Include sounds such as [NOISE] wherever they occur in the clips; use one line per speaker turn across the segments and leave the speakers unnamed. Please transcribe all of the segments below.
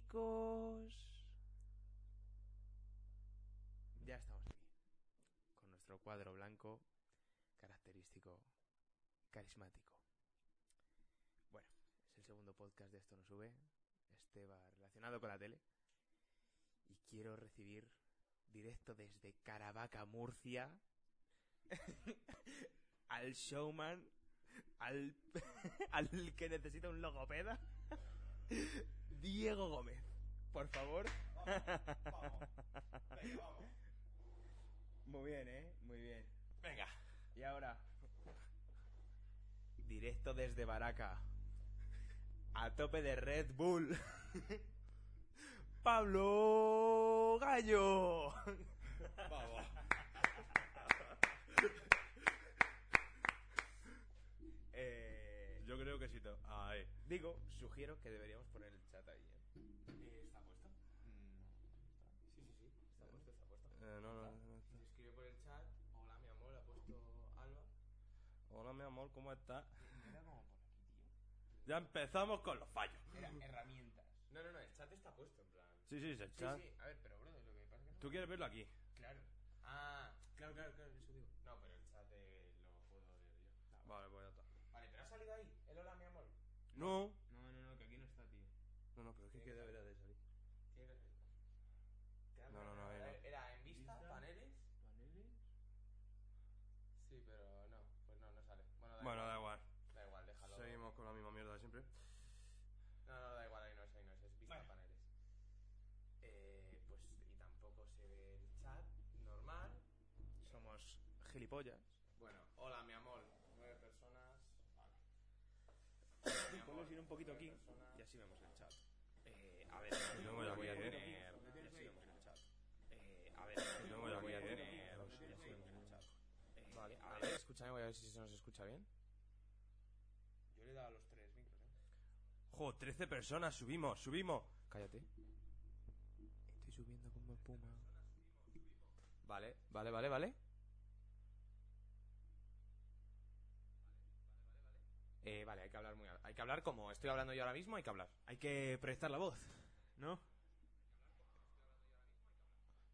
Chicos. Ya estamos aquí. Con nuestro cuadro blanco, característico, carismático. Bueno, es el segundo podcast de Esto No Sube. Este va relacionado con la tele. Y quiero recibir, directo desde Caravaca, Murcia, [LAUGHS] al showman, al, [LAUGHS] al que necesita un logopeda. Diego Gómez, por favor. Muy bien, ¿eh? Muy bien.
Venga.
Y ahora, directo desde Baraca, a tope de Red Bull, [LAUGHS] Pablo Gallo.
Vamos.
Eh,
Yo creo que sí. te- Ahí.
digo, sugiero que deberíamos poner el chat ahí. ¿eh? Mm,
¿Está puesto? Sí, sí, sí.
Está puesto, está puesto.
Eh, no, no, no, no.
Se escribe por el chat. Hola, mi amor, ha puesto Alba.
Hola, mi amor, ¿cómo estás?
Era como por aquí, tío.
Ya empezamos con los fallos.
Era herramientas. No, no, no, el chat está puesto, en plan.
Sí, sí, se
Sí,
chan.
sí. A ver, pero, bro, lo que pasa es que no.
¿Tú quieres verlo aquí?
Claro. Ah, claro, claro, claro, eso digo. No, pero el chat eh, lo puedo leer yo.
Vale, pues ya está.
Vale, pero ha salido ahí. El hola, mi amor.
No.
No, no, no, que aquí no está, tío.
No, no, pero es que debería de salir.
Tiene que- Claro,
No, no, no,
era,
ahí no.
era en vista,
Vista.
paneles. Sí, pero no, pues no, no sale. Bueno, da
Bueno, da
igual.
igual.
Da igual, déjalo.
Seguimos con la misma mierda de siempre.
No, no, da igual, ahí no es, ahí no es, es vista
Vale.
paneles. Eh, pues, y tampoco se ve el chat normal.
Somos gilipollas.
Bueno, hola, mi amor. Nueve personas. Vale. Mi amor,
Podemos ir un poquito
nueve
aquí
personas.
y así vemos el chat. Eh, a ver,
Yo voy
lo
aquí,
voy a
eh.
tener. Y así vemos el chat. Eh, a ver,
Yo
lo
voy aquí,
voy a
eh.
tener. Y así vemos el chat. Eh,
Vale,
a
a
ver.
ver, escúchame, voy a ver si se nos escucha bien. Yo le he dado a los tres micros, eh.
Jo, 13 personas, subimos, subimos.
Cállate. Estoy subiendo como puma. Vale, vale, vale, vale. Eh, vale, hay que hablar muy al- Hay que hablar como estoy hablando yo ahora mismo, hay que hablar.
Hay que proyectar la voz, ¿no?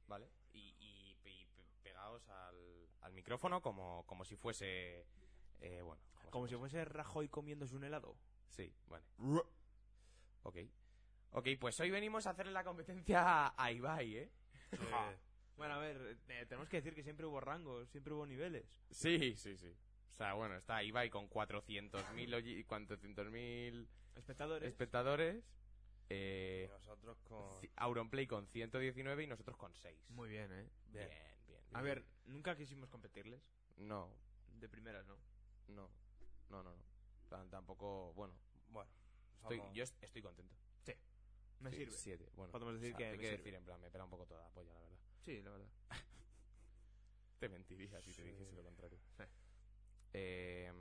Vale. Y, y pe- y pe- pegados al, al micrófono como, como si fuese... eh, bueno.
Como si fuese Rajoy comiéndose un helado.
Sí, vale. Ok. Ok, pues hoy venimos a hacerle la competencia a Ibai, ¿eh?
Eh,
Bueno, a ver, eh, tenemos que decir que siempre hubo rangos, siempre hubo niveles.
Sí, sí, sí. O sea, bueno, está Ibai con 400.000 oy- 400.000
Espectadores.
espectadores.
y
Eh,
nosotros con.
ci- Auronplay con 119 y nosotros con 6.
Muy bien, ¿eh?
bien, bien, bien.
A ver, nunca quisimos competirles.
No,
De primeras, ¿no?
no, no, no. no. Tan- tampoco, bueno.
Bueno.
Estoy,
somos-
yo est- estoy contento.
Sí. Me
Sí,
sirve.
siete, bueno,
Podemos
o
decir
sea,
que
Hay
me
que
sirve.
decir, en plan, me pela un poco toda la polla, la verdad.
Sí, la verdad.
Te mentiría si te dijese lo [LAUGHS] contrario.
Sí.
Eh,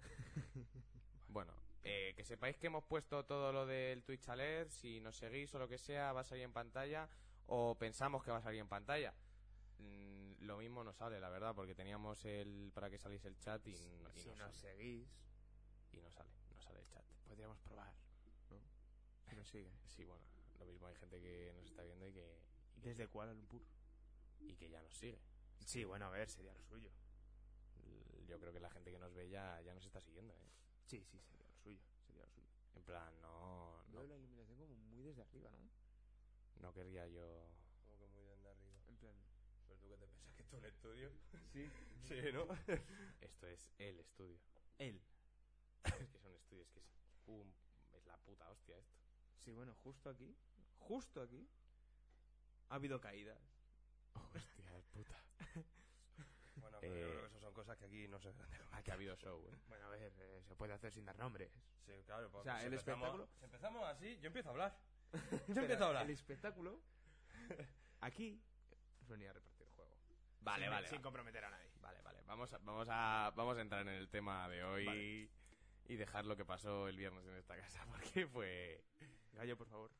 [LAUGHS] bueno, eh, que sepáis que hemos puesto todo lo del Twitch Alert. Si nos seguís o lo que sea, va a salir en pantalla. O pensamos que va a salir en pantalla. Mm, lo mismo nos sale, la verdad, porque teníamos el para que saliese el chat y, no- y
si
no,
nos
sale,
seguís,
y no sale. No sale el chat.
podríamos probar, ¿no? Si nos sigue.
Sí, bueno, lo mismo hay gente que nos está viendo y que, y que,
¿Desde Kuala Lumpur?
y que ya nos sigue.
Sí, bueno, a ver, sería lo suyo.
L- Yo creo que la gente que nos ve ya, ya nos está siguiendo, ¿eh?
Sí, sí, sería lo suyo. Sería lo suyo.
En plan, no, no,
la iluminación como muy desde arriba, ¿no?
no querría yo.
Como que muy bien de arriba.
En plan...
Pero tú qué te piensas que esto es un estudio. [LAUGHS]
Sí.
sí, ¿no?
Esto es el estudio.
Él.
[LAUGHS] Es que son estudios, que es, un- es la puta hostia esto.
Sí, bueno, justo aquí, justo aquí, ha habido caídas.
Hostia, puta.
bueno, pero yo
Eh,
creo que eso son cosas que aquí no se ven.
que ha habido show, eh.
Bueno, a ver, eh, se puede hacer sin dar [LAUGHS] nombres.
Sí, claro. pues,
O sea,
si
el
empezamos-
espectáculo-
Si empezamos así, yo empiezo a hablar. Yo
Pero
empiezo a hablar.
El espectáculo, [LAUGHS] aquí, venía a repartir juego.
Vale,
Sin-
vale.
Sin
Vale,
comprometer a nadie.
vale. vale. Vamos, a, vamos, a, vamos a entrar en el tema de hoy
Vale.
y dejar lo que pasó el viernes en esta casa, [LAUGHS] porque fue.
Gallo, por favor.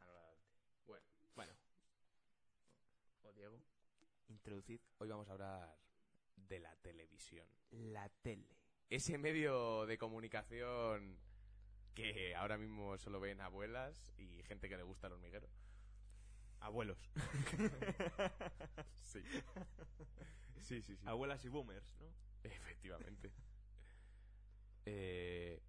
Bueno, bueno.
O Oh, Diego. Introducid
Hoy vamos a hablar de la televisión.
la tele.
Ese medio de comunicación que ahora mismo solo ven abuelas y gente que le gusta el hormiguero.
[LAUGHS]
Abuelos.
Sí. Sí, sí, sí.
Abuelas y boomers, ¿no?
Efectivamente. Eh,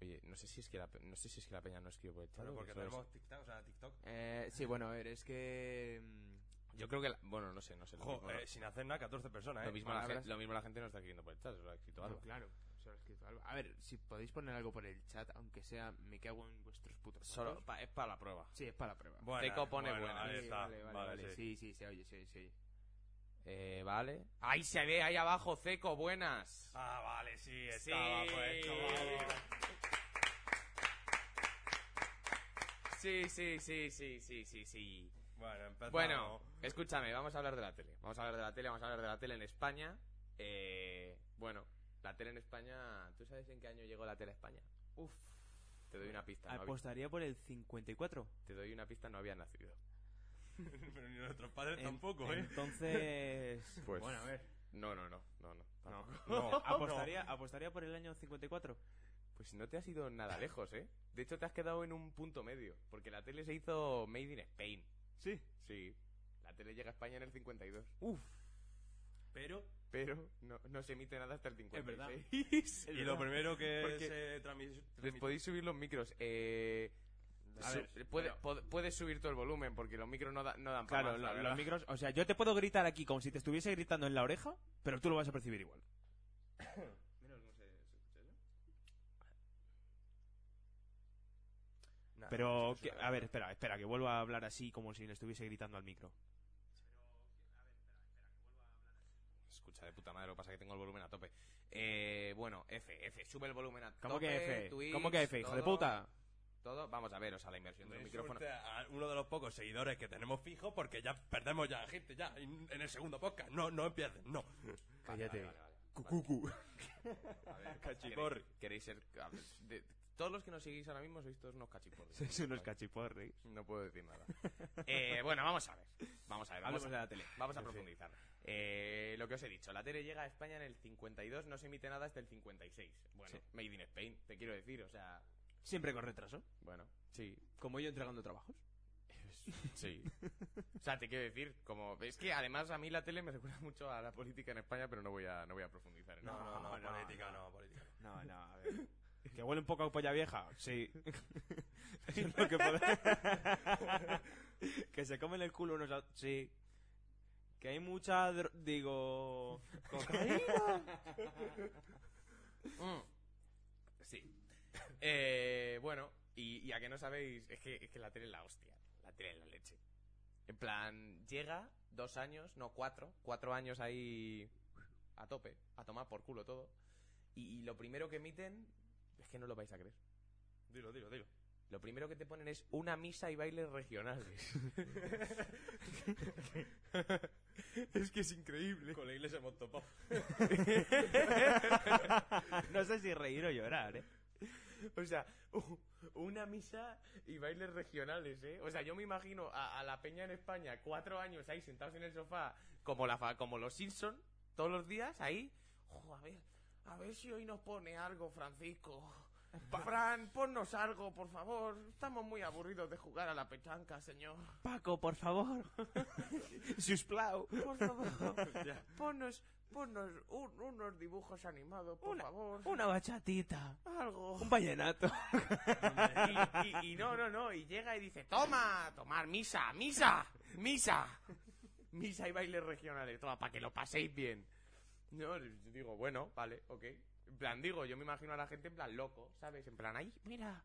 oye, no sé si es que la, pe- no sé si es que la peña no escribe por el chat.
Bueno,
o
porque
eso es-
tenemos TikTok, o sea, TikTok.
Eh, sí, bueno, a ver, es que... mm,
Yo creo que la- bueno, no sé, no sé. Lo,
Jo,
mismo,
eh, sin hacer nada, 14 personas,
lo
¿eh?
mismo la
palabras-
gente, lo mismo la gente no está escribiendo por el chat, lo ha escrito
No,
algo.
claro. solo ha escrito algo. A ver, si podéis poner algo por el chat, aunque sea me cago en vuestros putos.
Solo
codos.
pa- es para la prueba.
Sí, es para la prueba.
Buena,
Teco pone
bueno,
buena.
Ahí
Sí,
está.
Vale, vale, vale. Sí,
sí.
sí, se oye, se oye, se oye.
Eh, vale. Ahí se ve, ahí abajo, Ceco, buenas.
Ah, vale, sí,
Sí.
estaba puesto, vale.
Sí, sí, sí, sí, sí, sí, sí.
Bueno, empezamos.
Bueno, escúchame, vamos a hablar de la tele. Vamos a hablar de la tele, vamos a hablar de la tele en España. Eh, bueno, la tele en España, ¿tú sabes en qué año llegó la tele a España?
Uf.
Te doy una pista, no, había-
Apostaría por el 54.
te doy una pista, no había
[LAUGHS]
nacido.
[LAUGHS] Pero ni nuestros padres
En-
tampoco, ¿eh?
Entonces...
Pues
Bueno, a ver.
no, no, no, no, [LAUGHS] no. tampoco.
[LAUGHS] No,
[LAUGHS] apostaría, apostaría por el año 54.
Pues no te has ido nada lejos, ¿eh? De hecho, te has quedado en un punto medio, porque la tele se hizo Made in Spain.
Sí.
Sí, la tele llega a España en el 52,
Uf.
Pero...
pero no, no se emite nada hasta el
Es verdad.
56.
Y lo primero que
Porque-
se transmite...
[LAUGHS] Les podéis subir los micros. Eh,
A
su-
ver,
puede-
pero-
pod- puedes subir todo el volumen porque los micros no, da- no dan pa'
Claro,
más,
lo-
la verdad.
los micros... O sea, yo te puedo gritar aquí como si te estuviese gritando en la oreja, pero tú lo vas a percibir igual.
Ah,
Pero, que- a ver, espera, espera, que vuelva a hablar así como si le estuviese gritando al micro.
Escucha de puta madre, lo que pasa es que tengo el volumen a tope. Eh, bueno, F, F, sube el volumen a
¿Cómo
tope.
que F?
Twitch,
¿Cómo que F, hijo de
todo,
puta?
Todo, vamos a ver, o sea, la inversión del
Me
micrófono.
insulta a uno de los pocos seguidores que tenemos fijo porque ya perdemos ya gente ya en en el segundo podcast. No, no empiecen, no.
Cállate.
Vale, vale, vale.
Cucucu.
A ver,
Cachiporri.
¿queréis- Queréis ser. a ver, de- todos los que nos seguís ahora mismo sois todos unos cachiporris.
[LAUGHS] Es unos cachiporris.
No puedo decir nada. Eh, bueno, vamos a ver. Vamos a ver. Vamos
Hablemos
a,
de la tele.
vamos a profundizar. Eh, lo que os he dicho, la tele llega a España en el 52, no se emite nada hasta el 56. Bueno,
Sí.
Made in Spain, te quiero decir, o sea,
Siempre con retraso.
bueno, sí,
Como yo entregando trabajos.
[LAUGHS] sí. o sea, te quiero decir, como es que además a mí la tele me recuerda mucho a la política en España, pero no voy a no voy a profundizar en
No,
eso.
no, no,
No, no,
política no, política. no.
No, no, a ver. [LAUGHS] ¿Que huele un poco a polla vieja? Sí. [LAUGHS] Eso es lo que pod- [LAUGHS] ¿Que se comen el culo unos a... Sí. ¿Que hay mucha... dro- Digo... ¿Cocaína?
Mm. Sí. [LAUGHS] Eh, bueno, y, y a que no sabéis, es que, es que la tele es la hostia. La tele es la leche. En plan, llega dos años, no cuatro, cuatro años ahí a tope, a tomar por culo todo. Y, y lo primero que emiten es que no lo vais a creer.
Dilo, dilo, dilo.
Lo primero que te ponen es una misa y bailes regionales.
[LAUGHS]
[LAUGHS] es que es increíble.
Con la iglesia hemos topado.
[LAUGHS] no sé si reír o llorar, ¿eh?
O sea, u- una misa y bailes regionales, ¿eh? O sea, yo me imagino a, a la peña en España, cuatro años ahí sentados en el sofá, como, la, fa- como los Simpson, todos los días ahí. "Jo, a ver, a ver si hoy nos pone algo, Francisco. Fran, ponnos algo, por favor. Estamos muy aburridos de jugar a la petanca, señor.
Paco, por [LAUGHS] favor. Sisplau.
Por [LAUGHS] favor, ponnos, ponnos un- unos dibujos animados, por
Una-
favor.
Una bachatita.
Algo.
Un vallenato.
Y, y- y no, no, no, y llega y dice, toma, tomar misa, misa, misa, misa y bailes regionales, toma, para que lo paséis bien. No, yo digo, bueno, vale, ok. En plan, digo, yo me imagino a la gente en plan loco, ¿sabes? En plan, ay, mira,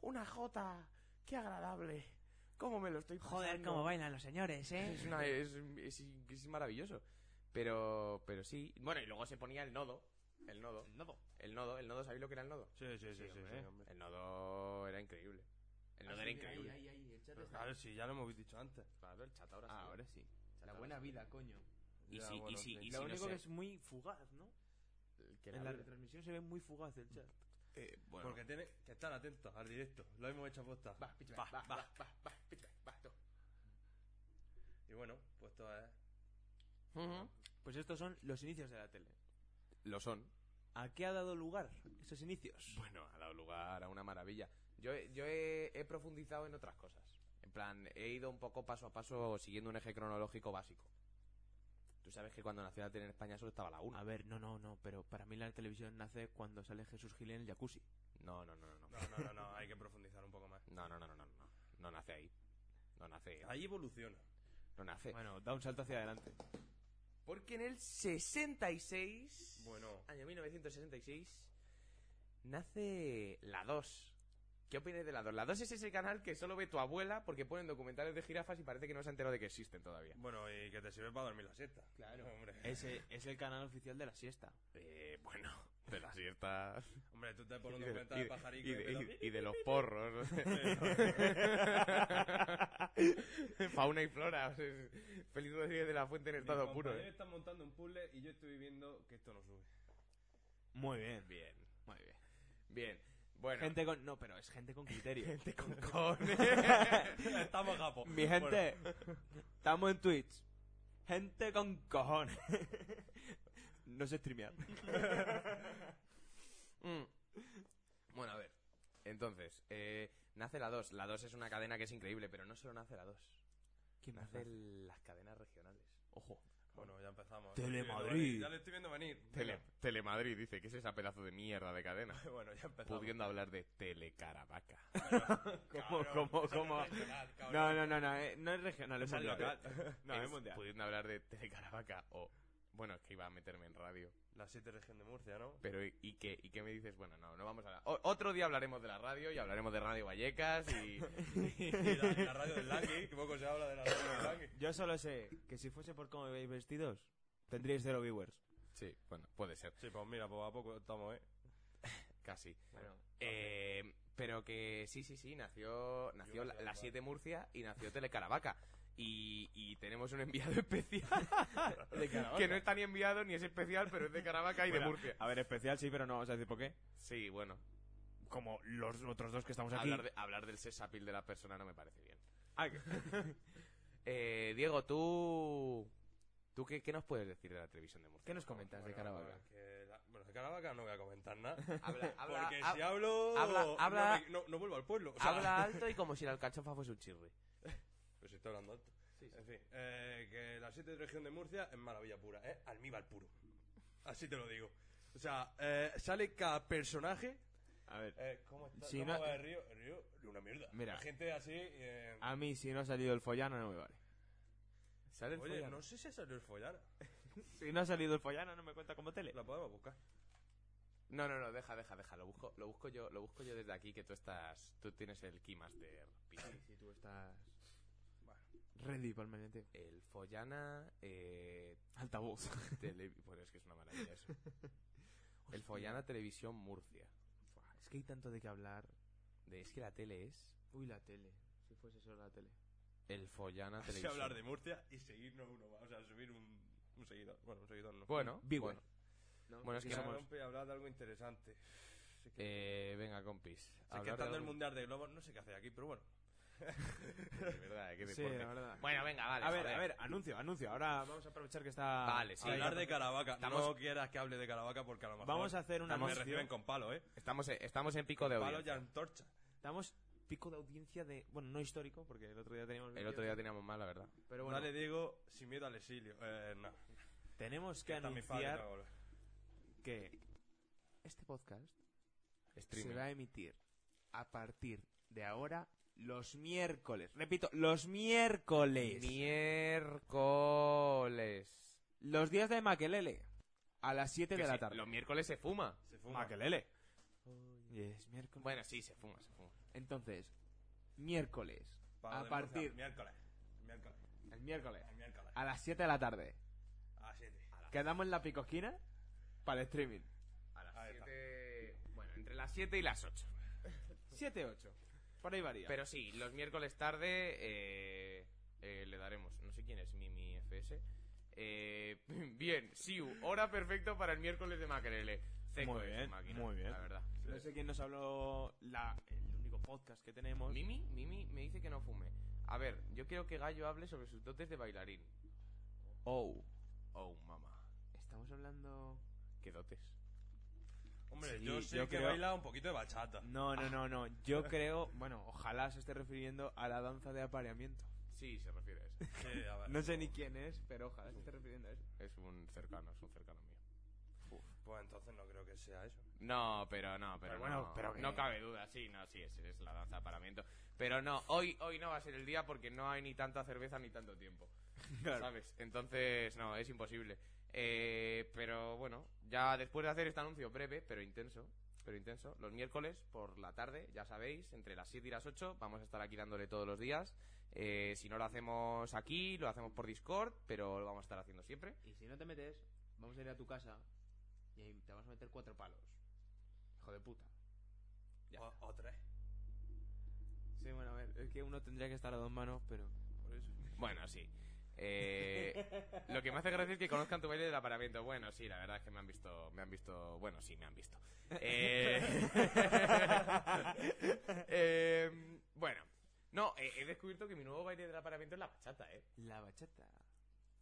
una jota, qué agradable, cómo me lo estoy pasando.
bailan los señores, ¿eh?
Es, una- es- es- es maravilloso. Pero, pero sí, bueno, y luego se ponía el nodo, el nodo,
Nodo.
el nodo, el nodo, ¿sabéis lo que era el nodo?
Sí, sí, sí, sí,
hombre.
sí, hombre.
El nodo era increíble. El nodo era increíble.
Ah, Ahí, ahí, ahí, el chat
Pero
está-
Claro, sí, ya lo hemos dicho antes. Ah,
Claro, el chat Ah, ahora sí.
ahora sí.
La buena vida, coño.
Y
Ya,
si- y
bueno,
si-
sí.
y
Lo
si- no
único
sé.
que es muy fugaz, ¿no?
Que
en
la-
la retransmisión se ve muy fugaz el chat.
eh, bueno.
Porque tiene que estar atentos al directo. Lo hemos hecho aposta.
Va, pitch,
Va,
va, va,
va.
va, va, va, pitch, va, va, to.
Y bueno, pues todo es...
Ujú.
Pues estos son los inicios de la tele.
Lo son.
¿A qué ha dado lugar esos inicios?
Bueno, ha dado lugar a una maravilla. Yo, he- yo he, he profundizado en otras cosas. En plan, he ido un poco paso a paso siguiendo un eje cronológico básico. Tú sabes que cuando nació la tele en España solo estaba la 1.
A ver, no, no, no, pero para mí la televisión nace cuando sale Jesús Gil en el jacuzzi.
No, no, no, no, no.
No, no, no, no, hay que profundizar un poco más.
No, no, no, no, no. No, no nace ahí. No nace.
Ahí evoluciona.
No nace.
Bueno, da un salto hacia adelante.
Porque en el 66.
Bueno.
Año 1966. Nace la 2. ¿Qué opináis de la 2? La 2 es ese canal que solo ve tu abuela porque ponen documentales de jirafas y parece que no se ha enterado de que existen todavía.
Bueno, y que te sirve para dormir la siesta.
Claro.
Hombre,
Ese es el canal oficial de la siesta.
Eh, bueno, de las [LAUGHS] siestas.
hombre tú te
Y
pones
de,
cuenta
y
de
de-
pajarico.
y
y
de-
pedo.
y- y de los porros. [LAUGHS] Fauna y flora. o sea, es- Felicidades de la fuente en
Mis
estado puro.
compañeros
eh.
están montando un puzzle y yo estoy viendo que esto no sube.
Muy bien.
eh. Bien, muy bien. Bien. Bueno,
Gente con... No, pero es gente con criterio.
[LAUGHS] Gente con cojones.
[LAUGHS]
[LAUGHS] Estamos japos.
Mi gente, estamos en Twitch. Gente con cojones. [LAUGHS] no sé streamear.
Mm. Bueno, a ver. Entonces, eh, nace la 2. La 2 es una cadena que es increíble, pero no solo nace la 2.
¿Quién
Nace el- las cadenas regionales.
Ojo.
Bueno, ya empezamos.
Telemadrid.
Ya le estoy viendo venir.
Tele, Telemadrid dice que es esa pedazo de mierda de [LAUGHS] cadena.
Bueno, [LAUGHS] ya empezamos.
Pudiendo hablar de Telecaravaca. [LAUGHS]
¿Cómo,
[LAUGHS]
cómo, cómo? No, no, no, no, eh, no es regional, es
Es
mundial.
local.
No, es
Es
mundial.
Pudiendo hablar de Telecaravaca o... Bueno, es que iba a meterme en radio.
La siete región de Murcia, ¿no?
Pero ¿y y qué, ¿y qué me dices? Bueno, no, no vamos a... hablar. O- otro día hablaremos de la radio y hablaremos de Radio Vallecas [LAUGHS] y...
Y la, la radio del Langui, que poco se habla de la radio del Langui.
[LAUGHS] Yo solo sé que si fuese por cómo me veis vestidos, tendríais cero viewers.
Sí, bueno, puede ser.
Sí, pues mira, pues a poco estamos, ¿eh?
Casi.
Bueno,
Eh, pero que sí, sí, sí, nació, nació
Yo
la,
nací
la
en
7 Murcia y nació Telecaravaca. Y, y tenemos un enviado [LAUGHS] especial que no está ni enviado ni es especial, pero es de Caravaca y de
Bueno,
Murcia.
A ver, especial sí, pero no vamos a decir por qué.
Sí, bueno,
Como los otros dos que estamos aquí.
hablar, de- hablar del sexapil de la persona no me parece bien.
Ah, que-
Eh, Diego, tú. ¿Tú qué, qué nos puedes decir de la televisión de Murcia?
¿Qué nos
por favor?
comentas de
Bueno,
Caravaca?
pues que la- Bueno, de Caravaca no voy a comentar nada.
Habla, habla-
porque
hab-
si hablo.
habla-
no
habla-
me- No, no vuelvo al pueblo. o sea,
habla alto y como si la alcachofa fuese un chirri.
Pues estoy hablando alto.
Sí, sí.
En fin, eh, que la 7 región de Murcia es maravilla pura, ¿eh? Almíbar puro. Así te lo digo. O sea, eh, sale cada personaje.
A ver,
Eh, ¿Cómo está?
Si
¿Cómo
no-
va el río? El río, una mierda.
Mira.
La gente así. eh,
Ah,
a mí si no ha salido el follano no me vale.
¿Sale el
Oye,
follano?
no sé si ha salido el follar.
[LAUGHS] Si no ha salido el follano no me cuenta como
Eh.
tele.
La podemos
[LAUGHS]
buscar.
No, no, no, deja, deja, deja. Lo busco, lo busco yo, lo busco yo desde aquí que tú estás, tú tienes el keymaster. PC.
Si tú estás. Ready para el meneteo.
El Follana, eh,
Altavoz.
tele- bueno, es que es una maravilla eso. El Follana Televisión Murcia.
Buah, Es que hay tanto de qué hablar.
De, es que la tele es
Uy, la tele. Si fuese solo la tele.
el Follana
Así
Televisión.
hablar de Murcia y seguirnos uno más. O sea, subir un, un seguidor. Bueno, un seguidor no.
Bueno,
Viewer.
bueno. Bueno, es que
Que
somos-
rompe hablar de algo interesante. Sí que-
Eh, venga, compis.
Sí, que
hablar de
estando el
algo-
mundial de globos, no sé qué hace aquí, pero bueno.
De verdad, eh, qué
Sí,
deporte.
la verdad.
Bueno, venga, vale.
A ver,
joder.
a ver, anuncio, anuncio. Ahora vamos a aprovechar que está...
Vale, sí.
Hablar de Caravaca.
Estamos-
No quieras que hable de Caravaca porque a lo mejor
Vamos a hacer una...
me reciben con palo, ¿eh?
Estamos, en- estamos en pico de
Palo y
audiencia.
antorcha.
Damos pico de audiencia de... Bueno, no histórico, porque el otro día teníamos...
El otro día teníamos más, la verdad.
Pero bueno,
Dale, Diego, sin miedo al exilio. Eh, no.
tenemos que
Está mi padre,
anunciar
no va a volver.
que...
Este podcast se
Streaming.
va a emitir a partir de ahora los miércoles. Repito, los miércoles.
Miércoles.
Los días de Maquelele. A las 7
Que
de la
sí,
tarde.
Los miércoles se fuma.
Se fuma.
Maquelele.
Y es miércoles.
Bueno, sí, se fuma, se fuma.
Entonces, miércoles.
Palo
a
de
partir-
Murcia. Miércoles. Miércoles.
El miércoles.
El miércoles.
A las 7 de la tarde.
A las 7.
Quedamos en la picosquina para el streaming.
A las
Ahí está.
7. Bueno, entre las 7 y las 8.
7, 8. Por ahí varía.
Pero sí, los miércoles tarde eh, eh, le daremos. No sé quién es Mimi FS. Eh, [LAUGHS] bien, Siu, hora perfecta para el miércoles de Maquerele. Ceco
Muy
es
bien,
máquina,
muy bien.
La verdad.
No sé quién nos habló la, el único podcast que tenemos.
Mimi, Mimi me dice que no fume. A ver, yo quiero que Gallo hable sobre sus dotes de bailarín.
Oh.
Oh, mamá.
Estamos hablando.
¿Qué dotes?
Hombre,
Sí,
yo sí
yo
que
creo-
baila un poquito
[LAUGHS]
de bachata.
No,
Ah.
no, no, no. Yo creo, bueno, ojalá se esté refiriendo a la danza de apareamiento.
Sí, se refiere a
[LAUGHS]
eso.
Sí, a ver,
No sé ni quién es, pero ojalá se esté refiriendo a eso.
Es un cercano, es un cercano mío.
Pues entonces no creo que sea eso.
No, pero no, pero,
Pero bueno,
no,
pero que-
no cabe duda, sí, no, sí, es, es la danza de paramiento. Pero no, hoy, hoy no va a ser el día porque no hay ni tanta cerveza ni
[LAUGHS]
tanto tiempo, ¿sabes? Entonces, no, es imposible. Eh, pero bueno, ya después de hacer este anuncio breve, pero intenso, pero intenso, los miércoles por la tarde, ya sabéis, entre las 7 y las 8, vamos a estar aquí dándole todos los días. Eh, si no lo hacemos aquí, lo hacemos por Discord, pero lo vamos a estar haciendo siempre.
Y si no te metes, vamos a ir a tu casa y ahí te vas a meter cuatro palos. Hijo de puta. Ya.
O, o tres.
Sí, bueno, a ver, es que uno tendría que estar a dos manos, pero... Por eso.
Bueno, sí. Eh, lo que me hace gracia es que conozcan tu baile del aparamiento. Bueno, sí, la verdad es que me han visto, me han visto, bueno, sí, me han visto. Eh, [LAUGHS] eh, bueno, no, eh, he descubierto que mi nuevo baile del aparamiento es la bachata, ¿eh?
La bachata.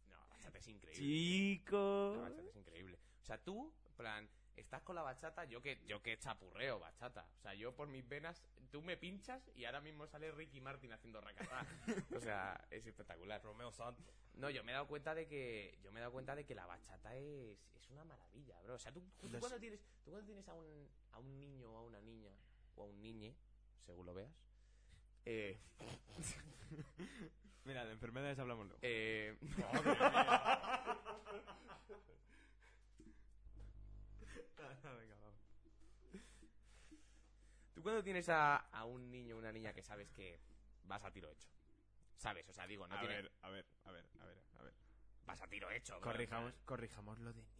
No, la bachata es increíble.
Chico.
La bachata es increíble. O sea, tú, en plan, estás con la bachata, yo que, yo que chapurreo bachata. O sea, yo por mis venas, tú me pinchas y ahora mismo sale Ricky Martin haciendo racatá. O sea, es espectacular.
Romeo Santos.
No, yo me he dado cuenta de que yo me he dado cuenta de que la bachata es, es una maravilla, bro. O sea, tú, tú- tú
Los-
cuando tienes tú cuando tienes a un a un niño o a una niña o a un niñe, según lo veas. Eh,
Mira, de enfermedades
[LAUGHS]
hablamos luego.
eh, [LAUGHS]
Venga, vamos.
tú cuando tienes a, a un niño o una niña que sabes que vas a tiro hecho. ¿Sabes? O sea, digo, no
A
tiene-
ver, a ver, a ver, a ver, a ver.
vas a tiro hecho. bro.
Corrijamos, corrijamos lo de niño.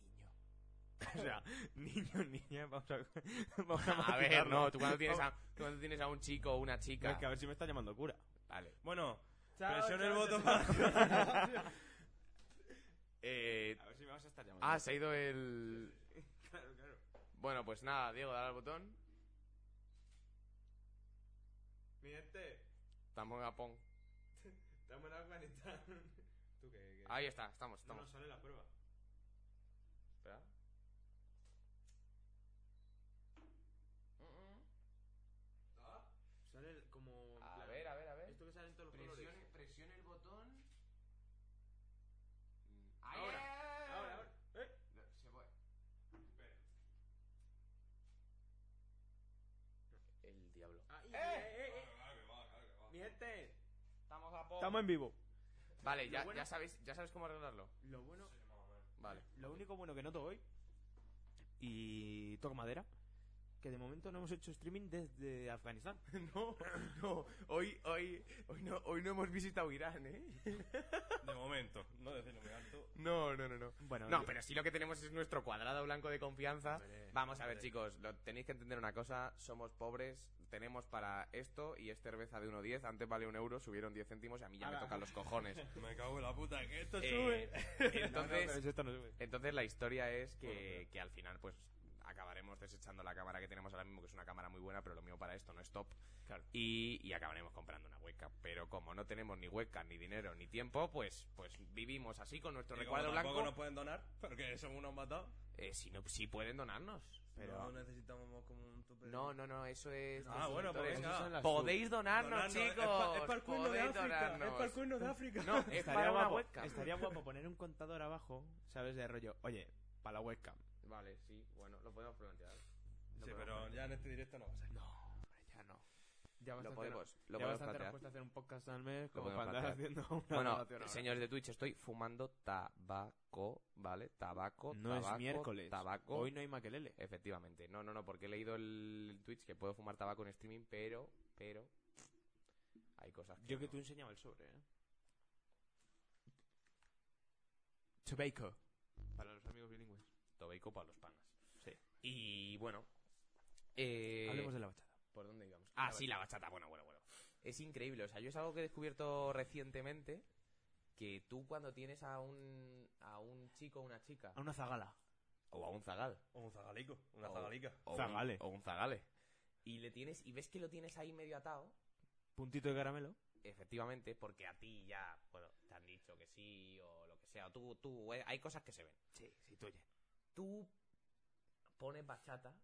[LAUGHS] O sea, niño, niña, vamos a... [LAUGHS] vamos
A ver,
matizarlo.
no, tú
[LAUGHS]
cuando tienes a tú cuando tienes a un chico o una
No,
chica.
es que a ver si me está llamando cura.
Vale.
Bueno,
Chao,
presiona el
chao,
botón
chao,
[LAUGHS]
para...
Eh,
A ver si me vas a estar llamando.
ah, se ha ido el
claro, claro.
Bueno, pues nada, Diego, dale al botón.
Mi gente,
Estamos en Japón.
estamos en Afganistán. [LAUGHS] ¿Tú qué? qué?
Ahí está, estamos,
no
estamos.
nos sale la prueba.
Espera.
Sale como... en
A
plan-
ver, a ver, a ver.
Esto que sale en todos los
Presione,
colores.
presione el botón.
Mm.
Ahí,
Ahora,
eh.
ahora, ahora. Eh,
No, Se fue. El diablo.
ahí, eh, eh, eh. Mi gente,
Estamos a Japón.
estamos en vivo.
Vale, ya,
Lo bueno-
ya sabéis, ya sabes cómo arreglarlo.
Lo bueno,
Vale.
[LAUGHS] lo único bueno que noto hoy y toco madera, que de momento no hemos hecho streaming desde Afganistán.
No, no, hoy, hoy, hoy no, hoy no hemos visitado Irán, eh.
De momento, no decirlo muy alto.
No, no, no, no.
Bueno,
No,
yo-
pero sí lo que tenemos es nuestro cuadrado blanco de confianza.
Hombre,
Vamos a ver,
hombre.
chicos, lo, tenéis que entender una cosa. Somos pobres, tenemos para esto y es cerveza de 1,10. Antes vale un euro, subieron 10 céntimos y a mí ya me
Ala.
tocan los cojones.
Me cago en la puta, que esto
Eh,
sube.
No, no,
[LAUGHS]
entonces,
pero esto no sube.
entonces la historia es que,
Bueno, pero-
que al final, pues, acabaremos desechando la cámara que tenemos ahora mismo, que es una cámara muy buena, pero lo mío para esto no es top.
Claro.
Y, y acabaremos comprando una webcam. Pero como no tenemos ni webcam, ni dinero, ni tiempo, pues, pues vivimos así con nuestro
Y como
recuadro
tampoco
blanco.
nos pueden donar, porque somos unos matados.
Eh, si, no, si pueden donarnos. Pero...
No necesitamos como un tope. de-
Pues No, no, no, eso es.
Ah,
de
bueno, pues
suscriptores.
venga.
las
Podéis donarnos,
Donarnos, es
chicos.
pa- es para el cuerno de
Podéis
África.
donarnos.
Es para el cuerno de África.
No, es
Estaría
para una
guapo,
webcam. [LAUGHS]
estaría guapo poner un contador abajo, ¿sabes? De rollo, oye, para la webcam.
Vale, sí, bueno, lo podemos plantear.
Sí, pero ya en este directo no va a ser.
No, hombre, ya no.
Ya
Lo
bastante nos-
podemos, lo
ya bastante
podemos
nos
plantear.
cuesta hacer un podcast al mes
Lo
como
podemos
para andar
plantear.
haciendo una
Bueno,
donación ahora.
señores de Twitch, estoy fumando tabaco, ¿vale? Tabaco,
No
tabaco,
es miércoles.
Tabaco.
Hoy no hay maquelele.
Efectivamente. No, no, no, porque he leído el Twitch que puedo fumar tabaco en streaming, pero, pero. Hay cosas que.
Yo que
no.
tú enseñaba el sobre, ¿eh?
Tobacco.
Para los amigos bilingües.
Tobacco para los panas.
Sí.
Y bueno. Eh,
Hablemos de la bachata.
¿Por dónde íbamos? Ah, sí, la bachata. Bueno, bueno, bueno. Es increíble. O sea, yo es algo que he descubierto recientemente. Que tú cuando tienes a un, a un chico o una chica.
A una zagala.
O a un zagal.
O un zagalico, una
Oh.
zagalica.
O
Zagale.
Un, o un zagale. Y le tienes, y ves que lo tienes ahí medio atado.
Puntito de caramelo.
Efectivamente, porque a ti ya, bueno, te han dicho que sí o lo que sea. o Tú, tú, eh, hay cosas que se ven.
Sí, sí, tuya.
Tú pones bachata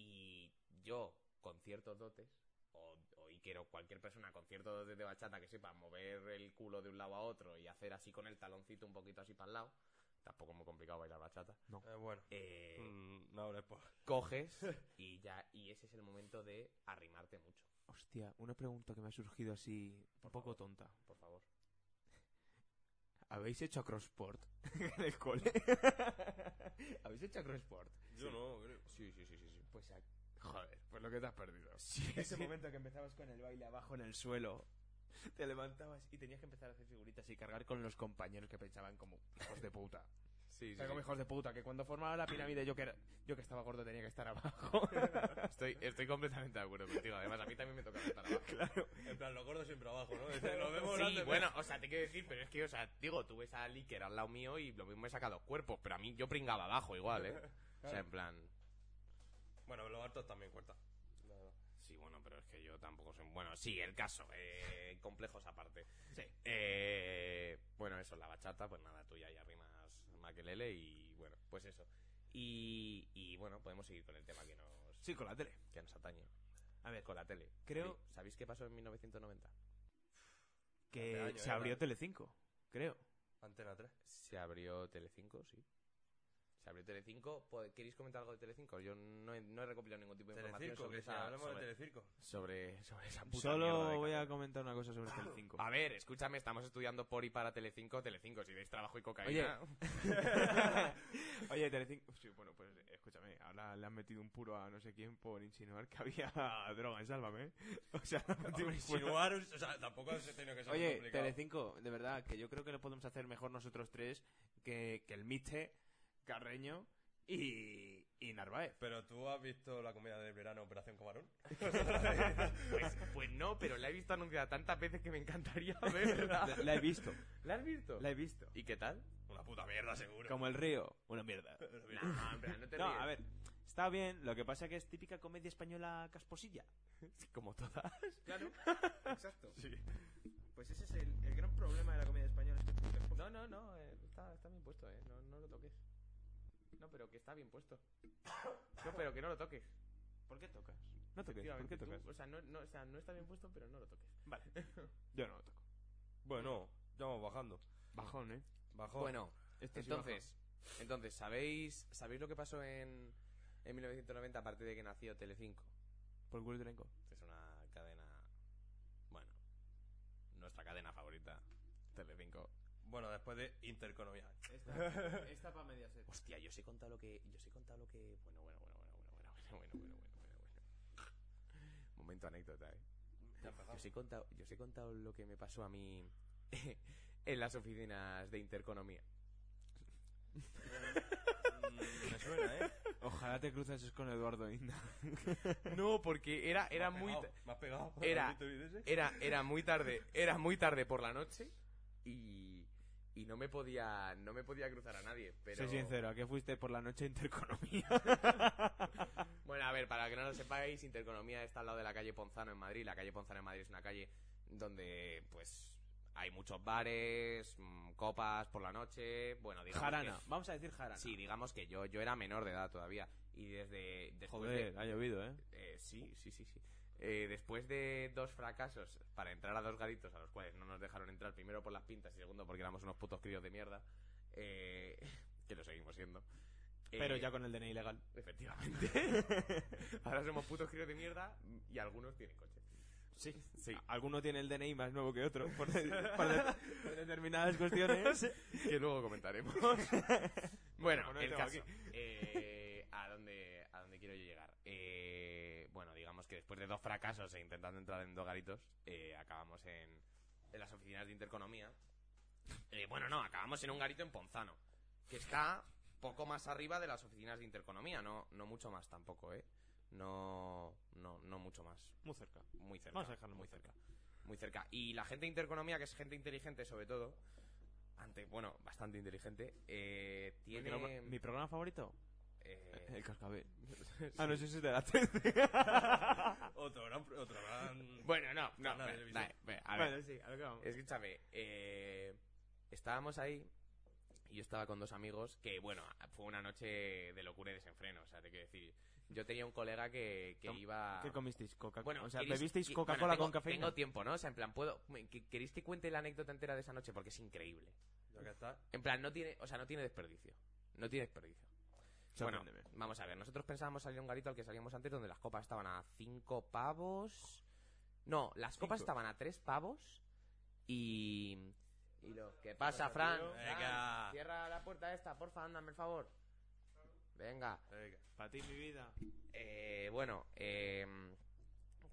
Y yo, con ciertos dotes, o, o Iker o cualquier persona con ciertos dotes de bachata que sepa mover el culo de un lado a otro y hacer así con el taloncito un poquito así para el lado, tampoco es muy complicado bailar bachata,
Eh, bueno.
eh,
Mm, no hables por.
[LAUGHS] coges y ya, y ese es el momento de arrimarte mucho,
Hostia, una pregunta que me ha surgido así un poco tonta.
por favor.
¿Habéis hecho
[LAUGHS]
crossport en el cole? [LAUGHS] ¿Habéis hecho crossport?
Yo no, creo.
Sí, sí, sí, sí. sí.
Pues a-
Joder, pues lo que te has perdido.
ese momento que empezabas con el baile abajo en el suelo, te levantabas y tenías que empezar a hacer figuritas y cargar con los compañeros que pensaban como hijos de
[LAUGHS]
puta.
Sí, sí,
O sea, como
sí.
hijos de puta, que cuando formaba la pirámide yo que, era- yo que estaba gordo tenía que estar abajo.
Estoy, estoy completamente de acuerdo contigo. Además, a mí también me toca estar
[LAUGHS]
abajo.
En plan, los gordos siempre abajo, [LAUGHS] ¿no? Dice, Nos vemos
Sí,
grande,
bueno, o sea, te quiero decir, pero es que, o sea, digo, tú ves a Ali que era al lado mío y lo mismo me saca dos cuerpos, pero a mí yo pringaba abajo igual, ¿eh? O sea, en plan,
Bueno, los hartos también cuenta. La verdad.
sí, bueno, pero es que yo tampoco soy... Bueno, sí, el caso, eh, complejos aparte.
Sí.
Eh, bueno, eso, la bachata, pues nada, tú ya ahí arrimas maquelele y, bueno, pues eso. Y, y, bueno, podemos seguir con el tema que nos,
[LAUGHS] Sí, con la tele.
que nos atañe.
A ver,
Con la tele.
Creo-
Sí, ¿Sabéis qué pasó en 1990?
que
Hace años,
se
¿eh?
abrió Telecinco, creo.
Antena 3.
Se abrió Telecinco, sí. Se abrió Telecinco. Po- ¿Queréis comentar algo de Telecinco? Yo no he, no he recopilado ningún
Pues
tipo de información
Telecirco,
sobre
que si hablamos de [LAUGHS] Telecirco.
esa, sobre, sobre, sobre esa puta mierda de
Solo voy a
cadena.
comentar una cosa sobre Telecinco.
[LAUGHS]
A ver, escúchame, estamos estudiando por y para Telecinco, Telecinco, si veis trabajo y cocaína...
[LAUGHS] Oye, Telecinco... Sí, bueno, pues escúchame, ahora le han metido un puro a no sé quién por insinuar que había [LAUGHS] droga en Sálvame. ¿eh? [LAUGHS] O sea, le han metido
Hombre,
un puro.
insinuar, o sea, tampoco se tiene que ser muy
Oye,
complicado.
Telecinco, de verdad, que yo creo que lo podemos hacer mejor nosotros tres que, que el Mite, Carreño y, y Narváez.
Pero tú has visto la comida de verano Operación Camarón.
Pues, pues no, pero la he visto anunciada tantas veces que me encantaría [LAUGHS] verla.
[LAUGHS] La he visto,
¿La has visto?
la he visto.
¿Y qué tal?
Una puta mierda, seguro. [LAUGHS]
Como el río, una mierda.
No, Ah, en plan, no te
No,
ríes.
a ver, está bien, lo que pasa que es típica comedia española casposilla. [LAUGHS] Como todas. [LAUGHS]
Claro, exacto. Pues ese es el, el gran problema de la comedia española. es que-
No, no, no, eh, está, está bien puesto, eh. No, no lo toques. No, pero que está bien puesto. No, pero que no lo toques.
¿Por qué tocas? No toques, ¿por
Efectivamente,
qué
tú-
pues.
tocas?
o, sea, no, no, o sea, no está bien puesto, pero no lo toques.
Vale. Yo no lo toco.
Bueno, ya vamos bajando.
Bajón, ¿eh?
Bajo.
Bueno,
Esto sí
entonces, entonces ¿sabéis, ¿sabéis lo que pasó en, en 1990 a partir de que nació Telecinco?
baja. Por culo trenco.
Es una cadena, bueno, nuestra cadena favorita, Telecinco.
Bueno, después de
[LAUGHS]
Intereconomía.
Esta, esta para media set.
Hostia, yo os he contado lo que. Yo os he contado lo que. Bueno, bueno, bueno, bueno, bueno, bueno, bueno, bueno, bueno, bueno, bueno. Momento anécdota, eh.
Ya
Yo
empezamos.
os he contado, yo os he contado lo que me pasó a mí [LAUGHS] en las oficinas de Intereconomía.
Mm, Me suena, ¿eh?
Ojalá te cruces con Eduardo Inda.
No, porque era, [LAUGHS] era muy
Pegado, Me has pegado.
Era-
¿Has visto el vídeo
[LAUGHS]
ese?
era, era muy tarde, era muy tarde por la noche y, y no me podía no me podía cruzar a nadie, pero
Soy sincero, ¿a qué fuiste por la noche a Intereconomía?
Bueno, a ver, para que no lo sepáis, Intereconomía está al lado de la calle Ponzano en Madrid. La calle Ponzano en Madrid es una calle donde, pues, hay muchos bares, mm, copas por la noche. Bueno, digamos.
Jarana,
que-
vamos a decir Jarana.
sí, digamos que yo, yo era menor de edad todavía. Y desde. Después
[LAUGHS] Joder, ha llovido, ¿eh?
de, eh, sí, sí, sí, sí. Eh, después de dos fracasos para entrar a dos garitos a los cuales no nos dejaron entrar, primero por las pintas y segundo porque éramos unos putos críos de mierda, eh, [LAUGHS] que lo seguimos siendo. eh,
Pero ya con el DNI legal.
Efectivamente. [LAUGHS] Ahora somos putos críos de mierda y algunos tienen coche.
Sí.
Sí.
Alguno tiene el DNI más nuevo que otro por, de- [LAUGHS] por de- por determinadas cuestiones.
Que luego comentaremos. bueno,
Bueno,
el
tengo
caso.
aquí.
Eh, ¿a, dónde, ¿A dónde quiero yo llegar? Eh, bueno, digamos que después de dos fracasos e intentando entrar en dos garitos, eh, acabamos en, en las oficinas de Interconomía. Eh, bueno, no, acabamos en un garito en Ponzano, que está poco más arriba de las oficinas de Interconomía, no, no mucho más tampoco, ¿eh? No, no, no mucho más.
Muy cerca.
Muy cerca.
Vamos a dejarlo
muy
muy
cerca. Muy cerca. Y la gente de intereconomía, que es gente inteligente sobre todo, ante, bueno, bastante inteligente, eh, tiene...
Micro- Mi programa favorito,
eh,
el [LAUGHS] cascabel. Ah, no sé si es de la tele.
Otro gran. Otro gran...
[LAUGHS] bueno, no, no,
Canal de
ve-
televisión.
ve- ve- a ver,
sí, [LAUGHS] a lo que vamos.
escúchame, eh, estábamos ahí y yo estaba con dos amigos que, bueno, fue una noche de locura y desenfreno, o sea, te quiero decir, Yo tenía un colega que, que
Tom-
iba...
¿Qué comisteis? Coca
Bueno,
o sea,
¿queréis-
¿bebisteis
y-
Coca-Cola
bueno, tengo-
con cafeína?
Tengo tiempo, ¿no? O sea, en plan, puedo... me- que- ¿Queréis que cuente la anécdota entera de esa noche? Porque es increíble.
Ya que está.
En plan, no tiene... O sea, no tiene desperdicio. No tiene desperdicio. Bueno,
Sorpréndeme.
vamos a ver. Nosotros pensábamos salir a un garito al que salíamos antes donde las copas estaban a cinco pavos... No, las copas estaban a tres pavos y... ¿Y lo que pasa, Fran?
tío?
Fran,
Venga.
Cierra la puerta esta, porfa, ándame el favor. Venga.
Venga.
Para ti, mi vida.
Eh, bueno, eh,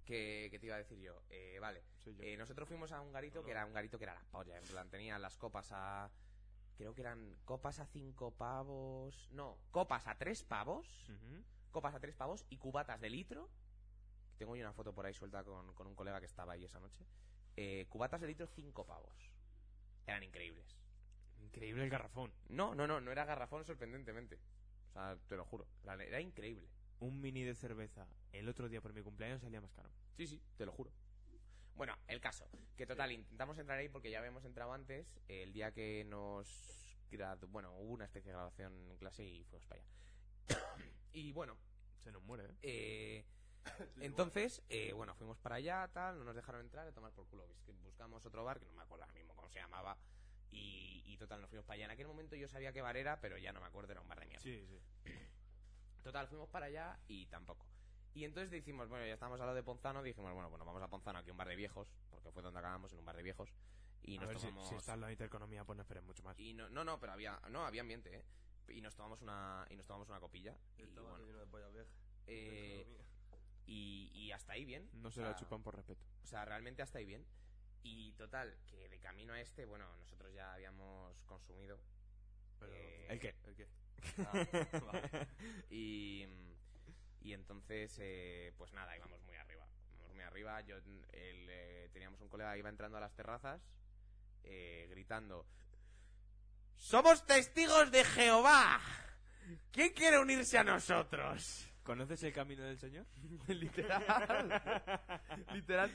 ¿qué, qué te iba a decir yo? Eh, vale.
Soy yo.
Eh, nosotros fuimos a un garito
No, no.
que era un garito que era la polla. En plan, tenían las copas a. Creo que eran copas a cinco pavos. No, copas a tres pavos.
Ujú.
Copas a tres pavos y cubatas de litro. Tengo yo una foto por ahí suelta con, con un colega que estaba ahí esa noche. Eh, cubatas de litro, cinco pavos. Eran increíbles.
Increíble el garrafón.
No, no, no, no era garrafón sorprendentemente. O sea, te lo juro. En plan, Era increíble.
Un mini de cerveza el otro día por mi cumpleaños salía más caro.
Sí, sí, te lo juro. Bueno, el caso. Que total, intentamos entrar ahí porque ya habíamos entrado antes, eh, el día que nos... gradu- Bueno, hubo una especie de grabación en clase y fuimos para allá. [COUGHS] y bueno,
Se nos muere, ¿eh?
eh, entonces, eh, bueno, fuimos para allá, tal, no nos dejaron entrar, a tomar por culo. Es que Buscamos otro bar, que no me acuerdo ahora mismo cómo se llamaba, y, y total, nos fuimos para allá. En aquel momento yo sabía qué bar era, pero ya no me acuerdo, era un bar de mierda.
Sí, sí.
Total, fuimos para allá y tampoco. Y entonces decimos, bueno, ya estamos a lo de Ponzano, dijimos, bueno, bueno, vamos a Ponzano, aquí un bar de viejos, porque fue donde acabamos, en un bar de viejos. Y
a
nos
ver, si,
tomamos...
si está en la intereconomía, pues no esperes mucho más.
y no, no, no, pero había, no, había ambiente, ¿eh? Y nos tomamos una, y nos tomamos una copilla. Y, bueno,
lleno de pollas viejas.
eh, y, y hasta ahí bien.
No
o
se la
sea,
chupan por respeto.
o sea, realmente hasta ahí bien. Y total, que de camino a este, bueno, nosotros ya habíamos consumido. eh,
¿El [LAUGHS] qué?
¿El qué?
[LAUGHS]
Ah,
[LAUGHS]
Y, y entonces, eh, pues nada, íbamos muy arriba. Íbamos muy arriba. Yo, el, eh, teníamos un colega que iba entrando a las terrazas eh, gritando: ¡Somos testigos de Jehová! ¿Quién quiere unirse a [LAUGHS] nosotros?
¿Conoces el camino del Señor? [LAUGHS]
literal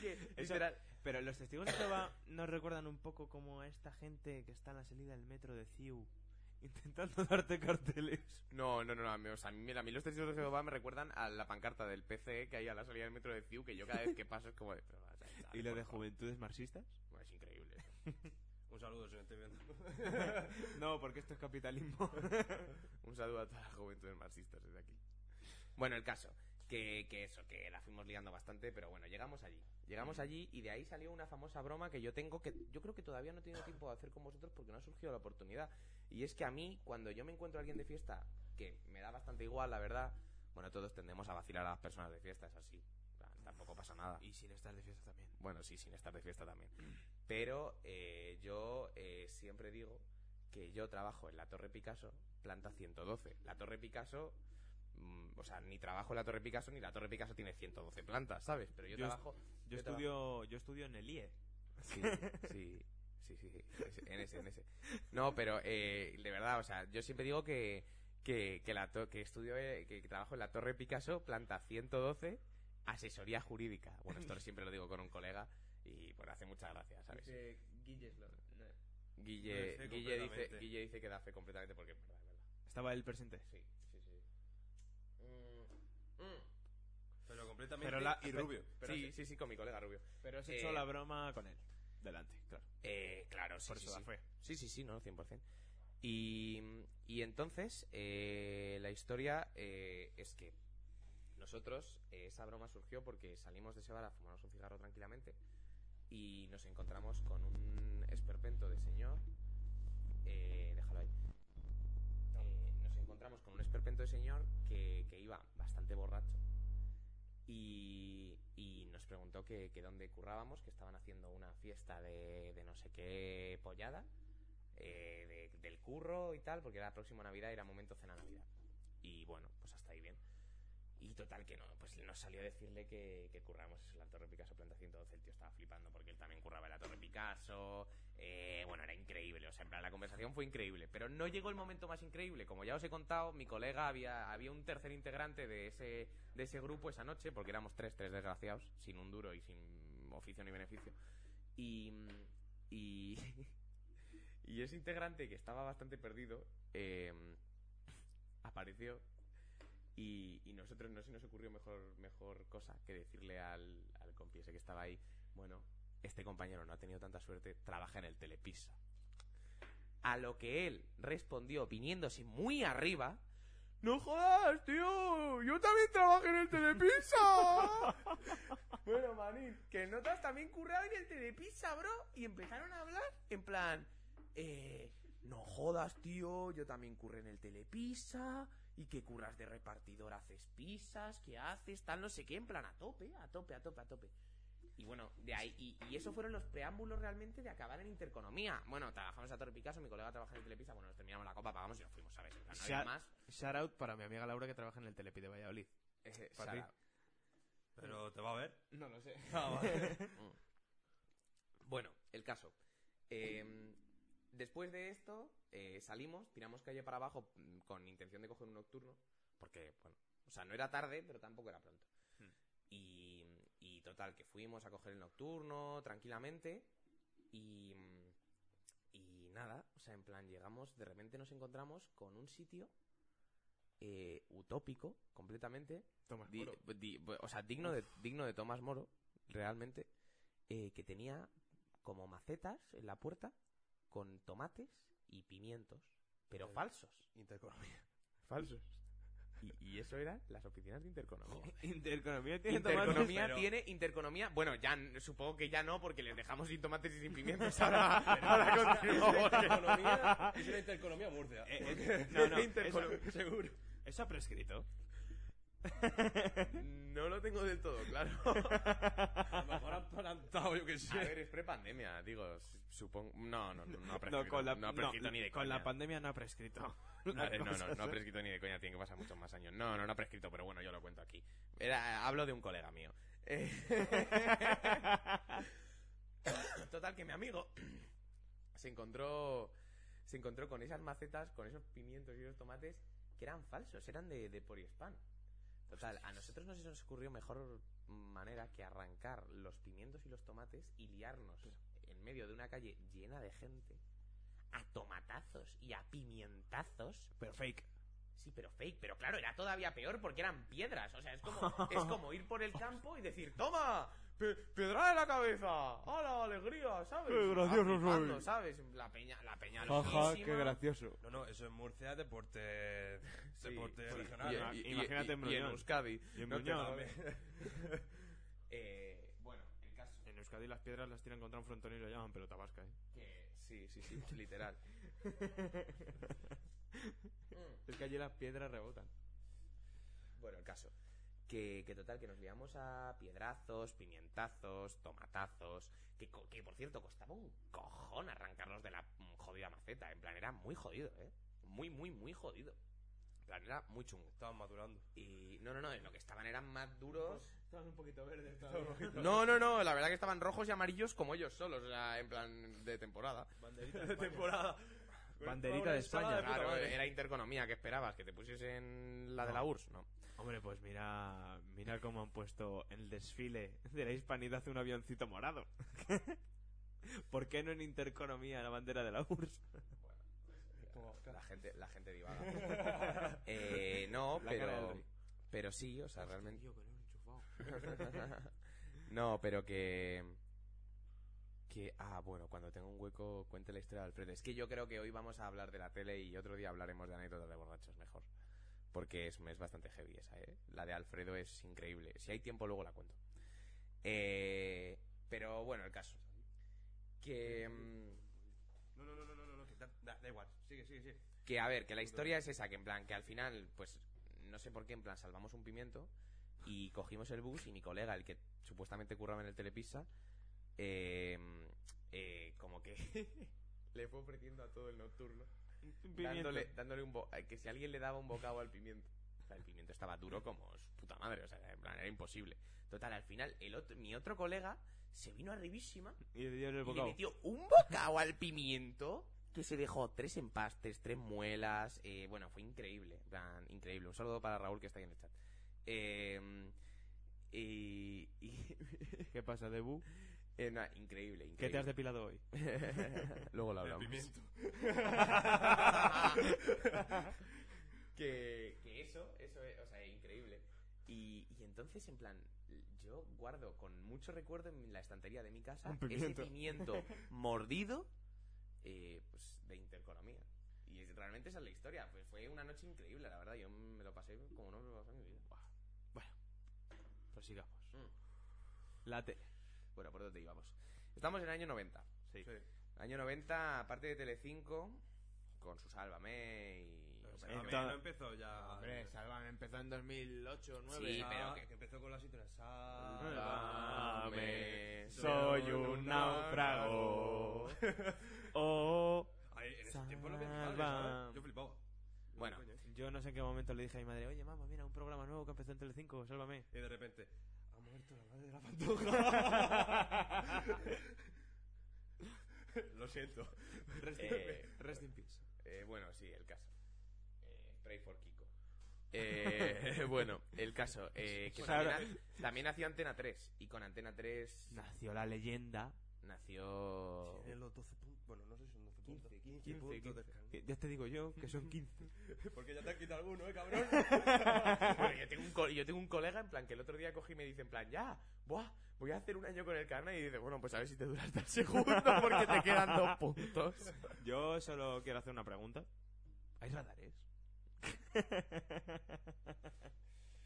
que. Literal.
Pero los testigos de Jehová nos recuerdan un poco como a esta gente que está en la salida del metro de Ciu intentando [LAUGHS] darte carteles.
No, no, no, no, a mí- o sea, a mí, mira, a mí los testigos de Jehová me recuerdan a la pancarta del PCE que hay a la salida del metro de Ciu, que yo cada vez que paso es como de... pero, o sea, dale,
¿Y lo
por
de
favor.
juventudes marxistas?
Bueno, Es increíble.
Un saludo si me estoy viendo.
[LAUGHS]
[LAUGHS]
No, porque esto es capitalismo.
[LAUGHS] Un saludo a toda la juventud marxista desde aquí. Bueno, el caso, que, que eso, que la fuimos liando bastante, pero bueno, llegamos allí. Llegamos allí y de ahí salió una famosa broma que yo tengo que yo creo que todavía no he tenido tiempo de hacer con vosotros porque no ha surgido la oportunidad. Y es que a mí, cuando yo me encuentro a alguien de fiesta, que me da bastante igual, la verdad, bueno, todos tendemos a vacilar a las personas de fiesta, es así. En plan, Tampoco pasa nada.
y sin estar de fiesta también.
Bueno, sí, sin estar de fiesta también. Pero eh, yo eh, siempre digo que yo trabajo en la Torre Picasso, planta 112. La Torre Picasso, mm, o sea, ni trabajo en la Torre Picasso, ni la Torre Picasso tiene 112 plantas, ¿sabes? Pero yo,
Yo est-
trabajo...
Yo
Yo
estudio, yo estudio en el E, IE.
Sí, sí, sí, sí, sí, en ese, en ese. No, pero eh, de verdad, o sea, yo siempre digo que, que, que, la to- que estudio, eh, que trabajo en la Torre Picasso, planta 112, asesoría jurídica. Bueno, esto siempre lo digo con un colega y pues hace mucha gracia, ¿sabes? Guille,
Doy fe
Guille, dice,
completamente.
Guille dice que da fe completamente porque es verdad, es verdad.
Estaba el presente.
Sí, sí, sí. Mm, mm.
Pero completamente
Pero la-
y rubio.
Pero sí, sí, sí, con mi colega Rubio.
Pero has
Eh,
hecho la broma con él. Delante, claro.
Eh, claro, sí,
Por
sí,
eso
sí.
da fe.
Sí, sí, sí, no, 100%. Y, y entonces, eh, la historia eh, es que nosotros, eh, esa broma surgió porque salimos de ese bar a fumarnos un cigarro tranquilamente y nos encontramos con un esperpento de señor. eh, déjalo ahí. Eh, nos encontramos con un esperpento de señor que, que iba bastante borracho y, y nos preguntó que, que dónde currábamos, que estaban haciendo una fiesta de, de no sé qué pollada, eh, de- del curro y tal, porque era la próxima Navidad, era momento cena Navidad. Y bueno, pues hasta ahí bien. Y total que no, pues nos salió a decirle que, que curramos en la Torre Picasso Planta 112, el tío estaba flipando porque él también curraba en la Torre Picasso, eh, bueno, era increíble, o sea, en plan, la conversación fue increíble, pero no llegó el momento más increíble, como ya os he contado, mi colega había, había un tercer integrante de ese, de ese grupo esa noche, porque éramos tres, tres desgraciados, sin un duro y sin oficio ni beneficio, y... y [LAUGHS] y ese integrante que estaba bastante perdido eh, em, apareció Y, y nosotros no se nos ocurrió mejor, mejor cosa que decirle al, al compi ese que estaba ahí, bueno, este compañero no ha tenido tanta suerte, trabaja en el Telepisa. A lo que él respondió viniéndose muy arriba, no jodas, tío, yo también trabajo en el Telepisa. bueno, manín, que no te has también currado en el Telepisa, bro. Y empezaron a hablar en plan, eh, no jodas, tío, yo también curré en el Telepisa. Y que curras de repartidor, haces pisas, que haces, tal, no sé qué, en plan a tope, a tope, a tope, a tope. Y bueno, de ahí, y, y eso fueron los preámbulos realmente de acabar en Interconomía. Bueno, trabajamos a Torre Picasso, mi colega trabaja en el Telepisa, bueno, nos terminamos la copa, pagamos y nos fuimos, ¿sabes? En plan, no había
Sa-
más.
Shout out para mi amiga Laura que trabaja en el Telepi de Valladolid.
Eh,
¿Para ti?
Sara,
Pero te va a
[LAUGHS]
ver.
No lo sé.
Ah, vale.
Mm. Bueno, el caso. Eh, después de esto, eh, salimos, tiramos calle para abajo mm, con intención de coger un nocturno, porque, bueno, o sea, no era tarde, pero tampoco era pronto.
Hmm.
Y, y total, que fuimos a coger el nocturno tranquilamente y, mm, y nada, o sea, en plan, llegamos, de repente nos encontramos con un sitio eh, utópico completamente,
Toma,
di-
culo.
di- o sea, digno de, digno de Tomás Moro, realmente, eh, que tenía como macetas en la puerta con tomates y pimientos, pero
Joder.
falsos.
Interconomía.
[LAUGHS]
falsos.
Y, y eso eran las oficinas de Interconomía.
Interconomía tiene tomates.
[LAUGHS] Interconomía
pero-
tiene interconomía. Bueno, ya n- supongo que ya no, porque les dejamos sin tomates y sin [LAUGHS] pimientos. Ahora, ahora continúo, porque- [LAUGHS]
Interconomía es una interconomía Murcia.
Eh,
Porque-
eh, no, no,
Interconomía.
eso- seguro. Eso ha prescrito.
No lo tengo del todo claro.
A lo mejor han plantado, yo qué
A
sé.
ver, es prepandemia, digo, s- supongo. No, no, no, no ha prescrito,
No, con la,
no ha prescrito
no,
ni de
con
coña.
la pandemia no ha [LAUGHS] prescrito.
No,
La
eh, no,
cosa
no, no ha
es-
prescrito ni de coña, tiene que pasar muchos más años. No, no, no ha prescrito, pero bueno, yo lo cuento aquí. Era, hablo de un colega mío. Eh, [LAUGHS] Total, que mi amigo [CLEARS THROAT] se encontró, se encontró con esas macetas, con esos pimientos y esos tomates que eran falsos, eran de, de Poliespan. Total, a nosotros no se nos ocurrió mejor manera que arrancar los pimientos y los tomates y liarnos en medio de una calle llena de gente a tomatazos y a pimientazos
Pero fake.
Sí, pero fake. Pero claro, era todavía peor porque eran piedras. O sea,
[LAUGHS]
es como, es como ir por el campo y decir, ¡toma! pe- ¡Piedra en la cabeza! ¡Hala, alegría! ¿Sabes?
Qué gracioso
Ah, flipando,
soy.
¿sabes? La peña, la peña
Ajá,
loquísima.
gracioso.
No, no, eso en Murcia es deporte,
Sí,
deporte
sí.
regional.
Y-
¿eh?
y- Imagínate en
en
Bruñón.
Euskadi.
Y en
No te
Bruñón.
jodes. [LAUGHS] Eh, bueno, el caso
En Euskadi las piedras las tiran contra un frontón y lo llaman pelota vasca, ¿eh?
que... Sí, sí,
[LAUGHS]
sí, literal. Mm.
Es que allí las piedras rebotan.
Bueno, el caso. Que, que total, que nos liamos a piedrazos, pimientazos, tomatazos. Que, co- que por cierto, costaba un cojón arrancarlos de la mm, jodida maceta. En plan, era muy jodido, ¿eh? Muy, muy, muy jodido. En plan, era muy chungo.
Estaban madurando.
Y no, no, no, en lo que estaban eran más
[LAUGHS]
duros.
Estaban un poquito verdes [LAUGHS]
No, no, no, la verdad que estaban rojos y amarillos como ellos solos, o sea, en plan de temporada.
Banderita de temporada.
Banderita de España.
Una ensalada Ah, de puta
Claro, eh.
madre.
era interconomía, ¿qué esperabas? ¿Que te pusiesen la de la URSS? No.
Hombre, pues mira, mira cómo han puesto en el desfile de la hispanidad un avioncito morado. [LAUGHS] ¿Por qué no en interconomía la bandera de la URSS?
La gente, la
[LAUGHS]
gente divaga. Eh, no,
La cara del
pero.
rey.
Pero sí, o sea, realmente. [LAUGHS] no, pero que. Que. Ah, bueno, cuando tenga un hueco, cuente la historia de Alfredo. Es que yo creo que hoy vamos a hablar de la tele y otro día hablaremos de anécdotas de borrachos mejor. Porque es, es bastante heavy esa, ¿eh? La de Alfredo es increíble. Si hay tiempo, luego la cuento. Eh, pero bueno, el caso. Que. mm,
No, no, no, no, no, no, no, que da, da- da igual. Sigue, sigue, sigue.
Que a ver, que la historia es esa, que en plan, que al final, pues, no sé por qué, en plan, salvamos un pimiento y cogimos el bus y mi colega, el que supuestamente curraba en el Telepizza, eh, eh, como que [LAUGHS] le fue ofreciendo a todo el nocturno, dándole, dándole un bo- eh, que si alguien le daba un bocado al pimiento. O sea, el pimiento estaba duro como su puta madre, o sea, en plan, era imposible. Total, al final, el otro, mi otro colega se vino arribísima
Y le dieron el
y le
bocado.
metió un bocado al pimiento que se dejó tres empastes, tres muelas. eh, bueno, fue increíble. en plan, increíble. Un saludo para Raúl que está ahí en el chat. Eh, y. y-
¿Qué pasa, Debu?
eh, no, increíble, increíble.
¿Qué te has depilado hoy? [LAUGHS]
[LAUGHS] Luego lo
El
hablamos.
pimiento.
que, que eso, eso es, o sea, y, Entonces, en plan, yo guardo con mucho recuerdo en la estantería de mi casa
Un pimiento.
ese pimiento mordido eh, pues, de intereconomía. Y es- realmente esa es la historia. Pues fue una noche increíble, la verdad. Yo me lo pasé como no me lo pasé en mi vida.
Prosigamos.
La tele. Bueno, por dónde íbamos. Estamos en el año 90.
Sí.
Sí.
Año 90, aparte de Telecinco, con su Sálvame y...
No,
Operación
entonces-
no empezó ya.
Hombre, Sálvame empezó en 2008 2009.
Sí,
Ah,
pero
que...
que-
empezó con la sintonía.
Sálvame,
soy un
náufrago. Oh,
Ay, en ese tiempo lo veía mi madre, ¿sabes? Yo flipaba.
Bueno.
Coño, ¿eh?
yo no sé en qué momento le dije a mi madre, oye, mamá, mira, un programa nuevo que empezó en Telecinco, sálvame.
Y de repente, ha muerto la madre de la pantoja. lo siento.
Eh,
Rest in peace.
Eh, bueno, sí, el caso. Eh, pray for Kiko. Eh, [LAUGHS] bueno, el caso. eh, que
Claro.
también, ha- también nació Antena 3. Y con Antena 3
Nació la leyenda.
[LAUGHS] nació.
Tiene los 12 puntos. Bueno, no sé si son 12 puntos. 15,
15,
puntos
15.
de escándalo.
Que Ya te digo yo que son 15.
Porque ya te han quitado alguno, ¿eh, cabrón?
Bueno, yo, tengo un co- yo tengo un colega, en plan, que el otro día cogí y me dice, en plan, ya, buah, voy a hacer un año con el carnet. Y dice, bueno, pues a ver si te dura hasta el segundo porque te quedan dos puntos.
Yo solo quiero hacer una pregunta. ¿Hay radares?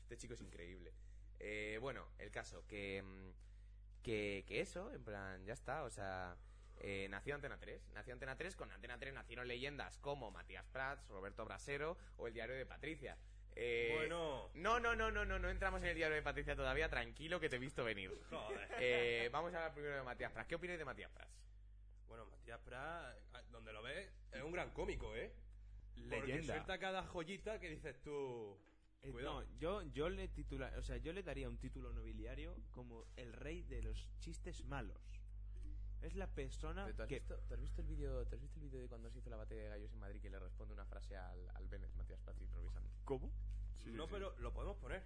Este chico es increíble. Eh, bueno, el caso, que, mm, que, que eso, en plan, ya está, o sea, eh, nació Antena 3, nació Antena 3, con Antena 3 nacieron leyendas como Matías Prats, Roberto Brasero o el diario de Patricia. Eh,
bueno.
No, no, no, no, no, no entramos en el diario de Patricia todavía, tranquilo que te he visto venir.
Joder.
Eh, vamos a hablar primero de Matías Prats. ¿Qué opináis de Matías Prats?
Bueno, Matías Prat, ah, donde lo ves, es un gran cómico, ¿eh? Porque
Leyenda.
suelta cada joyita que dices tú.
Eh,
Cuidado.
no, yo, yo le titula, o sea, yo le daría un título nobiliario como el rey de los chistes malos. Es la persona
¿Tú Ah, has,
que
visto, el vídeo de cuando se hizo la batalla de gallos en Madrid que le responde una frase al, Bennett, Matías Prats, improvisando?
¿Cómo?
no, pero lo podemos poner.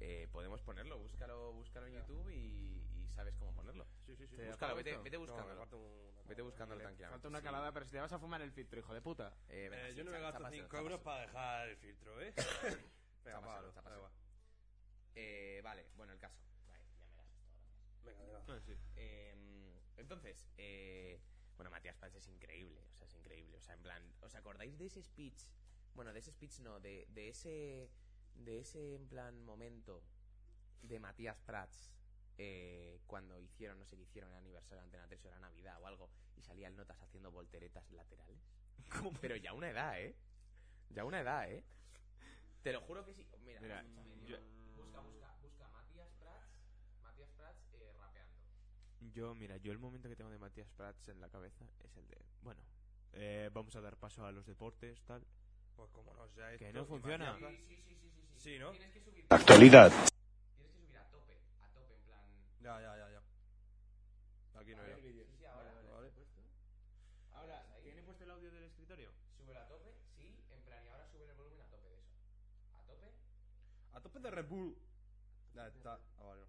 Eh, podemos ponerlo, búscalo, búscalo en YouTube y, y sabes cómo ponerlo.
Sí, sí, sí.
Te-
Búscalo, vete,
¿Te
vete
No, me
buscándolo.
falta Eh, una-
Vete buscándolo tranquilamente.
Falta una
sí.
calada, pero si te vas a fumar el filtro, hijo de puta.
Eh, venga,
Eh,
sí,
yo no me
chá-
gasto
chápaselo,
5 euros
chápaselo.
para dejar el filtro,
[LAUGHS]
¿eh? Venga,
Chápaselo,
palo, da
chápaselo.
igual.
Eh, vale, bueno, el caso. Vale, ya me das esto ahora.
Venga, venga.
Eh, entonces, eh, bueno, Matías Prats es increíble, o sea, es increíble. O sea, en plan, ¿os acordáis de ese speech? Bueno, de ese speech no, de, de ese, de ese, en plan, momento de Matías Prats eh, cuando hicieron, no sé qué hicieron, el aniversario de Antena 3 o era Navidad o algo, y salía el Notas haciendo volteretas
[LAUGHS]
laterales. Pero ya una edad, ¿eh? Ya una edad, ¿eh? Te lo juro que sí. Mira,
Mira,
escúchame, tío.
yo-
busca, busca, busca Matías Prats, Matías Prats eh, rapeando.
Yo, mira, yo el momento que tengo de Matías Prats en la cabeza es el de, bueno, eh, vamos a dar paso a los deportes, tal.
Pues como no sea
Que
esto,
no funciona.
Matías Prats-
Sí, sí, sí, sí, sí.
Sí, ¿no?
Tienes que subir. Actualidad. Tienes que subir a tope, a tope, en plan.
Ya, ya, ya, ya. Aquí no era.
Sí, sí, ahora.
Vale, vale.
Ahora, ¿tiene
puesto el audio del escritorio?
Sube a tope, sí, en plan, y ahora sube el volumen a tope de eso. A tope.
A tope de Red Bull. Ya está. Ah, vale.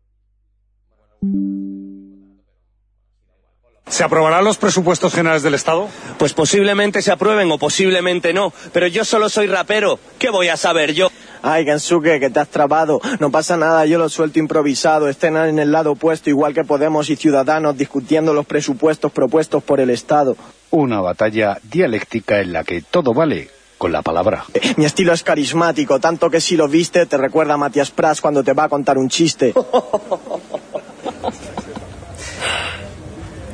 Bueno, no, bueno, bueno, a tope no. Bueno, sí, da igual. Ponlo.
¿Se aprobarán los presupuestos generales del Estado?
Pues posiblemente se aprueben o posiblemente no, pero yo solo soy rapero, ¿qué voy a saber yo?
Ay, Gansuke, que te has trabado. No pasa nada, yo lo suelto improvisado. Escena en el lado opuesto, igual que Podemos y Ciudadanos discutiendo los presupuestos propuestos por el Estado.
Una batalla dialéctica en la que todo vale con la palabra.
Eh, Mi estilo es carismático, tanto que si lo viste te recuerda a Matías Prats cuando te va a contar un chiste.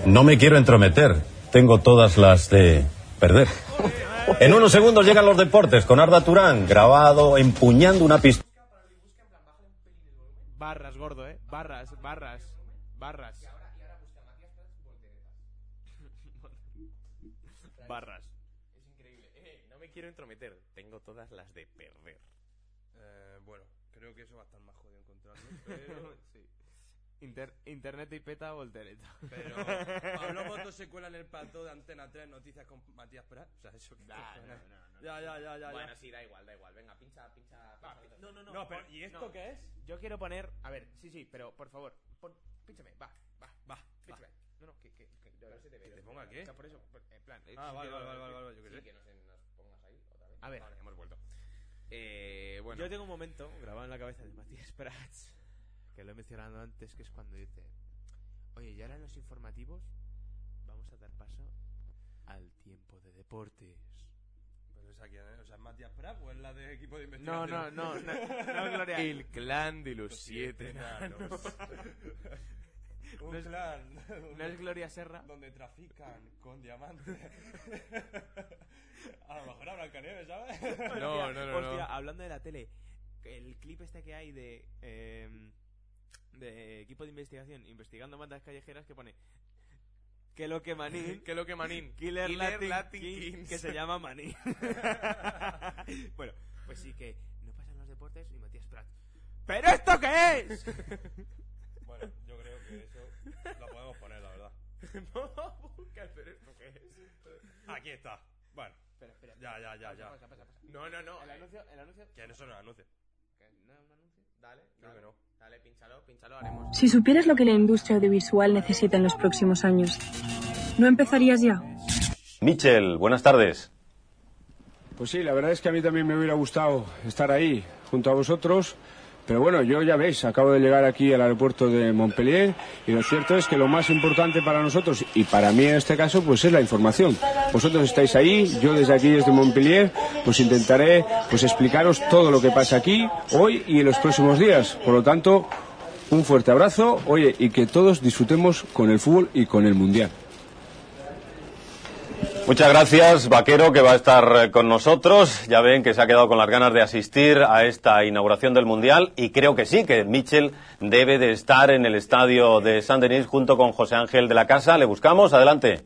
No me quiero entrometer. Tengo todas las de perder. En unos segundos llegan los deportes con Arda Turán, grabado empuñando una pistola.
Barras, gordo, ¿eh? Barras, barras, barras,
Ahora, y ahora busca Matías Prats volteretas.
barras.
Es increíble. [LAUGHS] Eh, no me quiero entrometer. Tengo todas las de perder.
Eh, bueno, creo que eso va a estar más jodido encontrarlo, pero...
Sí. Inter- internet y peta voltereta.
Pero Pablo Moto se cuela en el plató de Antena 3 Noticias con Matías Prat. O sea, eso que... Ya, ya, ya, ya.
Bueno,
ya.
sí, da igual, da igual. Venga, pincha, pincha. pincha otra.
No, pero ¿y esto qué es?
[LAUGHS] Yo quiero poner...
A ver, sí, sí, pero por favor, pon, pínchame, va, va,
Va, va.
pínchame. No, no, que, que, que, no se te eh. ve.
¿Que te ponga qué?
O sea, por eso, por- en plan. eh,
Ah,
sí
vale,
que-
vale, vale, vale, vale, yo qué
Sí,
sé.
que nos, nos pongas ahí otra vez.
A ver.
Vale, hemos vuelto. Eh, bueno,
Yo tengo un momento grabado en la cabeza de Matías Prats.
que lo he mencionado antes, que es cuando dice, oye, y ahora en los informativos vamos a dar paso al tiempo de deportes.
Pero esa quién es, o sea, ¿es Matías Prat o es la de equipo de
No,
investigación.
no, no, no,
[LAUGHS]
no, Gloria.
el clan de los siete.
Siete enanos.
[LAUGHS]
Un
No es-
clan
No es [LAUGHS] Gloria Serra.
donde trafican con diamantes. [LAUGHS] A lo mejor a Blancanieves, ¿sabes? [LAUGHS]
No, no, no,
Hostia,
no.
hablando de la tele, el clip este que hay de. eh, de equipo de investigación investigando bandas callejeras que pone. Que lo que Manín.
¿Qué es lo [LAUGHS] que Manín?
Killer, Latin, King,
Kings. [LAUGHS]
que se llama Manín. [LAUGHS] bueno, pues sí que.
No pasan los deportes y Matías Prats.
¿Pero esto qué es?
Bueno, yo creo que eso lo podemos poner, la verdad.
[LAUGHS] no, busca, pero ¿esto qué es?
Aquí está. Bueno,
Espera, espera.
ya, ya, ya, ya.
Pasa, pasa, pasa.
No, no, no.
El anuncio, el anuncio.
Que eso no es anuncio.
¿Qué? ¿No es un anuncio? Dale,
Creo
dale.
que no.
Dale, pinchalo, pinchalo, haremos.
Si supieras lo que la industria audiovisual necesita en los próximos años, ¿no empezarías ya?
Michel, buenas tardes.
Pues sí, la verdad es que a mí también me hubiera gustado estar ahí junto a vosotros. Pero bueno, yo ya veis, acabo de llegar aquí al aeropuerto de Montpellier y lo cierto es que lo más importante para nosotros y para mí en este caso pues es la información. Vosotros estáis ahí, yo desde aquí, desde Montpellier, pues intentaré pues explicaros todo lo que pasa aquí hoy y en los próximos días. Por lo tanto, un fuerte abrazo, oye, y que todos disfrutemos con el fútbol y con el mundial.
Muchas gracias, Vaquero, que va a estar eh, con nosotros. Ya ven que se ha quedado con las ganas de asistir a esta inauguración del Mundial y creo que sí, que Michel debe de estar en el estadio de San Denis junto con José Ángel de la Casa. Le buscamos, adelante.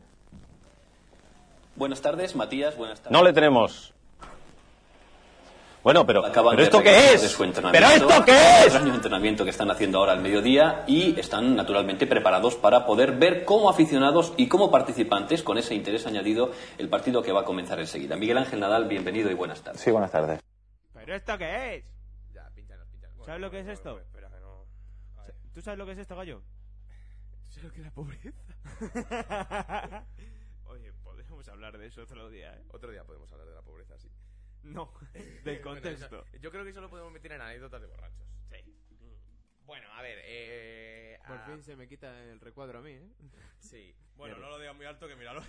Buenas tardes, Matías. Buenas tardes.
No le tenemos. Bueno, pero,
Acaban
¿pero
de
esto qué
regresar de
es?
su entrenamiento.
¿Pero esto qué es?
Otro año de entrenamiento que están haciendo ahora al mediodía y están naturalmente preparados para poder ver como aficionados y como participantes, con ese interés añadido, el partido que va a comenzar enseguida. Miguel Ángel Nadal, bienvenido y buenas tardes.
buenas tardes.
¿Pero esto qué es?
Ya, pinchanos, pinchanos.
¿Sabes lo que es esto?
Espera, que no.
¿Tú sabes lo que es esto, gallo? [LAUGHS]
Solo que la pobreza.
[LAUGHS] Oye, podríamos hablar de eso otro día, ¿eh?
Otro día podemos hablar de la pobreza, sí.
[LAUGHS] No, del
Bueno,
contexto.
eso- yo creo que eso lo podemos meter en anécdotas de borrachos. Sí. Bueno, a ver, eh...
Por
ah,
fin se me quita el recuadro a mí, ¿eh?
Sí.
Bueno, no lo digas muy alto que míralo.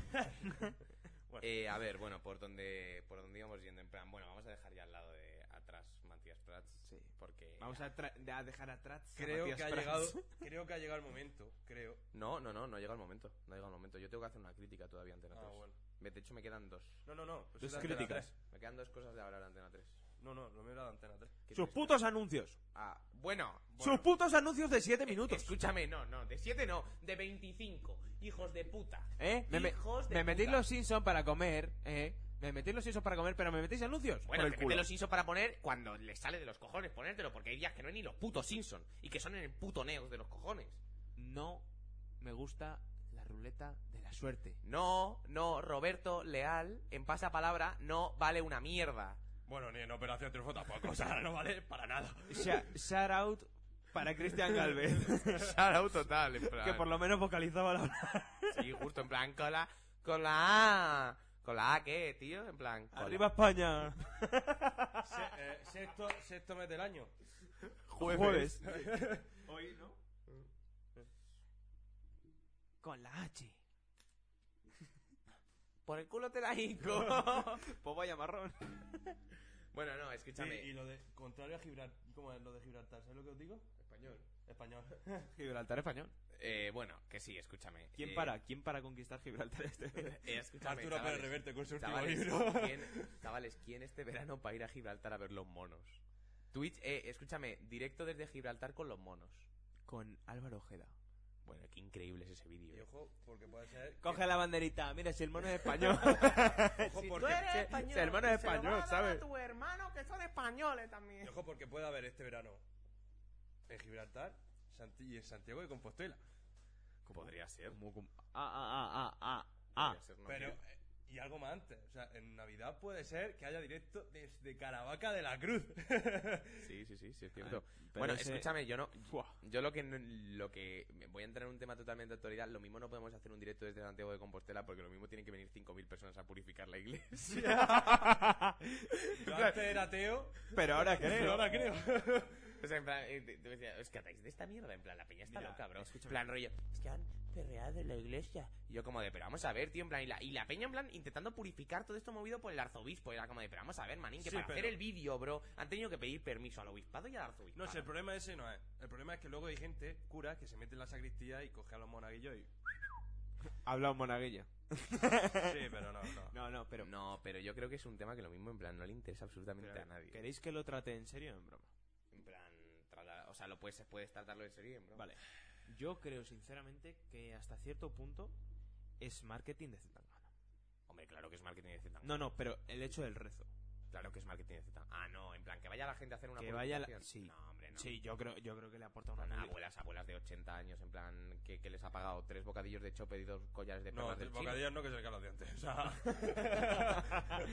Eh, a ver, bueno, por donde por donde íbamos yendo en plan, bueno, vamos a dejar ya al lado de atrás Matías Prats, sí, porque
Vamos a, tra- a dejar atrás. a
[LAUGHS] Creo
Matías
que ha
Prats.
llegado. Creo que ha llegado el momento. Creo.
No, no, no, no llega el momento, no llega el momento. Yo tengo que hacer una crítica todavía ante la
Ah,
3.
bueno.
De hecho me quedan dos. Pues
No, no, no.
Dos
es de Antena
críticas.
3.
Me quedan dos cosas de hablar ante la 3.
No, no, lo mío era de Antena 3.
[LAUGHS] Sus putos anuncios.
Ah, bueno,
Sus putos anuncios de 7 minutos.
Escúchame, no, no, de 7 no, de 25. Hijos de puta.
¿Eh? Me, me-
Hijos de
me metís
puta.
los Simpsons para comer, ¿eh? Me metís los Simpsons para comer, pero me metís anuncios.
Bueno,
por
que
el culo.
los Simpson para poner cuando les sale de los cojones ponértelo, porque hay días que no hay ni los putos Simpson y que son en el puto Neos de los cojones.
No me gusta la ruleta de la suerte.
No, no, Roberto Leal, en pasapalabra, no vale una mierda.
Bueno, ni en Operación Triunfo tampoco. [LAUGHS] O sea, no vale para
[LAUGHS]
nada.
Sha- Shout out para Cristian [LAUGHS] Galvez.
Sarau total, en plan.
que por lo menos vocalizaba la
Sí, justo, en plan, con la, con la A. ¿Con la A qué, tío? En plan, con la-
Arriba España.
Se- eh, sexto, sexto mes del año.
[LAUGHS]
Jueves. Mm.
Hoy, ¿no?
Con la H.
Por el culo te la hinco.
[LAUGHS]
Pues vaya marrón.
bueno, no,
Sí,
escúchame.
y lo de. Contrario a Gibraltar. ¿Cómo es lo de Gibraltar? ¿Sabes lo que os digo? Español. Español. [LAUGHS]
Gibraltar español.
Eh, bueno, que sí, escúchame.
¿Quién
Eh,
para? ¿Quién para conquistar Gibraltar
[LAUGHS]
este?
eh, escúchame,
Arturo Pérez
chavales.
Reverte con su último [LAUGHS]
Chavales,
libro.
¿quién, chavales, ¿quién este verano para ir a Gibraltar a ver los monos? Twitch, eh, escúchame, directo desde Gibraltar con los monos.
Con Álvaro Ojeda.
Bueno, qué increíble es ese vídeo.
Y
eh.
ojo, porque puede ser. que-
Coge la banderita. Mira, si el mono es
[LAUGHS]
español.
ojo, porque,
Si el mono es español, ¿sabes?
y ojo, porque puede haber este verano en Gibraltar Santi- y en Santiago de Compostela.
Podría ser.
Ah, ah, ah, ah, ah.
podría ser, ¿no?
Pero. eh, y algo más antes. O sea, en Navidad puede ser que haya directo desde Caravaca de la Cruz. [LAUGHS]
Sí, sí, sí,
ah,
sí, es cierto. bueno, escúchame, yo no. Yo lo que. no- lo que Voy a entrar en un tema totalmente de actualidad. Lo mismo no podemos hacer un directo desde Santiago de Compostela porque lo mismo tienen que venir 5.000 personas a purificar la [LAUGHS] iglesia.
Yo antes era ateo.
Pero ahora creo.
Pero ahora creo.
O sea, en plan, eh, te- te decía, os catáis de esta mierda, en plan, la peña está
Mira,
loca, bro.
escúchame.
En plan, rollo, es que han perreado en la iglesia. Y yo como de, pero vamos a ver, tío, en plan, y la, y la peña, en plan, intentando purificar todo esto movido por el arzobispo. Era como de, pero vamos a ver, manín, que
Sí,
para hacer
pero-
el vídeo, bro, han tenido que pedir permiso al obispado y al
No
arzobispado.
sé, el problema ese no es. El problema es que luego hay gente, curas, que se mete en la sacristía y coge a los monaguillos y.
Habla un monaguillo.
Sí, pero no, no.
[LAUGHS] No, no, pero.
[LAUGHS] No, pero yo creo que es un tema que lo mismo, en plan, no le interesa absolutamente
pero,
a nadie.
¿Queréis que lo trate en serio o en broma?
En plan, trata- o sea, lo puedes, puedes tratarlo en serio, bro.
Vale. Yo creo sinceramente que hasta cierto punto es marketing de Zetangana.
Hombre, claro que es marketing de Zetangana.
No, no, pero el hecho del rezo.
Claro que es marketing de Zetangana. Ah, no, en plan, que vaya la gente a hacer una
Que vaya la-
purificación.
sí.
No, hombre, no.
Sí, yo creo, yo creo que le aporta una
Son
[LAUGHS] publicidad.
abuelas, abuelas de 80 años, en plan, que, que les ha pagado tres bocadillos de chope y dos collares de
No,
perlas del chino.
bocadillos no que se le caen los dientes. [LAUGHS] O sea.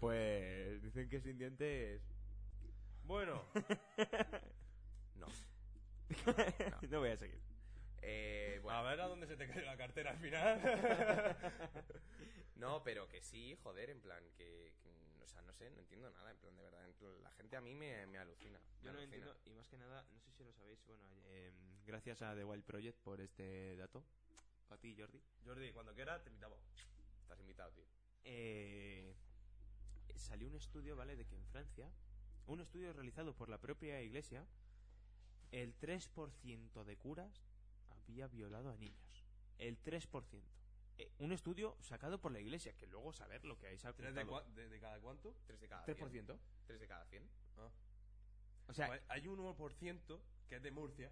Pues dicen que sin dientes...
bueno,
[LAUGHS] No.
[LAUGHS] no. voy a seguir.
Eh,
a
bueno,
ver a dónde se te cae la cartera al final.
[LAUGHS] no, pero que sí, joder, en plan, que... que, O sea, no sé, no entiendo nada, en plan, de verdad. en plan, la gente a mí me, me alucina. me
Yo no
alucina.
entiendo, y más que nada, no sé si lo sabéis, bueno, eh, gracias a The Wild Project por este dato. A ti, Jordi.
Jordi, cuando quieras, te invitamos.
Estás invitado, tío.
Eh, salió un estudio, ¿vale? De que en Francia, un estudio realizado por la propia iglesia, el 3% de curas había violado a niños. El 3%. Eh, un estudio sacado por la iglesia, que luego saber lo que hay
¿Tres de, cua- de- de cada cuánto?
¿Tres de cada 100?
3%.
¿Tres de cada 100?
O sea,
Pues hay un 1% que es de Murcia.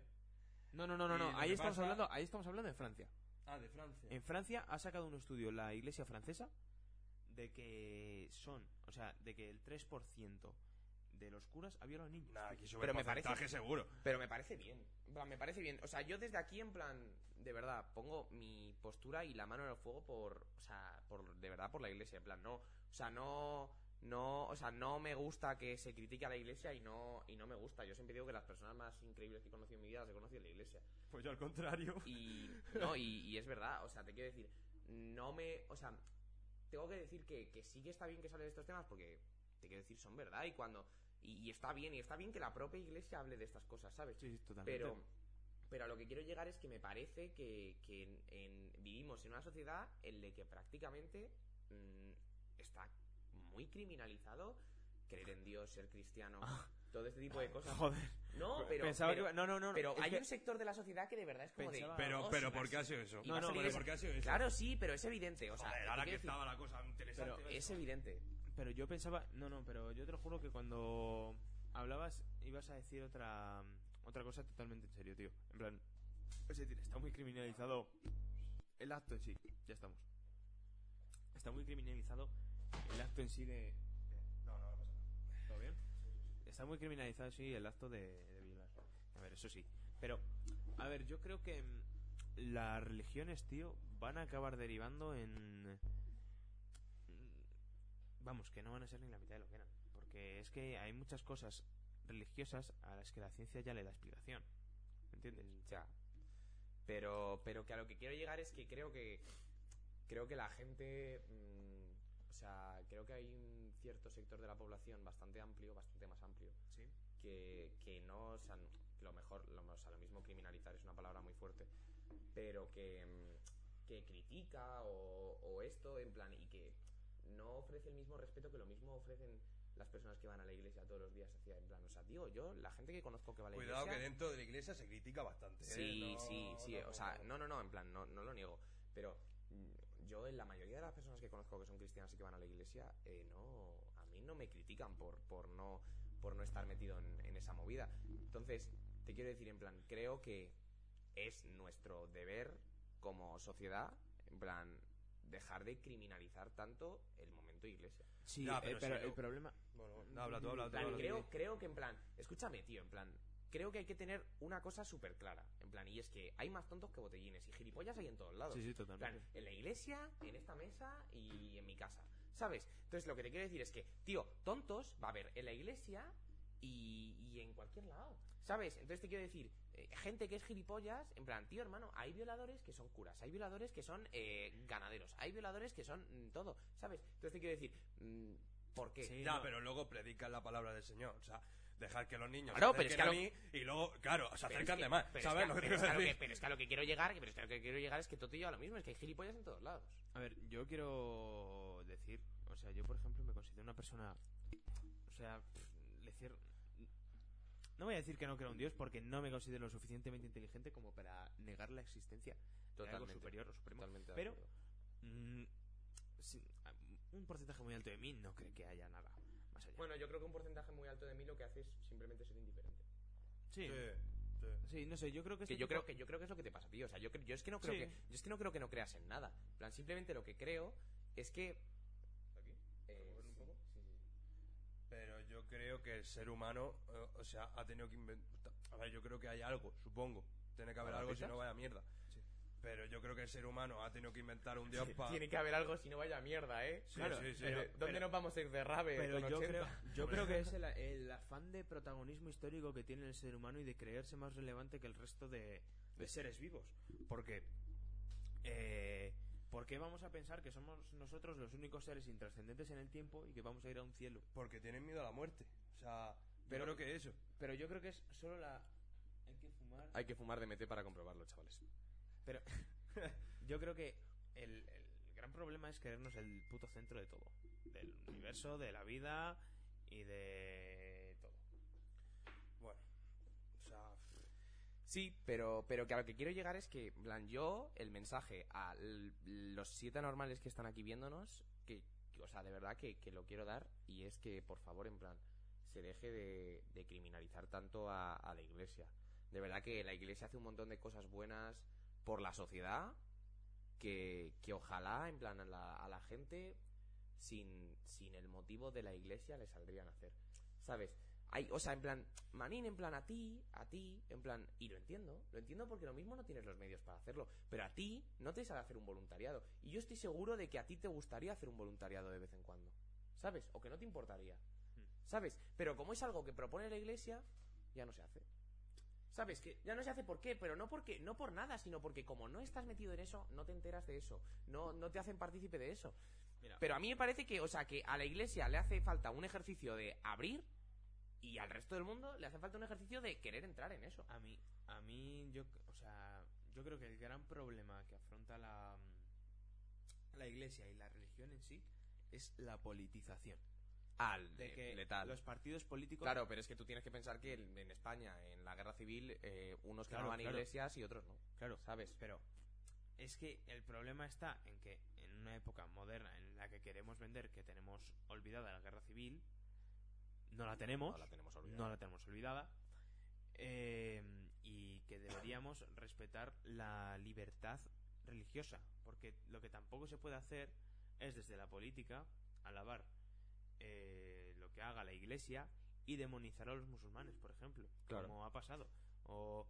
no, no, no, no,
y
no.
lo
Ahí
que
estamos
pasa-
hablando, ahí estamos hablando de Francia.
Ah, de Francia.
En Francia ha sacado un estudio la iglesia francesa de que Eh, son, o sea, de que el 3% de los curas ha violado a niños.
Nah, aquí sube
Pero
el
me parece-
porcentaje seguro.
Pero me parece bien. En plan, Me parece bien. O sea, yo desde aquí, en plan, de verdad, pongo mi postura y la mano en el fuego por. O sea, por, de verdad, por la iglesia. En plan, no. O sea, no. No, o sea, no me gusta que se critique a la iglesia y no, y no me gusta. Yo siempre digo que las personas más increíbles que he conocido en mi vida las he conocido en la iglesia.
Pues yo al contrario.
Y, no, y, y es verdad, o sea, te quiero decir, no me, o sea, tengo que decir que, que sí que está bien que salen estos temas porque, te quiero decir, son verdad y cuando, y, y está bien, y está bien que la propia iglesia hable de estas cosas, ¿sabes?
Sí, sí, totalmente.
Pero, pero a lo que quiero llegar es que me parece que, que en- en- vivimos en una sociedad en la que prácticamente mm, está muy criminalizado creer en Dios, ser cristiano, todo este
[LAUGHS]
tipo de cosas.
Ah. Joder.
No, pero,
Pensaba
pero-
que iba- No, no, no. no,
pero
es
hay
que-
un sector de la sociedad que de verdad es como
Pensaba-
de...
Pero,
"Oh,
pero
sí,
¿por qué
vas".
ha sido eso?
Y vas a la
pero
iglesia.
¿por qué ha sido eso?
Claro, sí, pero es evidente. O sea,
Joder,
te
ahora que
quiero decir,
estaba la cosa interesante.
Pero
es evidente.
Pero yo pensaba, no, no, pero yo te lo juro que cuando hablabas ibas a decir otra otra cosa totalmente en serio, tío. En plan, es decir, está muy criminalizado el acto en sí. Ya estamos. Está muy criminalizado el acto en sí de No, no, no pasa nada. ¿Todo bien? Está muy criminalizado sí el acto de, de violar. A ver, eso sí. Pero a ver, yo creo que mm, las religiones, tío, van a acabar derivando en vamos, que no van a ser ni la mitad de lo que eran. Porque es que hay muchas cosas religiosas a las que la ciencia ya le da explicación. ¿Me entiendes?
Ya. Pero, pero que a lo que quiero llegar es que creo que. Creo que la gente. mm, o sea, creo que hay un cierto sector de la población bastante amplio, bastante más amplio,
Sí.
que, que no. O sea, que lo mejor. Lo, o sea, lo mismo criminalizar es una palabra muy fuerte. Pero que. mm, que critica o, o esto, en plan. Y que no ofrece el mismo respeto que lo mismo ofrecen las personas que van a la iglesia todos los días hacia en plan o sea digo yo la gente que conozco que va a la
Cuidado que
iglesia
dentro de la iglesia se critica bastante. ¿eh?
Sí,
No,
sí, sí.
no,
o sea, no, no, no, en plan, no, no lo niego. Pero mm, yo, en la mayoría de las personas que conozco que son cristianas y que van a la iglesia, eh, no, a mí no me critican por, por, no, por no estar metido en, en esa movida. Entonces, te quiero decir, en plan, creo que es nuestro deber como sociedad, en plan, dejar de criminalizar tanto el momento iglesia.
Sí,
Ya,
eh,
pero
pero,
sí,
el
yo-
problema...
Bueno, bueno, habla tú, habla tú.
En plan,
habla tú.
creo, creo que en plan, escúchame, tío, en plan, creo que hay que tener una cosa súper clara. En plan, y es que hay más tontos que botellines y gilipollas hay en todos lados.
Sí, sí,
En plan,
totalmente.
en la iglesia, en esta mesa y en mi casa. ¿Sabes? Entonces lo que te quiero decir es que, tío, tontos va a haber en la iglesia y, y en cualquier lado. ¿Sabes? Entonces te quiero decir, eh, gente que es gilipollas, en plan, tío, hermano, hay violadores que son curas, hay violadores que son eh, ganaderos, hay violadores que son mm, todo, ¿sabes? Entonces te quiero decir, mm, ¿por qué?
ya, pero luego predican la palabra del Señor. O sea, dejar que los niños
Claro,
se
pero es
acerquen
que
a
lo-
mí y luego, claro, se
Pero es
acercan
que-
de más.
pero es
¿Sabes
que-
lo que te
pero es
quiero
a lo
decir?
que- pero es que a lo que quiero llegar, pero es que a lo que quiero llegar es que todo te lleva a lo mismo, es que hay gilipollas en todos lados.
A ver, yo quiero decir, o sea, yo por ejemplo me considero una persona, o sea, pff, decir, no voy a decir que no creo en Dios porque no me considero lo suficientemente inteligente como para negar la existencia de algo
Totalmente.
superior o supremo.
Totalmente de
Pero
acuerdo.
mm, sí, a- un porcentaje muy alto de mí no cree que haya nada más allá.
Bueno, yo creo que un porcentaje muy alto de mí lo que hace es simplemente ser indiferente.
sí,
Sí, sí.
sí, no sé, yo creo que,
Que
este
yo creo
tipo-
que yo creo que es lo que te pasa, tío. O sea, yo, cre- yo es que no creo
Sí.
que yo es que no creo que no creas en nada. En plan, simplemente lo que creo es que Eh,
¿Puedo moverlo un
sí,
poco?
sí, sí.
Pero yo creo que el ser humano, eh, o sea, ha tenido que inventar. A ver, yo creo que hay algo, supongo. Tiene que haber
¿Para
algo, si
pizzas?
no vaya mierda. Pero yo creo que el ser humano ha tenido que inventar
[LAUGHS]
un dios para.
Tiene que haber algo si no vaya mierda, ¿eh?
Sí,
Claro,
sí, sí.
pero
Pero-
¿Dónde nos vamos a ir de rave?
Pero
con
yo
80?
creo, yo creo que es el, el afán de protagonismo histórico que tiene el ser humano y de creerse más relevante que el resto de, de seres vivos. Porque, eh, ¿por qué vamos a pensar que somos nosotros los únicos seres intrascendentes en el tiempo y que vamos a ir a un cielo?
Porque tienen miedo a la muerte. O sea,
Pero-
yo creo que eso.
Pero yo creo que es solo la... Hay que fumar...
Hay que fumar de meter para comprobarlo, chavales.
Pero [LAUGHS] yo creo que el, el gran problema es querernos el puto centro de todo. Del universo, de la vida y de todo.
Bueno. O sea,
Sí, pero, pero que a lo que quiero llegar es que, en plan, yo, el mensaje a l- los siete normales que están aquí viéndonos, que, que, o sea, de verdad que, que lo quiero dar, y es que, por favor, en plan, se deje de, de criminalizar tanto a, a la iglesia. De verdad que la iglesia hace un montón de cosas buenas por la sociedad, que, que ojalá, en plan, a la, a la gente, sin, sin el motivo de la iglesia, le saldrían a hacer. ¿Sabes? Hay, o sea, en plan, Manín, en plan, a ti, a ti, en plan, y lo entiendo, lo entiendo porque lo mismo no tienes los medios para hacerlo, pero a ti no te sale hacer un voluntariado. Y yo estoy seguro de que a ti te gustaría hacer un voluntariado de vez en cuando, ¿sabes? O que no te importaría, ¿sabes? Pero como es algo que propone la iglesia, ya no se hace. ¿Sabes? Que ya no se hace por qué, pero no porque no por nada, sino porque como no estás metido en eso, no te enteras de eso, no, no te hacen partícipe de eso.
Mira.
Pero a mí me parece que, o sea, que a la iglesia le hace falta un ejercicio de abrir y al resto del mundo le hace falta un ejercicio de querer entrar en eso.
A mí, a mí, yo, o sea, yo creo que el gran problema que afronta la, mm, la iglesia y la religión en sí es la politización.
Al
De que
letal.
los partidos políticos.
Claro, pero es que tú tienes que pensar que en en España, en la guerra civil, eh, unos
Claro,
quemaban
claro.
iglesias y otros no.
Claro.
¿Sabes?
Pero es que el problema está en que en una época moderna en la que queremos vender que tenemos olvidada la guerra civil, no la tenemos.
No la tenemos olvidada.
no la tenemos olvidada eh, y que deberíamos respetar la libertad religiosa porque lo que tampoco se puede hacer es desde la política alabar eh, lo que haga la iglesia y demonizar a los musulmanes por ejemplo
Claro.
como ha pasado o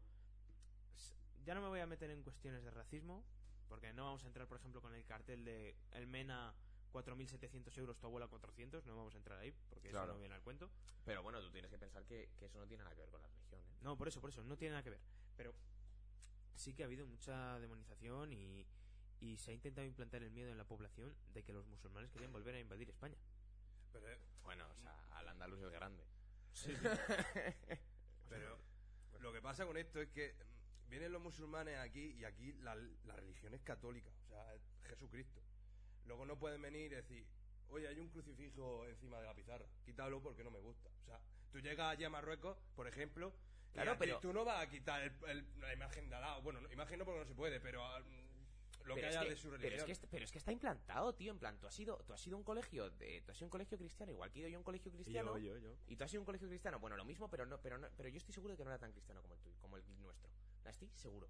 s- ya no me voy a meter en cuestiones de racismo porque no vamos a entrar por ejemplo con el cartel de el MENA 4.700 euros, tu abuela 400, no vamos a entrar ahí porque
Claro.
eso no viene al cuento.
Pero bueno, tú tienes que pensar que, que eso no tiene nada que ver con la religión. ¿eh?
No, por eso, por eso, no tiene nada que ver. Pero sí que ha habido mucha demonización y, y se ha intentado implantar el miedo en la población de que los musulmanes querían volver a invadir España.
pero,
Bueno, o sea, al andaluz es grande. [LAUGHS] Pues
pero lo que pasa con esto es que mm, vienen los musulmanes aquí y aquí la, la religión es católica. O sea, es Jesucristo. Luego no pueden venir y decir, oye, hay un crucifijo encima de la pizarra. Quítalo porque no me gusta. O sea, tú llegas allí a Marruecos, por ejemplo. y
Claro,
a ti
pero-
tú no vas a quitar el- el- la imagen de Alá. Bueno, no, imagen no porque no se puede, pero ah, mm, lo que
Pero es
haya
que-
de su
pero
religión.
es que est- pero es que está implantado, tío. En plan, tú has sido, tú has sido un colegio, de, tú has sido un colegio cristiano, igual que he ido yo a un colegio cristiano.
yo, yo.
Y tú has sido un colegio cristiano. Bueno, lo mismo, pero no, pero no, pero yo estoy seguro de que no era tan cristiano como el tuyo, como el nuestro. La estoy seguro.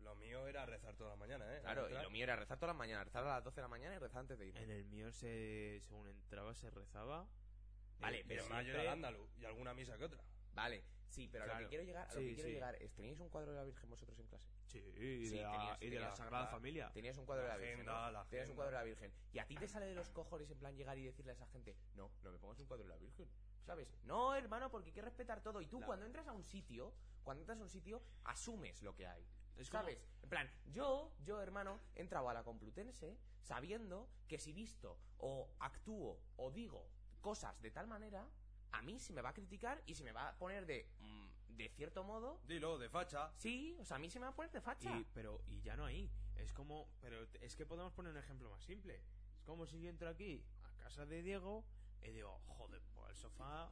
Lo mío era rezar todas las mañanas, ¿eh? Al
Claro, y
entrar.
lo mío era rezar todas las mañanas, rezar a las 12 de la mañana y rezar antes de irme.
En el mío, se, según entraba, se rezaba. Eh,
Vale,
Mi
pero este
hermano
siempre-
era al ándaluz y alguna misa que otra.
Vale,
Sí, pero a lo
Claro.
que quiero llegar, a lo
Sí,
que quiero
sí.
llegar es, ¿teníais un cuadro de la Virgen vosotros en clase?
Sí, y de la- y de la Sagrada Familia.
Tenías un cuadro
La
de la Virgen.
agenda,
¿no?
la
Tenías un
agenda.
cuadro de la Virgen. Y a ti te sale de los cojones en plan llegar y decirle a esa gente, no, no me pongas un cuadro de la Virgen. ¿Sabes? No, hermano, porque hay que respetar todo. Y tú cuando entras a un sitio, cuando entras a un sitio, asumes lo que hay. ¿Sabes? En plan, yo, yo, hermano, he entrado a la Complutense sabiendo que si visto o actúo o digo cosas de tal manera, a mí se me va a criticar y se me va a poner de, mm, de cierto modo...
Dilo, de facha.
Sí, o sea, a mí se me va a poner de facha.
Y, pero, y ya no ahí. Es como. Pero t- es que podemos poner un ejemplo más simple. Es como si yo entro aquí, a casa de Diego, y digo, joder, por el sofá,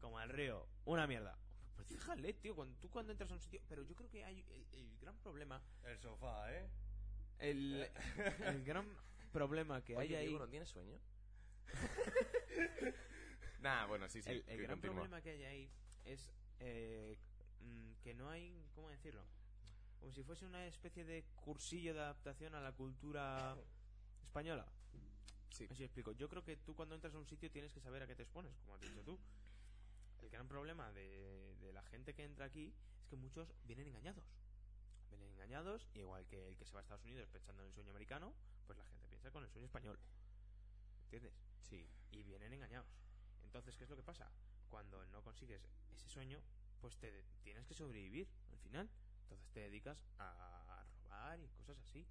como al río, una mierda. Pues déjale, tío, cuando, tú cuando entras a un sitio. Pero yo creo que hay el, el gran problema.
El sofá, ¿eh?
El,
[LAUGHS]
el gran problema que hay
Oye,
ahí.
Diego, ¿no tienes sueño?
[LAUGHS]
Nah, bueno, sí, sí.
El, el
que
gran
continúa.
problema que hay ahí es eh, mm, que no hay, ¿cómo decirlo? Como si fuese una especie de cursillo de adaptación a
[LAUGHS]
la cultura española.
Sí.
Así explico. Yo creo que tú cuando entras a un sitio tienes que saber a qué te expones, como has dicho tú. El gran problema de, de la gente que entra aquí es que muchos vienen engañados. Vienen engañados, igual que el que se va a Estados Unidos pensando en el sueño americano, pues la gente piensa con el sueño español. ¿Entiendes?
Sí.
Y vienen engañados. Entonces, ¿qué es lo que pasa? Cuando no consigues ese sueño, pues te de- tienes que sobrevivir al final. Entonces te dedicas a robar y cosas así.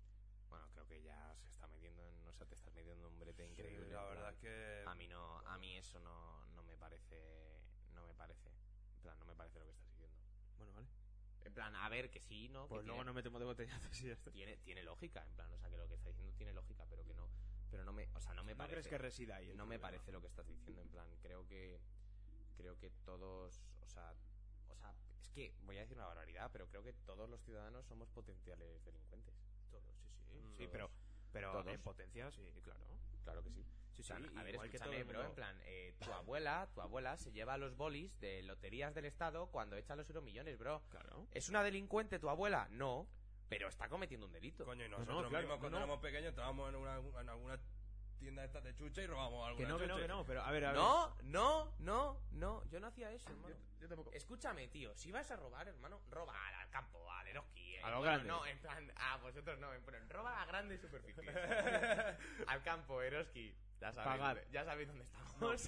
Bueno, creo que ya se está metiendo, en, o sea, te estás metiendo en un brete
Sí,
increíble.
la
en
verdad
plan,
es que...
a mí no, a mí eso no, no me parece, no me parece, en plan, no me parece lo que estás diciendo.
Bueno, vale.
En plan, a ver, que sí, no, que
Pues luego
tiene,
no me tomo de botellazos y ya está.
tiene, tiene lógica, en plan, o sea, que lo que estás diciendo tiene lógica, pero que no, pero no me, o sea, no me
¿No
parece.
crees que resida ahí? el
no me
problema?
parece lo que estás diciendo en plan creo que creo que todos o sea o sea es que voy a decir una barbaridad pero creo que todos los ciudadanos somos potenciales delincuentes
Todos, sí, sí.
Mm,
Sí,
todos.
pero, pero
Todos.
en potencia, sí, claro.
claro que sí
Sí,
O sea, a ver,
igual que todo
escúchame,
el
bro,
mundo.
en plan, eh, tu abuela, tu abuela se lleva los bolis de loterías del Estado cuando echa los euromillones, bro.
Claro.
¿Es una delincuente tu abuela? No, pero está cometiendo un delito.
Coño, y
no,
nosotros
claro,
mismos
no,
cuando
no.
éramos pequeños estábamos en, una, en alguna tienda de estas de chucha y robábamos alguna
Que no, que no,
chucha.
que no, pero a ver, a ver.
No, no, no, no. Yo no hacía eso, hermano.
Yo tampoco.
Escúchame, tío. Si vas a robar, hermano, roba al, al campo, al Eroski. eh.
A lo
Bueno,
grande.
No, en plan, a vosotros no. En plan, roba a grandes
[LAUGHS]
superficies. al campo, Eroski. Ya sabéis,
Pagad.
dónde- ya sabéis dónde estamos.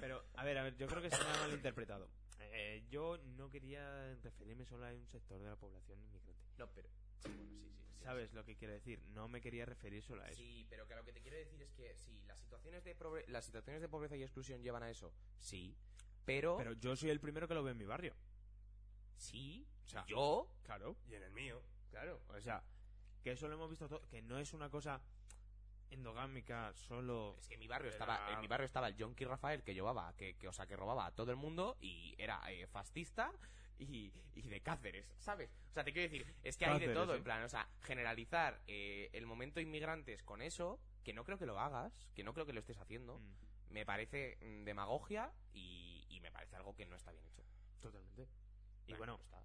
Pero, a ver, a ver, yo creo que se me ha malinterpretado. Eh, yo no quería referirme solo a un sector de la población inmigrante.
[LAUGHS] No, pero. Sí, bueno, sí, sí. sí,
¿Sabes lo que quiero decir? No me quería referir solo a eso.
Sí, pero que lo que te quiero decir es que sí, las situaciones de pobre- las situaciones de pobreza y exclusión llevan a eso, sí, pero,
Pero yo soy el primero que lo ve en mi barrio.
sí,
O sea,
yo,
Claro.
Y en el mío.
Claro. O sea, que eso lo hemos visto todo. Que no es una cosa endogámica solo.
es que en mi barrio
Era-
estaba, en mi barrio estaba el Jonky Rafael que llevaba, que, que o sea que robaba a todo el mundo y era eh, fascista y, y de Cáceres, ¿sabes? O sea, te quiero decir, es que hay de
Cáceres,
todo,
¿eh?
en plan, o sea, generalizar eh, el momento inmigrantes con eso, que no creo que lo hagas, que no creo que lo estés haciendo,
Mm,
me parece mm, demagogia y, y me parece algo que no está bien hecho.
Totalmente. Y
Nah,
bueno,
no está.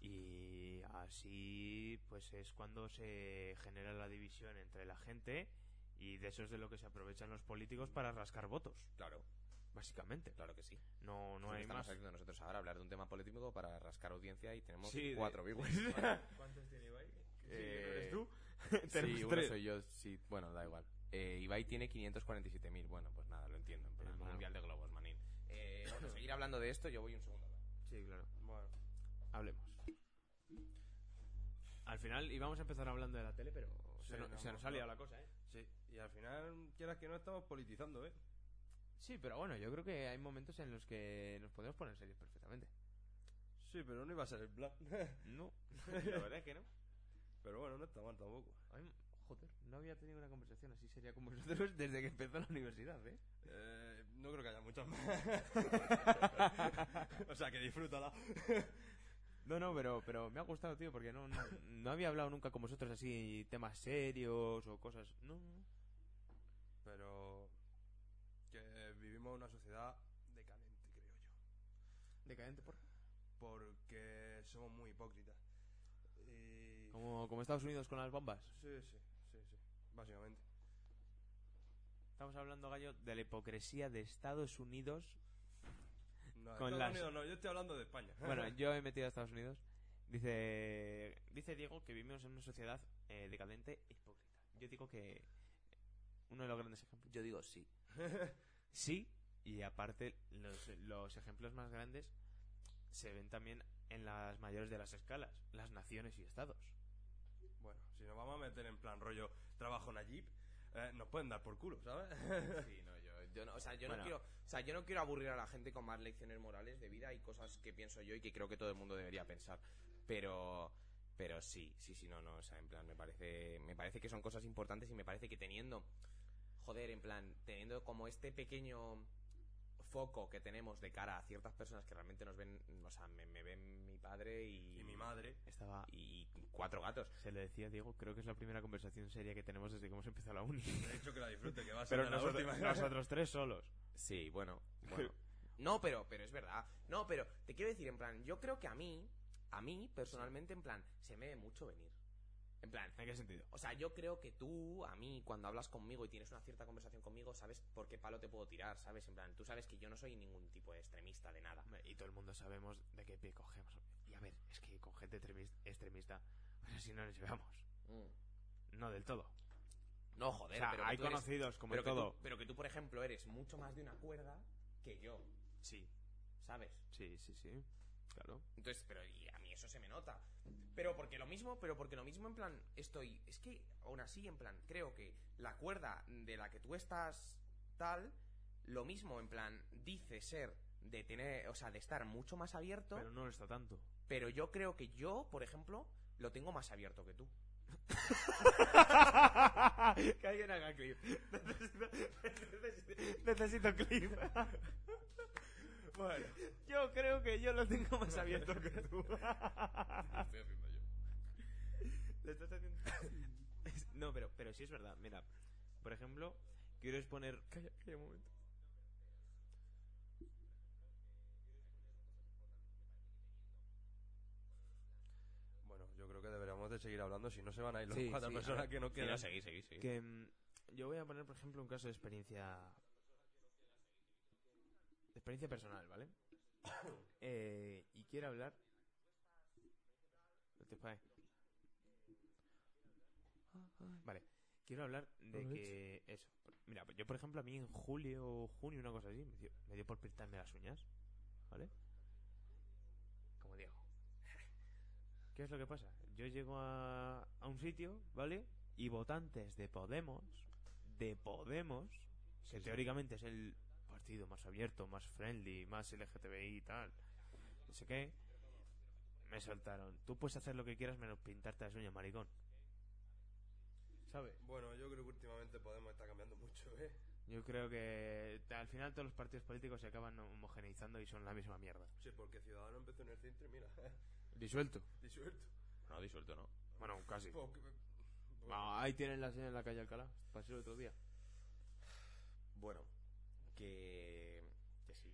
Y así, pues es cuando se genera la división entre la gente y de eso es de lo que se aprovechan los políticos para rascar votos,
Claro,
básicamente.
claro que sí.
No, no
Sí,
hay
estamos
más.
haciendo nosotros ahora hablar de un tema político para rascar audiencia y tenemos
Sí, de-
cuatro
[LAUGHS]
viewers.
¿Cuántos tiene Ibai?
Eh,
¿Eres tú?
Sí,
[LAUGHS] Tenemos
uno
tres.
soy yo, sí, bueno, da igual. Eh, Ibai tiene 547.000, bueno, pues nada, lo entiendo. en plan,
Hermano.
mundial de globos, manín. Eh, bueno, seguir hablando de esto, yo voy un segundo.
Sí, claro.
Bueno.
Hablemos. Al final íbamos a empezar hablando de la tele, pero
Sí,
se, no-
no,
se nos ha
no.
liado la cosa, ¿eh?
Sí. Y al final, quieras que no, estamos politizando, ¿eh?
Sí, pero bueno, yo creo que hay momentos en los que nos podemos poner serios perfectamente.
Sí, pero no iba a ser el plan.
No, [LAUGHS] la verdad es que no.
pero bueno, no está mal tampoco.
Ay, joder, no había tenido una conversación así seria con [LAUGHS] vosotros desde que empezó la universidad, ¿eh?
Eh, no creo que haya muchas más. o sea, que disfrútala. [LAUGHS]
No, no, pero, pero me ha gustado, tío, porque no, no, no había hablado nunca con vosotros así temas serios o cosas. No, no, no.
Pero que vivimos en una sociedad decadente, creo yo.
Decadente, por
Porque somos muy hipócritas. Y...
como, como Estados Unidos con las bombas.
Sí, sí, sí, sí. Básicamente.
Estamos hablando, Gallo, de la hipocresía de Estados Unidos
No,
Con
Estados
las-
Unidos no, yo estoy hablando de España. [LAUGHS]
Bueno, yo he metido a Estados Unidos. Dice, dice Diego que vivimos en una sociedad eh, decadente e hipócrita. Yo digo que uno de los grandes ejemplos. Yo digo
[LAUGHS]
sí. sí, y aparte los, los ejemplos más grandes se ven también en las mayores de las escalas, las naciones y estados.
Bueno, si nos vamos a meter en plan rollo trabajo Nayib, eh, nos pueden dar por culo, ¿sabes? [LAUGHS]
Sí, no, yo, yo no, o sea, yo
Bueno.
no quiero, o sea, yo no quiero aburrir a la gente con más lecciones morales de vida y cosas que pienso yo y que creo que todo el mundo debería pensar. Pero pero sí, sí, sí, no, no, o sea, en plan me parece me parece que son cosas importantes y me parece que teniendo joder, en plan teniendo como este pequeño foco que tenemos de cara a ciertas personas que realmente nos ven, o sea, me, me ven mi padre y,
Y mi madre.
Estaba...
Y cuatro gatos.
Se le decía a Diego, creo que es la primera conversación seria que tenemos desde que hemos empezado la uni.
He dicho que la disfrute, que va a ser
Pero
la
nosotros,
última.
nosotros tres solos.
Sí,
[LAUGHS]
bueno, bueno. No, pero, pero es verdad. No, pero te quiero decir, en plan, yo creo que a mí, a mí personalmente, en plan, se me ve mucho venir. En plan.
¿En qué sentido?
O sea, yo creo que tú, a mí, cuando hablas conmigo y tienes una cierta conversación conmigo, sabes por qué palo te puedo tirar, ¿sabes? En plan, tú sabes que yo no soy ningún tipo de extremista de nada.
Y todo el mundo sabemos de qué pie cogemos. Y a ver, es que con gente extremis- extremista,
pues
o sea, si no nos llevamos. No del todo.
Mm. No, joder,
O sea,
pero que
hay
tú eres-
conocidos, como
pero
en
que
todo.
tú- pero que tú, por ejemplo, eres mucho más de una cuerda que yo.
Sí.
¿Sabes?
Sí, sí, sí. Claro.
Entonces, pero y a mí eso se me nota. Pero porque lo mismo, pero porque lo mismo en plan estoy, es que aún así en plan creo que la cuerda de la que tú estás tal lo mismo en plan dice ser de tener, o sea, de estar mucho más abierto,
Pero no lo está tanto.
pero yo creo que yo, por ejemplo, lo tengo más abierto
[LAUGHS]
que tú.
que alguien haga
[LAUGHS]
clip. Necesito, necesito- necesito clip. [LAUGHS] bueno, yo creo que yo lo tengo más abierto que tú. [LAUGHS]
Estoy haciendo yo.
Lo estás haciendo. [LAUGHS] no, pero, pero sí es verdad. Mira, por ejemplo, quiero exponer. Calla, calla un momento.
[LAUGHS] Bueno, yo creo que deberíamos de seguir hablando, si no se van a ir los
Sí,
cuatro
sí, a
personas
ver.
que nos
Sí,
quedan.
no,
seguí, seguí, seguí.
Que mm, yo voy a poner, por ejemplo, un caso de experiencia. de experiencia personal, ¿vale? Eh, y quiero hablar. No te pares. Vale, quiero hablar de
No lo he
que. Eso. Mira, pues yo, por ejemplo, a mí en julio o junio, una cosa así, me dio, me dio por pintarme las uñas. ¿Vale? Como Diego. [LAUGHS] ¿Qué es lo que pasa? Yo llego a, a un sitio, ¿vale? Y votantes de Podemos, de Podemos, que teóricamente es el partido más abierto, más friendly, más LGTBI y tal, no sé qué, me soltaron. Tú puedes hacer lo que quieras menos pintarte las uñas, maricón. ¿Sabes?
Bueno, yo creo que últimamente Podemos está cambiando mucho, ¿eh?
Yo creo que al final todos los partidos políticos se acaban homogeneizando y son la misma mierda.
Sí, porque Ciudadano empezó en el centro y mira, [LAUGHS]
Disuelto.
disuelto. Pues,
No, disuelto no.
Bueno, casi.
Po-
Ah, ahí tienen la señal en la calle Alcalá. Pasé el otro día.
Bueno, que que sí.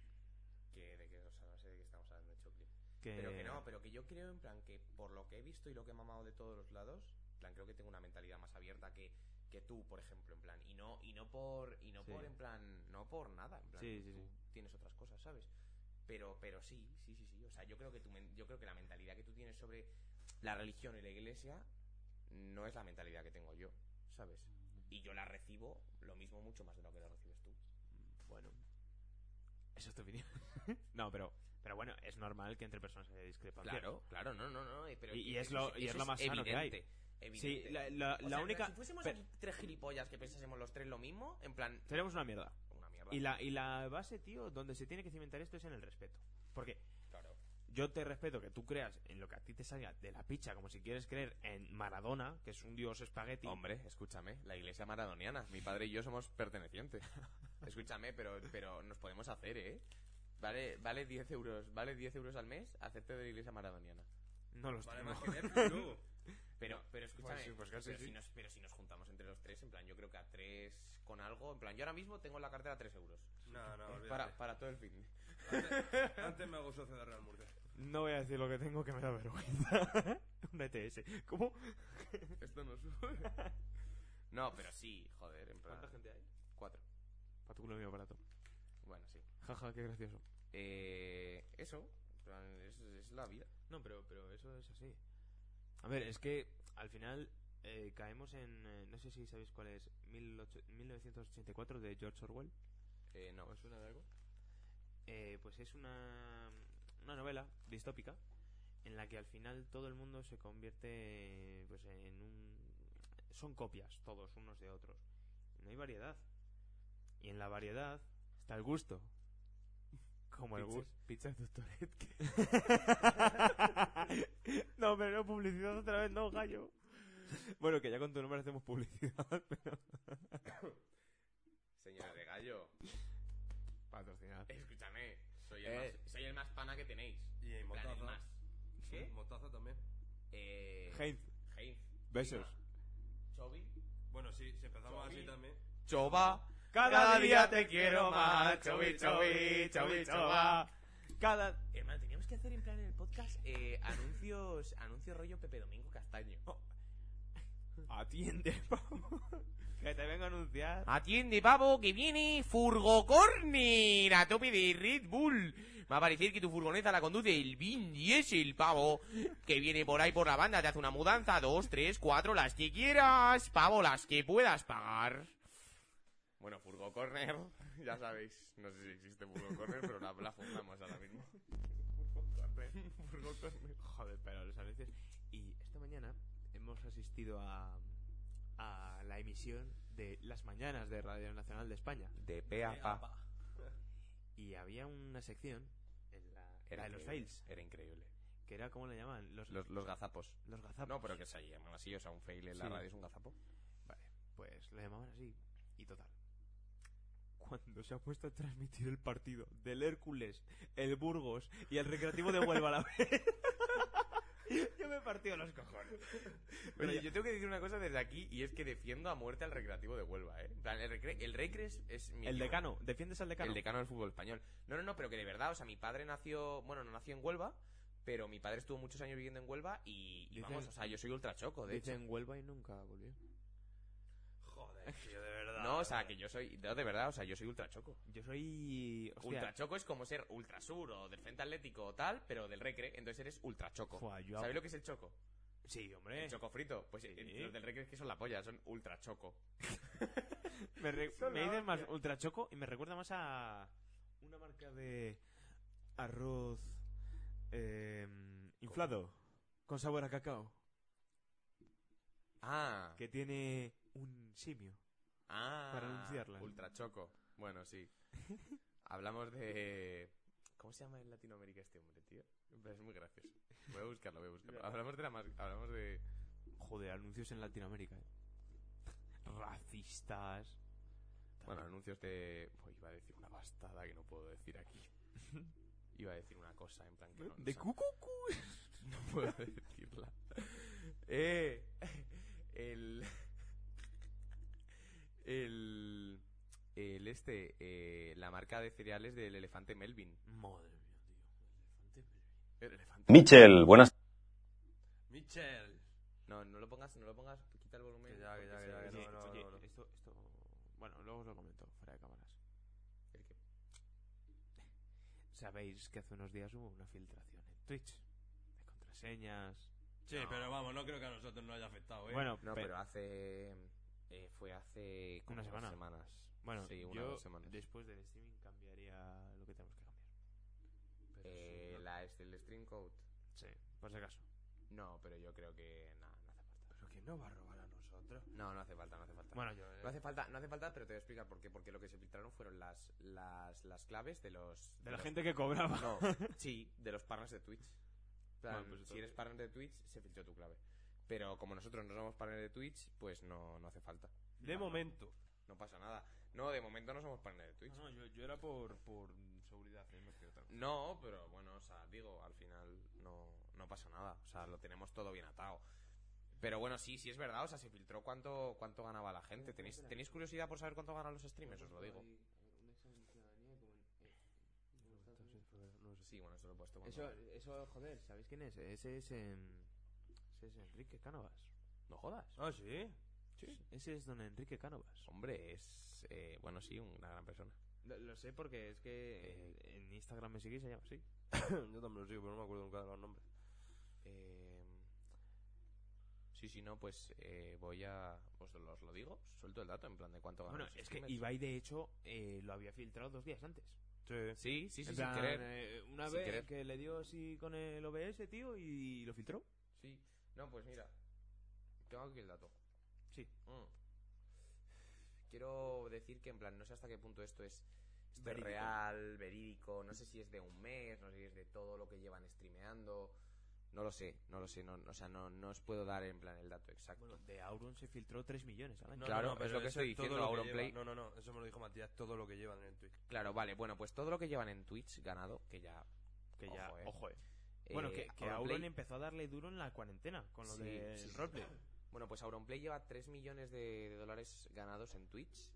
Que de que, o sea, no sé de qué estamos hablando, Chocli.
Que-
Pero que no, pero que yo creo en plan que por lo que he visto y lo que he mamado de todos los lados, en plan creo que tengo una mentalidad más abierta que, que tú, por ejemplo, en plan y no y no por y no
Sí.
por en plan no por nada, en plan
Sí, sí,
tú
sí.
tienes otras cosas, ¿sabes? Pero pero sí, sí, sí, sí, o sea, yo creo que tu men- yo creo que la mentalidad que tú tienes sobre la religión y la iglesia no es la mentalidad que tengo yo, ¿sabes? Y yo la recibo lo mismo mucho más de lo que la recibes tú.
Bueno, esa es tu opinión. [LAUGHS] no, pero, pero bueno, es normal que entre personas haya discrepancias.
Claro, claro, no, no, no. eh, Pero
Y- y
que-
es lo-
eso
y es
eso
lo más sano que hay.
evidente, evidente.
Sí, la- la-
O sea,
la
en
única-
plan, Si fuésemos
pero-
aquí tres gilipollas que pensásemos los tres lo mismo, en plan.
Seremos una mierda.
Una mierda.
Y la, y la base, tío, donde se tiene que cimentar esto es en el respeto. Porque
Claro.
yo te respeto que tú creas en lo que a ti te salga de la picha, como si quieres creer en Maradona, que es un dios espagueti.
Hombre, escúchame, la iglesia maradoniana. Mi padre y yo somos pertenecientes. [LAUGHS] escúchame, pero, pero nos podemos hacer, ¿eh? Vale, vale 10 euros, vale 10 euros al mes hacerte de la iglesia maradoniana.
No los
Vale,
tengo.
más que Netflix, luego.
Pero, pero escúchame,
Pues sí, pues casi
pero,
sí.
Si nos, pero si nos juntamos entre los tres, en plan, yo creo que a tres con algo, en plan, yo ahora mismo tengo en la cartera 3 euros.
No,
Eh,
no, olvídate.
Para, para todo el fin.
Antes, antes me hago socio de Real Murcia.
[LAUGHS] No voy a decir lo que tengo que me da vergüenza. [LAUGHS] Una ETS. ¿Cómo?
Esto
[LAUGHS]
no sube. No, pero sí, joder, en plan.
¿Cuánta gente hay?
Cuatro.
Para tu culo mío barato.
Bueno, sí.
Jaja, qué gracioso.
Eh, eso, en plan, es, es la vida.
No, pero, pero eso es así. A ver, es que al final eh, caemos en. eh, no sé si sabéis cuál es. 18- 1984 de George Orwell.
Eh, no.
¿Os suena de algo? Eh, pues es una, una novela distópica en la que al final todo el mundo se convierte pues en un son copias todos unos de otros no hay variedad y en la variedad está el gusto como el gusto
Pizza Tutoret.
[LAUGHS] no pero no publicidad otra vez no gallo bueno que ya con tu nombre hacemos publicidad pero
Señora de gallo,
Patrocinado.
escúchame. Soy el,
Eh.
más, soy el más pana que tenéis.
Y
En plan, el
mostaza.
más. ¿Qué?
Mostaza también.
Eh,
Heinz.
Heinz.
besos
Chobi.
Bueno, sí, si empezamos
Chobi.
así también.
Choba.
Cada día te
quiero más,
chobi,
chobi, chobi, choba.
cada
Hermano, teníamos que hacer en plan en el podcast eh,
[LAUGHS]
anuncios, anuncios rollo Pepe Domingo Castaño.
atiende por favor. que te vengo a anunciar
Atiende, pavo, que viene Furgo Corner a tope de Red Bull. Va a parecer que tu furgoneta la conduce el Vin Diesel, pavo, que viene por ahí por la banda, te hace una mudanza, dos, tres, cuatro, las que quieras, pavo, las que puedas pagar. Bueno, Furgo Corner, [LAUGHS] ya sabéis, no sé si existe Furgo Corner, pero la, la fundamos ahora mismo.
Furgo [LAUGHS] Corner. Joder, pero los anuncios. Y esta mañana hemos asistido a, a la emisión de Las Mañanas de Radio Nacional de España.
De pe a pa.
Y había una sección, en la, la de los
increíble,
fails,
Era increíble.
que era, ¿cómo le llaman? Los,
Los, los gazapos.
los gazapos.
No, pero que se llaman así, o sea, un fail en la
Sí.
radio es un gazapo.
Vale, pues lo llamaban así. Y total. Cuando se ha puesto a transmitir el partido del Hércules, el Burgos y el Recreativo de Huelva a la vez. [LAUGHS] Yo me he partido los cojones.
Oye, yo tengo que decir una cosa desde aquí y es que defiendo a muerte al recreativo de Huelva, ¿eh? En plan, El, recre, el recre es, es mi
El
tío.
decano, defiendes al decano.
El decano del fútbol español. No, no, no, pero que de verdad, o sea, mi padre nació, bueno, no nació en Huelva, pero mi padre estuvo muchos años viviendo en Huelva y, y
Dicen-
vamos, o sea, yo soy ultrachoco, de hecho.
Dicen Huelva y nunca volvió.
Joder, tío, de verdad.
No, o sea, que yo soy, no, de verdad, o sea, yo soy ultrachoco.
Yo soy. Hostia,
Ultrachoco es como ser ultrasur o del frente atlético o tal, pero del recre, entonces eres ultrachoco.
Fua, yo-
¿Sabes lo que es el choco?
Sí, hombre.
El choco frito. Pues eh, los del recre es que son la polla, son ultrachoco.
Me, re- me dices más Ultra Choco y me recuerda más a una marca de arroz eh, inflado con sabor a cacao
Ah.
que tiene un simio.
Ah,
para anunciarla.
Ultra Choco.
[LAUGHS]
Bueno, sí. Hablamos de. ¿Cómo se llama en Latinoamérica este hombre, tío? Pero es muy gracioso. Voy a buscarlo, voy a buscarlo. Hablamos de la mar- Hablamos de.
Joder, anuncios en Latinoamérica. eh. Racistas.
Bueno, anuncios de. Uy, iba a decir una bastada que no puedo decir
[LAUGHS]
aquí. Iba a decir una cosa, en plan que no. no
de
sé.
cucucu.
[LAUGHS] No puedo decirla. Eh. El. El. El este. eh, la marca de cereales del elefante Melvin.
Madre mía,
El elefante.
Michel, buenas
Michel.
No, no lo pongas, no lo pongas, quita el volumen.
Que ya, que ya,
porque
que ya,
se-
que
tío.
no, no,
Oye,
no, no.
esto, esto. Bueno, luego os lo comento, fuera de cámaras.
¿El qué?
Sabéis que hace unos días hubo una filtración en Twitch de contraseñas.
Sí,
No.
pero vamos, no creo que a nosotros nos haya afectado, ¿eh?
Bueno,
No,
pe-
pero hace... eh, fue hace... como
Una
dos
semana.
semanas.
bueno,
sí, una o
yo
dos semanas.
después del streaming cambiaría lo que tenemos que cambiar. Pero
Eh,
sí, no-
la es del stream code.
sí, por si acaso.
No, pero yo creo que... No, no hace falta.
Pero ¿quién nos va a robar a nosotros?
No, no hace falta, no hace falta.
Bueno, yo. eh,
no hace falta, no hace falta, pero te voy a explicar por qué. Porque lo que se filtraron fueron las, las, las claves de los...
de la
los-
gente que cobraba.
[LAUGHS]
[LAUGHS]
No, sí, de los partners de Twitch. En plan,
Bueno, pues
si
entonces-
eres partner de Twitch, se filtró tu clave. Pero como nosotros no somos partner de Twitch, pues no, no hace falta.
De momento.
No pasa nada. No, de momento no somos partner de Twitch.
No, yo, yo era por, por seguridad, eh, no quiero tanto.
No, pero bueno, o sea, digo, al final no, no pasa nada. O sea, lo tenemos todo bien atado. Pero bueno, sí, sí es verdad. O sea, se filtró cuánto, cuánto ganaba la gente. ¿Tenéis, ¿Tenéis curiosidad por saber cuánto ganan los streamers? Os lo digo. Sí, bueno, eso lo he puesto cuando...
Eso, eso, joder, ¿sabéis quién es? Ese es, em, ese es Enrique Cánovas.
No jodas.
Ah, sí.
Sí.
Ese es don Enrique Cánovas.
Hombre, es... eh, bueno, sí, una gran persona.
Lo, lo sé porque es que eh, en Instagram me seguís, se llama así.
[COUGHS] Yo también lo sigo, pero no me acuerdo nunca de los nombres.
Eh, sí, sí, no, pues eh, voy a. Os lo, os lo digo, suelto el dato en plan de cuánto
Bueno,
ganan los
es que
streamers.
Ibai, de hecho, eh, lo había filtrado dos días antes.
Sí.
Sí, sí, sí,
En
sin
plan,
querer.
eh, una
Sin
vez
querer.
que le dio así con el OBS, tío, y lo filtró.
Sí. No, pues mira. Tengo aquí el dato.
Sí.
Mm. Quiero decir que en plan, no sé hasta qué punto esto es, esto es
Verídico.
real, verídico, no sé si es de un mes, no sé si es de todo lo que llevan streameando. No lo sé, no lo sé, no, o sea, no, no os puedo dar en plan el dato exacto.
Bueno, de Auron se filtró 3 millones al año.
No, Claro, es lo que
eso
estoy
todo
diciendo,
lo que
Auronplay.
lleva. No, no, no, eso me lo dijo Matías, todo lo que llevan en el Twitch.
Claro, vale, bueno, pues todo lo que llevan en Twitch ganado, que ya...
Que ya, ojo, eh.
Eh,
Bueno, que, que
Auronplay-
Auron empezó a darle duro en la cuarentena con lo
Sí,
del
sí, sí.
roleplay.
[CLEARS THROAT] Bueno, pues Auronplay lleva 3 millones de, de dólares ganados en Twitch.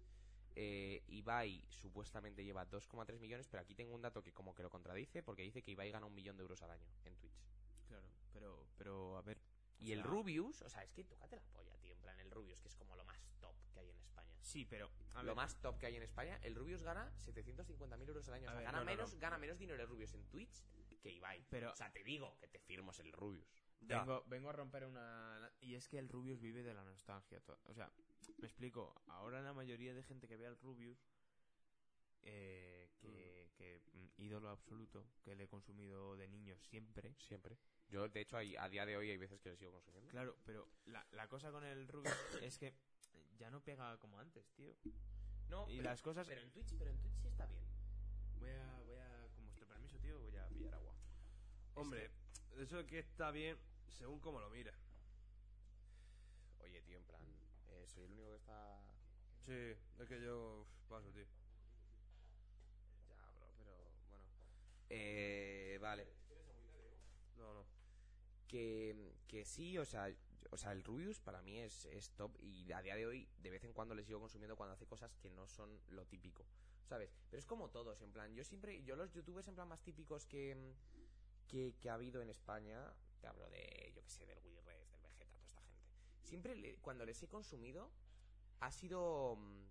Eh, Ibai supuestamente lleva 2,3 millones, pero aquí tengo un dato que como que lo contradice, porque dice que Ibai gana un millón de euros al año en
[LAUGHS]
Twitch.
Claro, pero, pero a ver.
Y el
sea-
Rubius, o sea, es que tócate la polla, tío, en plan, el Rubius, que es como lo más top que hay en España.
Sí, pero. A
Lo
ver,
más top que hay en España, el Rubius gana 750.000 euros al año. O
A
sea,
ver,
gana,
no, no,
menos,
no.
gana menos dinero el Rubius en Twitch que Ibai.
Pero-
o sea, te digo que te firmos el Rubius.
Ya.
Vengo, vengo a romper una... Y es que el Rubius vive de la nostalgia. to- O sea, me explico. Ahora la mayoría de gente que ve al Rubius, eh, que, que, mm, ídolo absoluto, que le he consumido de niño siempre.
Siempre. Yo, de hecho, hay- a día de hoy hay veces que le sigo consumiendo.
Claro, pero la, la cosa con el Rubius [COUGHS] es que ya no pega como antes, tío.
No,
Y
pero-
las cosas...
pero en Twitch, pero en Twitch sí está bien.
Voy a, voy a... Con vuestro permiso, tío, voy a pillar agua.
Hombre, eso es que está bien según como lo mires.
Oye, tío, en plan, eh, soy el único que está.
Sí, es que yo uf, paso, tío.
Ya, bro, pero bueno. Eh, vale.
No, no.
Que, que sí, o sea, o sea, el Rubius para mí es, es top y a día de hoy de vez en cuando le sigo consumiendo cuando hace cosas que no son lo típico, ¿sabes? Pero es como todos, en plan, yo siempre, yo los youtubers en plan más típicos que, que, que ha habido en España, te hablo de, yo que sé, del Willy Rex, del Vegeta, toda esta gente, siempre le- cuando les he consumido ha sido... mm,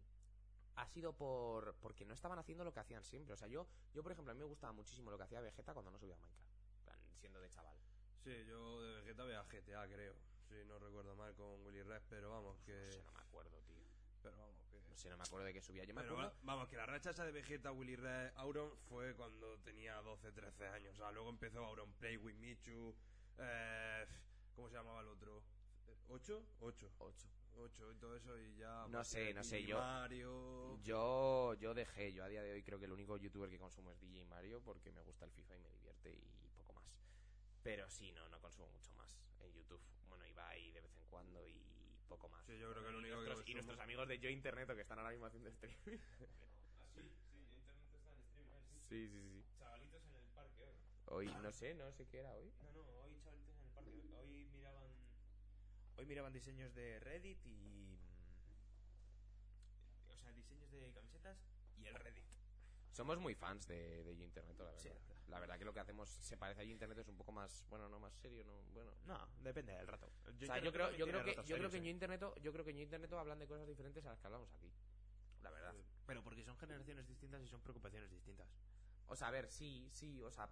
ha sido por porque no estaban haciendo lo que hacían siempre. O sea, yo, yo por ejemplo, a mí me gustaba muchísimo lo que hacía Vegeta cuando no subía a Minecraft, en plan, siendo de chaval.
Sí, yo de Vegeta voy a GTA, creo. Sí, no recuerdo mal con Willy Rex, pero vamos, que.
No sé, no me acuerdo, tío.
Pero vamos, que.
No sé, no me acuerdo de qué subía. Yo me
Pero
acuerdo.
va- vamos, que la racha esa de Vegeta, Willy Rex, Auron fue cuando tenía 12, 13 años. O sea, luego empezó Auron Play with Michu. Eh, ¿Cómo se llamaba el otro? ¿8? 8.
8.
8 y todo eso y ya.
No
pues,
sé,
eh,
no sé,
Digi
yo-
Mario.
Yo, yo dejé, yo a día de hoy creo que el único youtuber que consumo es DJ Mario porque me gusta el FIFA y me divierte y poco más. Pero sí, no, no consumo mucho más en YouTube. Bueno, Ibai de vez en cuando y poco más.
Sí, yo creo que el
Y
único que
nuestros- Y
consumo-
nuestros amigos de Yo Internet que están ahora mismo haciendo
[LAUGHS]
streaming.
Ah,
Sí, sí, sí.
Chavalitos en el parque hoy.
Hoy, no sé, no sé qué era hoy.
No, no, hoy chavalitos en el parque. Hoy miraban. Hoy miraban diseños de Reddit y. O sea, diseños de camisetas y el Reddit.
Somos muy fans de, de Yo Internet, la verdad.
Sí, la
la
verdad.
verdad. que lo que hacemos se parece a Yo Internet, es un poco más, bueno, no más serio, no, bueno.
No, depende del rato.
o sea, yo creo, yo creo que, yo creo que en Yo Internet, yo creo que en Yo Internet hablan de cosas diferentes a las que hablamos aquí. La verdad.
Pero porque son generaciones distintas y son preocupaciones distintas.
O sea, a ver, sí, sí, o sea,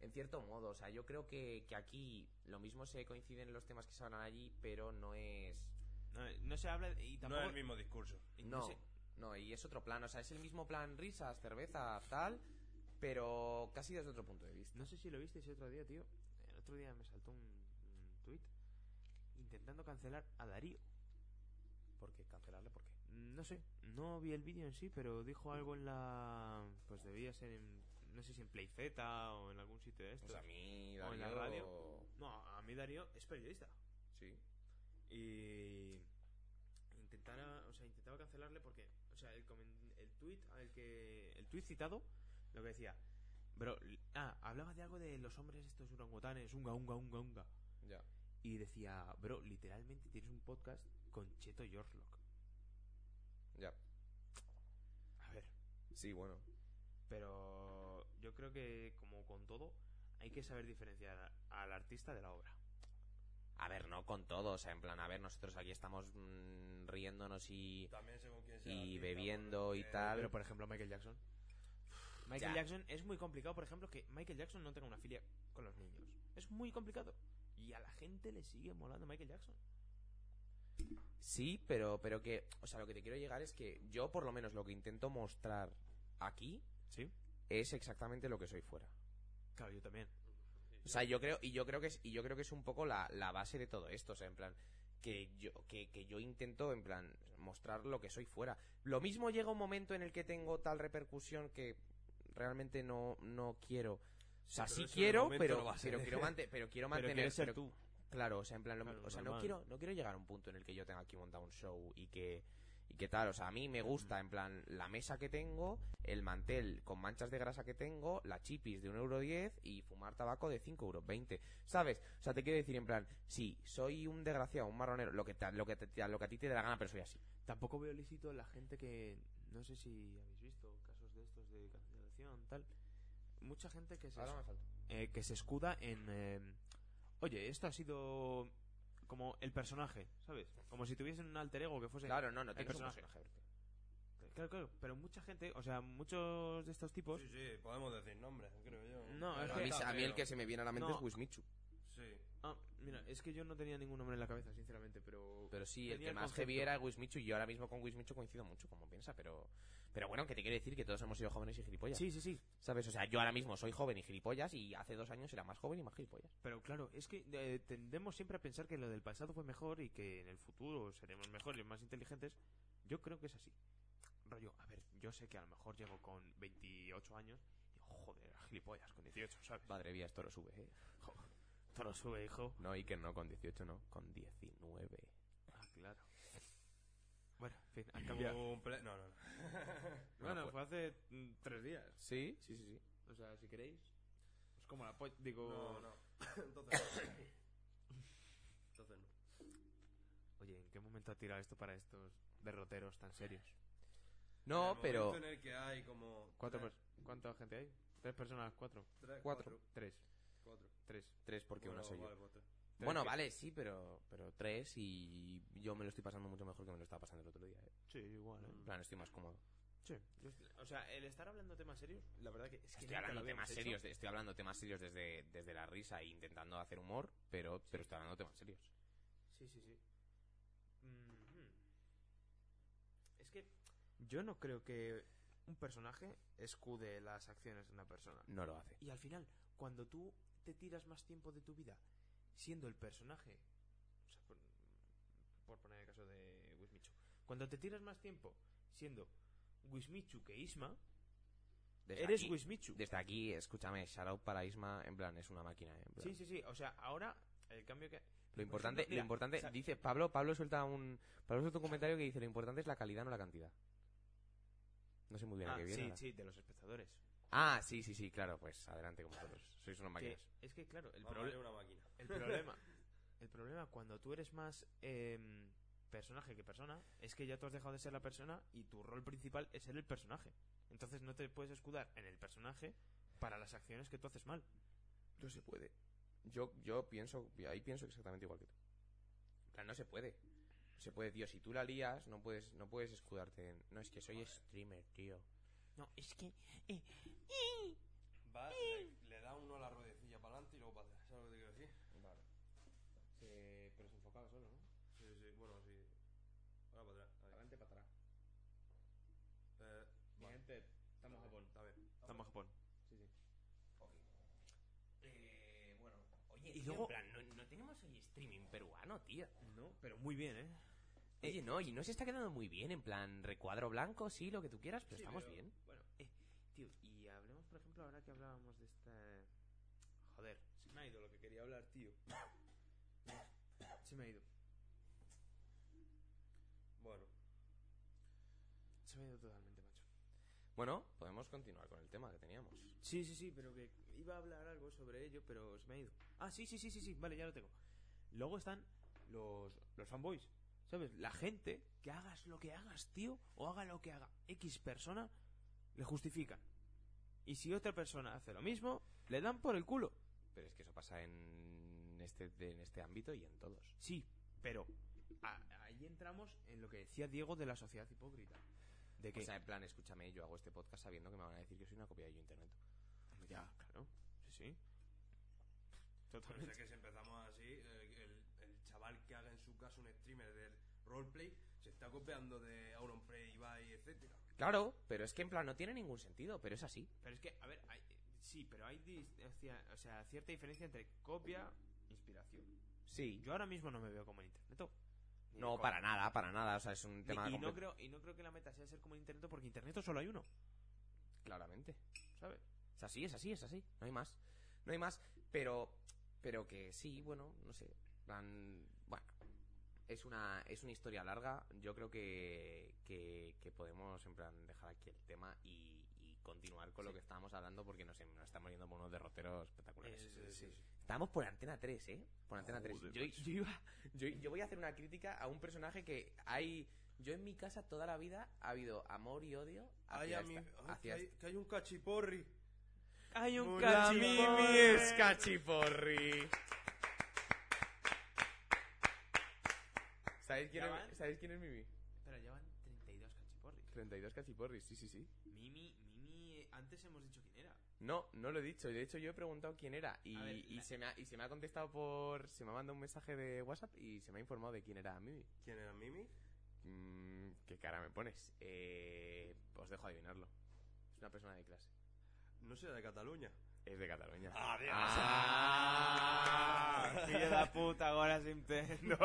en cierto modo, o sea, yo creo que, que aquí lo mismo se coinciden los temas que se hablan allí, pero no es,
No, no se habla. Y
No
tampoco.
es el mismo discurso.
y
No,
se-
no, y es otro plan, o sea, es el mismo plan risas, cerveza, tal, pero casi desde otro punto de vista.
No sé si lo visteis el otro día, tío. El otro día me saltó un, un tuit intentando cancelar a Darío.
¿Por qué? ¿Cancelarle? ¿Por qué?
No sé, no vi el vídeo en sí, pero dijo algo en la... Pues debía ser en... No sé si en PlayZ o en algún sitio de estos.
Pues a mí,
O en la
Darío,
radio. No, a mí Darío es periodista.
Sí.
Y... eh, Intentara, o sea, intentaba cancelarle porque... O sea, el, comen- el tuit al que... El tuit citado, lo que decía... Bro, ah, hablaba de algo de los hombres estos orangutanes, unga, unga, unga, unga.
Ya.
Y decía, bro, literalmente tienes un podcast con Cheto George Locke.
Ya.
A ver,
Sí, bueno.
Pero yo creo que, como con todo, hay que saber diferenciar al artista de la obra.
A ver, no con todo, o sea, en plan, a ver, nosotros aquí estamos mm, riéndonos y, y bebiendo y tal.
Pero, por ejemplo, Michael Jackson.
Michael
Ya.
Jackson es muy complicado, por ejemplo, que Michael Jackson no tenga una filia con los niños. Es muy complicado. Y a la gente le sigue molando Michael Jackson.
Sí, pero, pero que, o sea, lo que te quiero llegar es que yo, por lo menos, lo que intento mostrar aquí
Sí.
es exactamente lo que soy fuera.
Claro, yo también.
O sea, yo creo, y yo creo que es, y yo creo que es un poco la, la base de todo esto, o sea, en plan, que yo, que, que yo intento, en plan, mostrar lo que soy fuera. Lo mismo llega un momento en el que tengo tal repercusión que realmente no, no quiero. O sea,
Sí,
sí,
pero eso en el
quiero,
momento
pero,
no va a ser.
pero, quiero mante-
[LAUGHS]
pero quiero
Pero
mantener.
quieres ser tú.
Claro, o sea, en plan, lo-
Claro,
o sea, no
normal.
quiero, no quiero llegar a un punto en el que yo tenga aquí montado un show y que, y que tal. O sea, a mí me gusta, en plan, la mesa que tengo, el mantel con manchas de grasa que tengo, la chipis de 1,10 euro y fumar tabaco de 5,20 euros. ¿Sabes? O sea, te quiero decir, en plan, sí, soy un desgraciado, un marronero, lo que, te- lo que, te- lo que a ti te dé la gana, pero soy así.
Tampoco veo lícito la gente que. No sé si habéis visto casos de estos de cancelación, tal. Mucha gente que se,
Ahora me falta.
eh, que se escuda en. eh,
em, Oye, esto ha sido como el personaje, ¿sabes? Como si tuviesen un alter ego que fuese...
Claro, no, no,
el
tienes un
personaje.
personaje.
Claro, claro, pero mucha gente, o sea, muchos de estos tipos...
Sí, sí, podemos decir nombres, creo yo.
No, es
Pero
A
que-
mí,
está
a mí el
feo.
que se me viene a la mente
No.
es Wismichu.
Sí.
Ah, mira, es que yo no tenía ningún nombre en la cabeza, sinceramente, pero...
Pero sí, el
Tenía
que
el
más heavy
concepto.
era Wismichu y yo ahora mismo con Wismichu coincido mucho, como piensa, pero... Pero bueno, que te quiero decir que todos hemos sido jóvenes y gilipollas.
Sí, sí, sí.
¿Sabes? O sea, yo ahora mismo soy joven y gilipollas y hace dos años era más joven y más gilipollas.
Pero claro, es que eh, tendemos siempre a pensar que lo del pasado fue mejor y que en el futuro seremos mejores, más inteligentes. Yo creo que es así. Rollo, a ver, yo sé que a lo mejor llego con 28 años y digo, joder, era gilipollas, con 18, ¿sabes?
Madre mía, esto lo sube, ¿eh?
Esto lo sube, hijo.
No, y que no, con 18 no, con 19.
Ah, claro. Bueno, en fin, han cambiado.
Comple- No, no, no.
Bueno, fue hace mm, tres días.
¿Sí? Sí, sí, sí.
O sea, si queréis. Es como la polla. Digo.
[LAUGHS] No, no.
[COUGHS]
Entonces no. Entonces no.
Oye, ¿en qué momento ha tirado esto para estos derroteros tan serios?
No,
En el
pero...
momento en el que hay como...
¿Cuatro
tres-
pers- ¿Cuánta gente hay? ¿Tres personas? ¿Cuatro?
tres,
cuatro.
¿Tres?
Cuatro.
¿Tres?
Tres, porque
Bueno,
una soy yo.
vale, pues tres.
Bueno, vale, sí, pero, pero tres y yo me lo estoy pasando mucho mejor que me lo estaba pasando el otro día. ¿eh?
Sí, igual,
En plan, estoy más cómodo.
Mm. O sea, el estar hablando temas serios, la verdad que es que
Estoy hablando temas serios, de- estoy hablando temas serios desde, desde la risa e intentando hacer humor, pero, pero estoy hablando temas serios.
Sí, sí, sí. Mhm. Es que yo no creo que un personaje escude las acciones de una persona.
No lo hace.
Y al final, cuando tú te tiras más tiempo de tu vida siendo el personaje, o sea, por, por poner el caso de Wismichu, cuando te tiras más tiempo siendo Wismichu que Isma,
Desde
eres
aquí-
Wismichu.
Desde aquí, escúchame, shout out para Isma, en plan, es una máquina. ¿eh? En plan,
Sí, sí, sí. O sea, ahora el cambio que.
Lo importante,
Mira,
lo importante
o sea,
dice Pablo, Pablo suelta un Pablo suelta un comentario que dice lo importante es la calidad, no la cantidad. No sé muy bien a
ah,
qué viene.
sí,
ahora.
sí, de los espectadores.
Ah, sí, sí, sí, claro, pues adelante con vosotros. Sois unos
Que-
máquinas.
es que, claro, el,
Vamos a
proble-
ver una máquina.
el [LAUGHS] problema. El problema cuando tú eres más em, personaje que persona es que ya tú has dejado de ser la persona y tu rol principal es ser el personaje. Entonces no te puedes escudar en el personaje para las acciones que tú haces mal.
No se puede. Yo, yo pienso, ahí pienso exactamente igual que tú. En plan, no se puede. No se puede, tío. Si tú la lías, no puedes, no puedes escudarte en. No, es que soy streamer, tío.
No, es que.
Va, le, le da uno la ruedecilla para adelante y luego para atrás. ¿Sabes lo que te quiero decir?
Vale.
pero se enfocaba solo, ¿no?
Sí, sí, bueno, sí. Ahora para atrás. ahí.
para atrás.
Eh, vale.
Gente, estamos en Japón.
Está bien.
Estamos en Japón.
Eh, bueno, oye,
Y
tío,
luego-
en plan, no, no tenemos hoy streaming peruano, tío.
No, pero muy bien, ¿eh?
Oye, no, y no se está quedando muy bien, en plan, recuadro blanco, sí, lo que tú quieras, pero
Sí,
estamos
pero-
bien.
Bueno, eh, tío, y hablemos, por ejemplo, ahora que hablábamos de esta. Joder, se me ha ido lo que quería hablar, tío. [COUGHS] se me ha ido.
Bueno,
Se me ha ido totalmente, macho.
Bueno, podemos continuar con el tema que teníamos.
Sí, sí, sí, pero que iba a hablar algo sobre ello, pero se me ha ido. Ah, sí, sí, sí, sí, sí, vale, ya lo tengo. Luego están los, los fanboys, ¿sabes? La gente que hagas lo que hagas, tío, o haga lo que haga X persona, le justifican. Y si otra persona hace lo mismo, le dan por el culo.
Pero es que eso pasa en
en este, de- en este ámbito y en todos.
Sí, pero
a- ahí entramos en lo que decía Diego de la sociedad hipócrita. De que,
O sea, en plan, escúchame, yo hago este podcast sabiendo que me van a decir que soy una copia de yo internet.
Ya, claro. Sí, sí.
Pero sé
Totalmente.
que si empezamos así, el, el- el chaval que haga en su casa un streamer del roleplay se está copiando de Auronplay, Ibai, etcétera.
Claro, pero es que en plan no tiene ningún sentido, pero es así.
Pero es que, a ver, hay- sí, pero hay dis- hacia- o sea, cierta diferencia entre copia e inspiración.
Sí.
Yo ahora mismo no me veo como en Internet. Ni de
No,
coña.
para nada, para nada. O sea, es un
Ni-
tema
y, no
comple-
creo, y no creo que la meta sea ser como en Internet porque en Internet solo hay uno,
Claramente.
¿sabes?
Es así, es así, es así. No hay más. No hay más. Pero, pero que sí, bueno, no sé. en plan, bueno, es una, es una historia larga. Yo creo que, que, que podemos en plan dejar aquí el tema y, y continuar con lo que estábamos hablando porque nos, nos estamos yendo por unos derroteros espectaculares. Estábamos por Antena 3, ¿eh? Por Antena 3. Yo, yo iba- yo- yo voy a hacer una crítica a un personaje que hay... Yo en mi casa toda la vida ha habido amor y odio
Ay,
hacia,
a mí-
esta-
ay,
hacia este
que, hay, que hay un cachiporri.
Hay un
Mulamimi es cachiporri. ¿Sabéis quién,
¿Ya
es,
van?
¿Sabéis quién es Mimi?
Pero ya van 32 cachiporris.
32 cachiporris, sí, sí, sí.
Mimi, Mimi, eh, antes hemos dicho quién era.
No, no lo he dicho. De hecho, yo he preguntado quién era y,
A ver,
y
la-
se me ha, y se me ha contestado por... Se me ha mandado un mensaje de WhatsApp y se me ha informado de quién era Mimi.
¿Quién era Mimi?
Mm, ¿Qué cara me pones? Eh, os dejo adivinarlo. Es una persona de clase.
No será de Cataluña.
Es de Cataluña.
Adiós.
¡Ah! Tío [LAUGHS] de la puta, ahora sin Nintendo.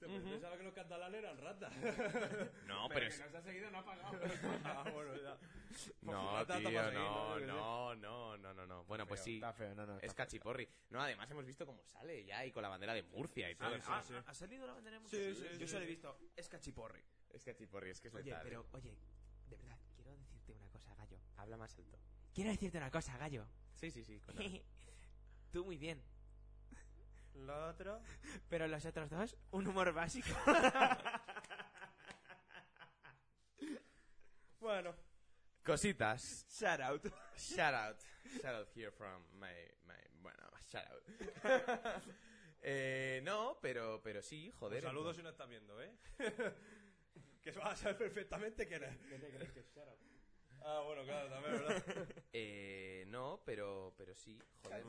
Pensaba que los catalanes eran ratas. [LAUGHS]
No, pero es-
que nos ha seguido no ha pagado. ah, bueno, [LAUGHS] ya.
Pues No,
Patata
tío,
para seguir,
no,
¿no? Yo qué
no, no, no, no, no. Bueno, pues sí,
Está feo, no, no.
es cachiporri. No, además hemos visto cómo sale ya y con la bandera de Murcia y todo.
Ah, ¿Ha salido la bandera mucho?
Sí, sí,
Yo
sí,
solo
sí.
he visto. Es cachiporri.
Es cachiporri, es que es
Oye,
letal.
pero, oye, de verdad, quiero decirte una cosa, Gallo.
Habla más alto.
Quiero decirte una cosa, Gallo.
Sí, sí, sí.
[LAUGHS]
Tú muy bien.
Lo otro.
Pero los otros dos, un humor básico.
Bueno.
Cositas.
[LAUGHS] Shout out.
Shout out. Shout out here from my... my- bueno, shout out. [LAUGHS] Eh, no, pero, pero sí, joder.
pues
Pues
Saludos si no estás viendo, ¿eh? [LAUGHS] que vas a saber perfectamente quién es. ¿Qué te crees que es Ah, bueno, claro, también, ¿verdad?
Eh, no, pero, pero sí, joder.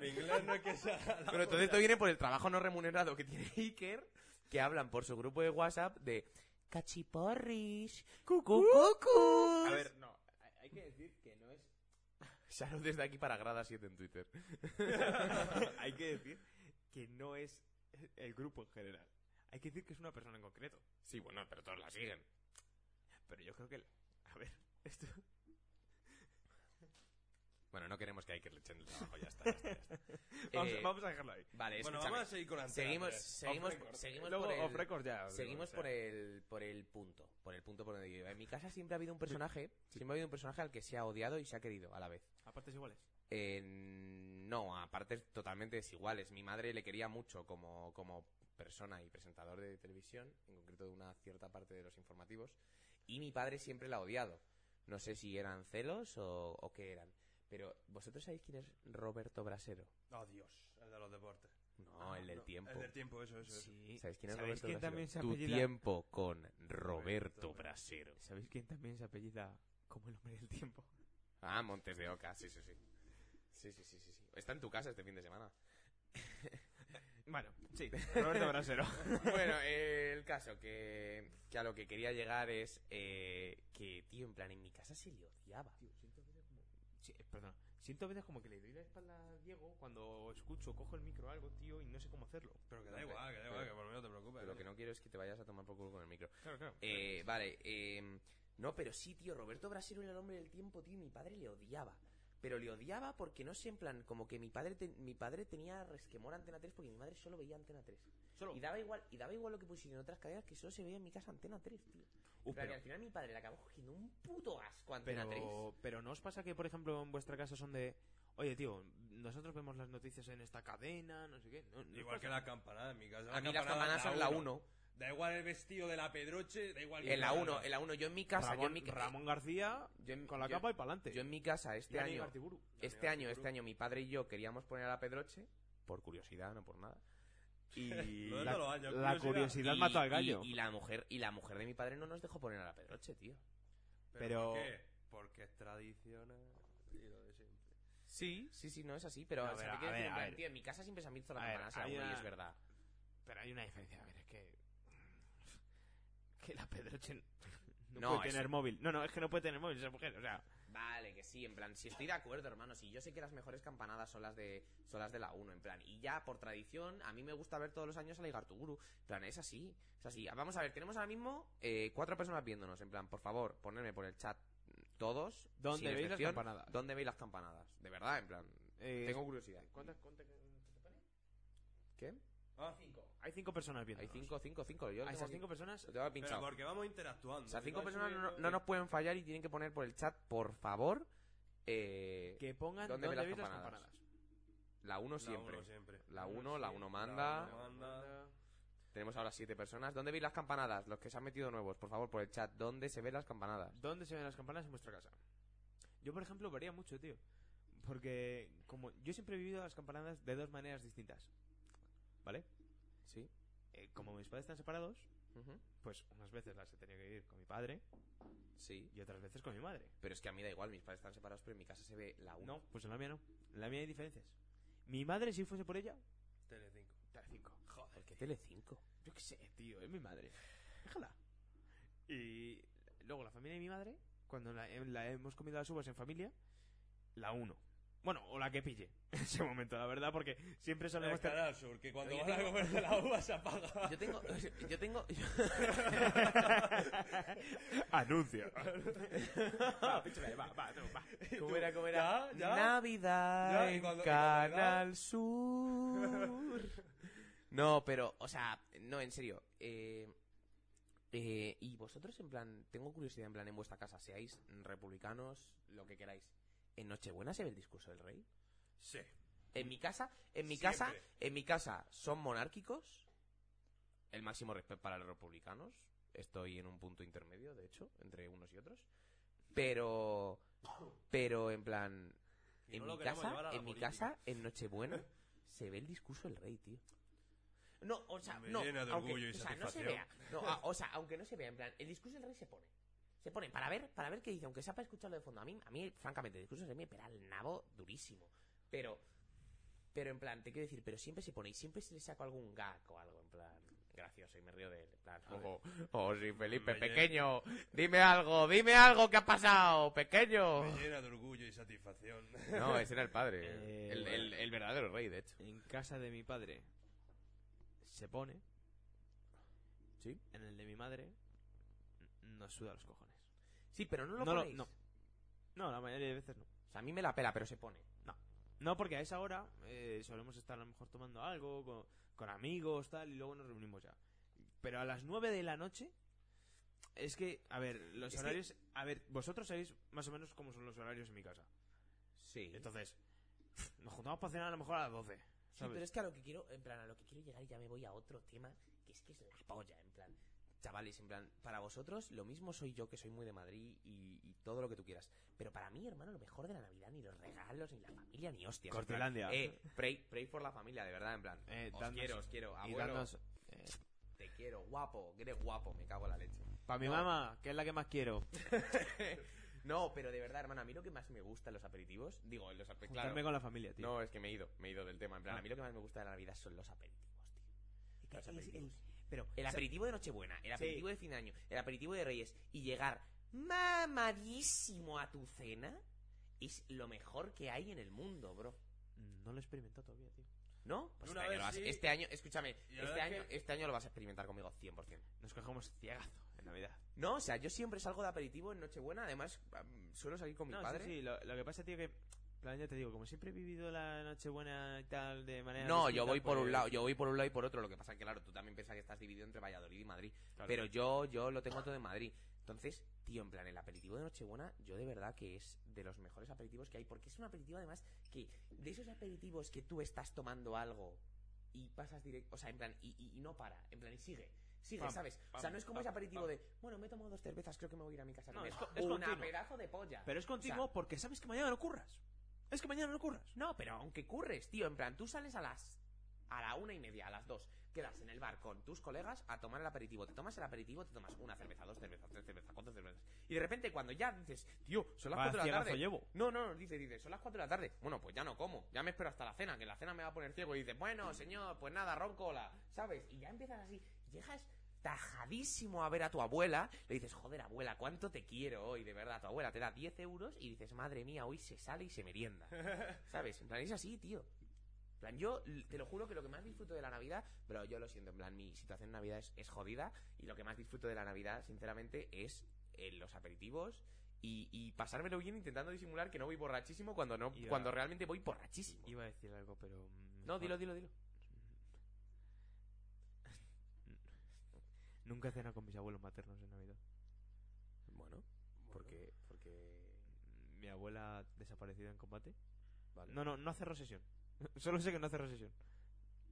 Mi inglés no es que sea. la
Pero entonces
polla.
esto viene por el trabajo no remunerado que tiene [LAUGHS] Iker, que hablan por su grupo de WhatsApp de cachiporris, cucucucus.
A ver, no. hay- Hay que decir que no es.
[LAUGHS] Salud desde aquí para Grada 7 en Twitter.
[LAUGHS] hay que decir que no es el grupo en general. Hay que decir que es una persona en concreto.
Sí, bueno, pero todos Pues la siguen.
Pero yo creo que. A ver, [LAUGHS] esto.
Bueno, no queremos que a Iker le echen el trabajo, ya está, ya está, ya está.
[LAUGHS] Vamos,
Eh,
vamos a dejarlo ahí.
Vale,
Bueno,
escúchame.
vamos a seguir con Antena
Seguimos,
tres.
seguimos,
Off record.
seguimos
Luego,
por el...
off record ya. off
Seguimos
record,
por el, por el punto, por el punto por donde yo iba. En mi casa siempre ha habido un personaje, siempre ha habido un personaje al que se ha odiado y se ha querido a la vez.
ya. A partes iguales.
Eh, no, a partes totalmente desiguales. Mi madre le quería mucho como, como persona y presentador de televisión, en concreto de una cierta parte de los informativos, y mi padre siempre la ha odiado. No sé si eran celos o, o qué eran. Pero, ¿vosotros sabéis quién es Roberto Brasero?
Oh, Dios, el de los deportes.
No, el del
Ah, No,
tiempo.
El del tiempo, eso, eso. eso.
Sí.
¿Sabéis quién es
¿Sabéis
Roberto
quién
Brasero?
también se
Tu
apellida-
tiempo con Roberto Brasero.
¿Sabéis quién también se apellida como el hombre del tiempo? [LAUGHS]
Ah, Montes de Oca, sí, sí, sí. Sí, sí, sí, sí. sí. Está en tu casa este fin de semana.
Bueno, sí, Roberto Brasero.
bueno, eh, el caso que, que a lo que quería llegar es eh, que, tío, en plan, en mi casa se le odiaba.
[LAUGHS] Sí, eh, perdona. Siento a veces como que le doy la espalda a Diego cuando escucho, cojo el micro o algo, tío, y no sé cómo hacerlo.
Pero que da
Hombre,
igual, que da igual,
pero-
que por mí no te preocupes. ¿eh?
Pero lo que no quiero es que te vayas a tomar por culo con el micro.
Claro, claro.
Eh, vale, eh, no, pero sí, tío, Roberto Brasero era el hombre del tiempo, tío, y mi padre le odiaba. Pero le odiaba porque no sé, en plan, como que mi padre, te- mi padre tenía resquemor a Antena 3 porque mi madre solo veía Antena 3.
Solo.
Y daba igual, y daba igual lo que pusieron en otras cadenas que solo se veía en mi casa Antena 3, tío.
Uh,
Pero que
pero,
al final mi padre le acabó cogiendo un puto asco a Antena 3.
pero, pero ¿no os pasa que, por ejemplo, en vuestra casa son de... Oye, tío, nosotros vemos las noticias en esta cadena, no sé qué. No, no os
Igual
pasa.
que la campanada en mi casa.
A mí las campanas son la 1.
uno. Da igual el vestido de la Pedroche, da igual.
En la 1, en la 1, yo en mi casa, yo en
Ramón,
mi ca-
Ramón García
yo en-
con la
yo-
capa y para adelante.
Yo en mi casa este
Yanni
año,
Gartiburu.
este año, este año mi padre y yo queríamos poner a la Pedroche por curiosidad, no por nada.
[LAUGHS]
Y
Lo de todos los años, la curiosidad. curiosidad mató al gallo.
Y, y la mujer y la mujer de mi padre no nos dejó poner a la Pedroche, tío.
pero-
¿Pero, ¿por qué? Porque es tradicional y lo de siempre.
Sí, sí, sí, no es así, pero
A
o sea,
ver,
te
a ver,
quiero decir, en
a
plan,
ver.
tío, en mi casa siempre se han visto las
A ver,
campanas a la
hay
una y
una-
es verdad.
Pero hay una diferencia, a ver, es que. [LAUGHS] Que la Pedroche no,
No,
puede
es-
tener móvil. No, no, es que no puede tener móvil esa mujer, o sea.
Vale, que sí, en plan, si estoy de acuerdo, hermano, si yo sé que las mejores campanadas son las de son las de la 1, en plan, y ya por tradición, a mí me gusta ver todos los años a la Igartuguru, en plan, es así, es así. Vamos a ver, tenemos ahora mismo eh, cuatro personas viéndonos, en plan, por favor, ponedme por el chat todos,
¿Dónde
sin
veis las
excepción,
campanadas?
¿Dónde veis las campanadas? De verdad, en plan,
eh,
tengo curiosidad.
¿cuántas-
¿Qué?
Ah, cinco.
Hay cinco personas viendo.
Hay cinco, cinco, cinco, yo lo
A
tengo
Ah, esas
aquí-
cinco personas.
lo tengo
Pero
pinchado.
porque eh, vamos interactuando.
O sea,
Si
cinco
vas
personas no,
subiendo-
no nos pueden fallar y tienen que poner por el chat, por favor, eh,
Que pongan
¿Dónde
dónde,
ve las
veis las
campanadas?
campanadas.
la 1 siempre.
La uno siempre.
La uno, la uno
sí, la
manda.
uno manda.
Tenemos ahora siete personas. ¿Dónde veis las campanadas? Los que se han metido nuevos, por favor, por el chat. ¿Dónde se ven las campanadas?
¿Dónde se ven las campanas en vuestra casa? Yo, por ejemplo, vería mucho, tío. Porque como yo siempre he vivido las campanadas de dos maneras distintas. ¿Vale?
Sí.
Eh, como mis padres están separados,
Ujú.
pues unas veces las he tenido que vivir con mi padre
Sí.
y otras veces con mi madre.
Pero es que a mí da igual, mis padres están separados, pero en mi casa se ve la 1.
No, pues en la mía no. En la mía hay diferencias. Mi madre, si fuese por ella,
Telecinco.
Telecinco.
¿Por qué Tele5?
Yo qué sé, tío, es mi madre. Déjala. Y luego la familia de mi madre, cuando la, em, la hemos comido las uvas en familia, la uno. Bueno, o la que pille [LAUGHS] en ese momento, la verdad, porque siempre solemos
El
tener...
[LAUGHS]
canal sur, que cuando
Yo
van a
tengo-
comer de la uva se apaga.
Yo [LAUGHS] tengo. Yo tengo.
Anuncio.
[LAUGHS]
va, píchale, va, va, no, va.
¿Cómo era, cómo era?
Ya, ya.
Navidad
Ya, y
en
cuando- y cuando le
Canal Sur. [LAUGHS] No, pero, o sea, no, en serio. eh, eh, y vosotros, en plan, tengo curiosidad, en plan, en vuestra casa, seáis republicanos, lo que queráis. ¿En Nochebuena se ve el discurso del rey?
Sí.
En mi casa, en mi
Siempre.
casa, en mi casa son monárquicos. El máximo respeto para los republicanos. Estoy en un punto intermedio, de hecho, entre unos y otros. Pero, pero en plan,
Y
en
no lo
mi
queremos
casa,
llevar a la
en mi
política.
casa, en Nochebuena se ve el discurso del rey, tío. No, o sea,
Me
no,
llena de
aunque,
orgullo y
o sea, no se
satisfacción.
vea, no, a- o sea, aunque no se vea, en plan, el discurso del rey se pone, se pone para ver, para ver qué dice, aunque sea para escucharlo de fondo. A mí, a mí, francamente, el discurso del rey me pega el nabo durísimo, pero, pero en plan, te quiero decir, pero siempre se pone y siempre se le saco algún gag o algo, en plan, gracioso y me río de él, en plan, oh, oh, sí, Felipe,
Me llena-
pequeño, dime algo, dime algo que ha pasado, pequeño.
Me llena de orgullo y
[LAUGHS]
satisfacción.
No, ese era el padre.
Eh,
el, el- el verdadero rey, de hecho.
En casa de mi padre se pone.
Sí.
En el de mi madre nos suda los cojones.
Sí, pero no lo
No lo-
ponéis.
no. No, la mayoría de veces no.
O sea, a mí me la pela, pero se pone.
No, porque a esa hora eh, solemos estar a lo mejor tomando algo con, con amigos, tal, y luego nos reunimos ya. Pero a las 9 de la noche es que, a ver, los
Es que-
horarios... A ver, vosotros sabéis más o menos cómo son los horarios en mi casa.
Sí.
Entonces, nos juntamos para cenar a lo mejor a las 12. ¿sabes?
pero es que a lo que quiero, en plan, a lo que quiero llegar y ya me voy a otro tema, que es que es la polla, en plan. Chavales, en plan, para vosotros lo mismo soy yo que soy muy de Madrid y, y todo lo que tú quieras. Pero para mí, hermano, lo mejor de la Navidad, ni los regalos, ni la familia, ni hostias. en plan,
Cortilandia.
Eh, pray, pray for la familia, de verdad, en plan.
Eh,
os
dadnos-
quiero, os quiero.
y
Abuelo,
darnos...
te quiero, guapo, que eres guapo, me cago en la leche. [LAUGHS]
Para mi
No.
mamá, que es la que más quiero.
No, pero de verdad, hermano, a mí lo que más me gusta en los aperitivos, digo, en los aperitivos,
Juntarme con la familia, tío.
No, es que me he ido, me he ido del tema. En plan,
Ah.
a mí lo que más me gusta de la Navidad son los aperitivos, tío. Los
Es-
aperitivos.
el- pero,
El
o sea,
aperitivo de Nochebuena, el aperitivo de fin de año, el aperitivo de Reyes y llegar mamadísimo a tu cena es lo mejor que hay en el mundo, bro.
Mm, No lo he experimentado todavía, tío.
¿No? Pues
Una
este, año
vez
lo vas-
sí.
este año, escúchame,
Y la verdad
este
es
año,
que-
este año lo vas a experimentar conmigo 100%.
Nos cogemos ciagazo en Navidad.
No, o sea, yo siempre salgo de aperitivo en Nochebuena, además mm, suelo salir con mi
No, sí,
padre.
Sí, Lo, lo que pasa, tío, que. en plan, ya te digo, como siempre he vivido la Nochebuena y tal de manera.
No,
distinta,
yo voy por
pues-
un lado, yo voy por un lado y por otro. Lo que pasa es que, claro, tú también piensas que estás dividido entre Valladolid y Madrid.
Claro.
Pero yo, yo lo tengo todo en Madrid. Entonces, tío, en plan, el aperitivo de Nochebuena, yo de verdad que es de los mejores aperitivos que hay, porque es un aperitivo además que, de esos aperitivos que tú estás tomando algo y pasas directo, o sea, en plan, y, y- y no para, en plan, y sigue. Sigue,
Pam,
¿sabes? o sea,
pam,
no es como
pam,
ese aperitivo
pam.
de, bueno, me he tomado dos cervezas, creo que me voy a ir a mi casa. a
No,
comer
es co- es
una
continuo.
pedazo de polla.
Pero es continuo
O sea,
porque sabes que mañana no curras. Es que mañana no curras.
no, pero aunque curres, tío, en plan, tú sales a las a la una y media, a las dos, quedas en el bar con tus colegas a tomar el aperitivo. Te tomas el aperitivo, te tomas una cerveza, dos cervezas, tres cervezas, cuatro cervezas. Y de repente cuando ya dices, tío, son las
Vaya
cuatro de la
ciegazo
tarde.
llevo.
No, no, dice, dice, son las cuatro de la tarde. Bueno, pues ya no como, ya me espero hasta la cena, que la cena me va a poner ciego. Y dices, bueno, señor, pues nada, roncola, ¿sabes? Y ya empiezas así, llegas tajadísimo a ver a tu abuela, le dices, joder, abuela, ¿cuánto te quiero hoy? De verdad, tu abuela te da 10 euros y dices, madre mía, hoy se sale y se [LAUGHS] merienda. ¿Sabes? En plan, es así, tío. En plan, yo l- te lo juro que lo que más disfruto de la Navidad, pero yo lo siento, en plan, mi situación en Navidad es, es jodida y lo que más disfruto de la Navidad, sinceramente, es eh, los aperitivos y, y pasármelo bien intentando disimular que no voy borrachísimo cuando no
Iba-
cuando realmente voy borrachísimo.
Iba a decir algo, pero... mm,
No,
mejor.
dilo, dilo, dilo.
[LAUGHS] Nunca he cenado con mis abuelos maternos en Navidad.
Bueno, porque porque
Mi abuela desaparecida en combate.
vale,
No, no, no cerró sesión. [LAUGHS] Solo sé que no cerró sesión.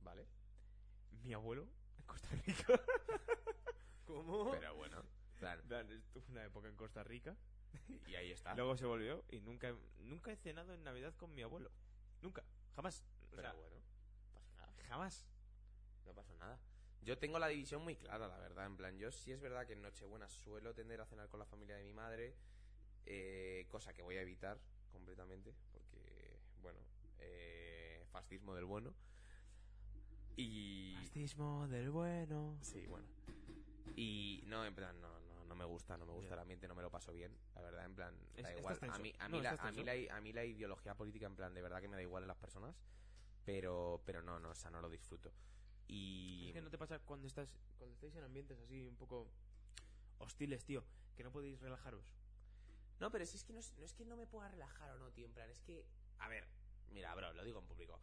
vale.
Mi abuelo en Costa
[LAUGHS]
Rica.
¿Cómo?
Pero bueno, claro.
En plan, Estuvo una época en Costa Rica.
Y ahí está.
Luego se volvió y nunca, nunca he cenado en Navidad con mi abuelo. Nunca. Jamás. O
Pero
sea,
bueno, no pasa nada.
jamás.
No pasa nada. Yo tengo la división muy clara, la verdad. En plan, yo sí es verdad que en Nochebuena suelo tender a cenar con la familia de mi madre, eh, cosa que voy a evitar completamente, porque, bueno, eh, fascismo del bueno. Y.
Fascismo del bueno.
Sí, bueno. Y no, en plan, no, no, no me gusta, no me gusta el ambiente, no me lo paso bien. La verdad, en plan,
Es-
da
estás
igual. A
tenso.
mí, a,
No,
mí la,
estás
a, mí la, a mí la ideología política, en plan, de verdad que me da igual en las personas, pero, pero no, no, o sea, no lo disfruto. Y...
Es que no te pasa cuando estás cuando estáis en ambientes así un poco hostiles, tío, que no podéis relajaros.
No, pero si es que no, es- no es que no me pueda relajar o no, tío. En plan, es que. A ver, mira, bro, lo digo en público.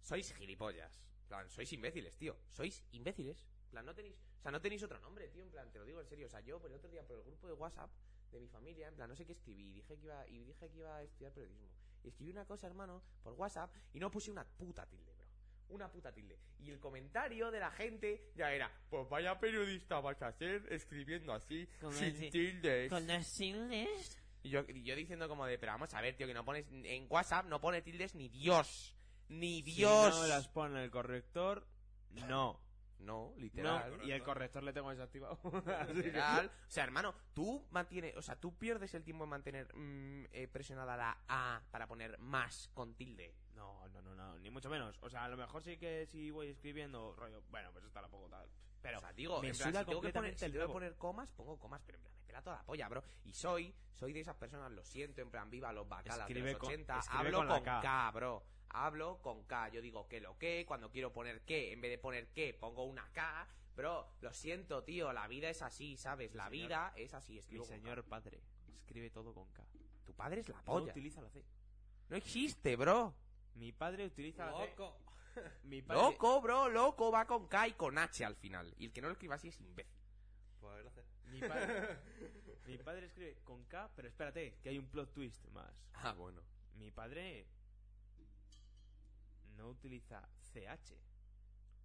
Sois gilipollas. En plan, sois imbéciles, tío. Sois imbéciles. En plan, no tenéis. O sea, no tenéis otro nombre, tío. En plan, te lo digo en serio. O sea, yo por el otro día, por el grupo de WhatsApp de mi familia, en plan, no sé qué escribí. Y dije que iba, y dije que iba a estudiar periodismo. Y escribí una cosa, hermano, por WhatsApp y no puse una puta tilde, bro. Una puta tilde. Y el comentario de la gente ya era: Pues vaya periodista vas a ser escribiendo así,
Con
sin
ese-
tildes.
Con las sildes.
Y yo, y yo diciendo como de, pero vamos a ver, tío, que no pones, en WhatsApp no pone tildes ni Dios. Ni Dios.
Si no las pone el corrector, no.
No, literal.
No, y el corrector le tengo desactivado. [LAUGHS] Así que-
Literal. O sea, hermano, tú mantienes, o sea, tú pierdes el tiempo en mantener mm, eh, presionada la A para poner más con tilde.
No, no, no, no, ni mucho menos. O sea, a lo mejor sí que si voy escribiendo rollo, bueno, pues está la poco tal. Pero
o sea, digo,
me
en plan,
suda
si tengo que poner,
completamente
si
el
tengo que
rabo.
poner comas, pongo comas, pero en plan, me pela toda la polla, bro. Y soy, soy de esas personas, lo siento, en plan, viva los bacalas de
Escribe
los
con-
80,
escribe
hablo
con la
con K.
K.
bro. Hablo con K, yo digo que lo que, cuando quiero poner que, en vez de poner que, pongo una K, bro, lo siento, tío, la vida es así, ¿sabes? La
señor.
vida es así, escribo
mi
con K.
señor padre escribe todo con K.
Tu padre es la
No
polla.
utiliza la C.
No existe, bro.
Mi padre utiliza la C.
Loco.
Mi padre
Loco, bro, loco, va con K y con H al final. Y el que no lo escriba así es imbécil.
Pues gracias.
Mi padre, mi padre escribe con K, pero espérate, que hay un plot twist más.
Ah, bueno.
Mi padre no utiliza CH,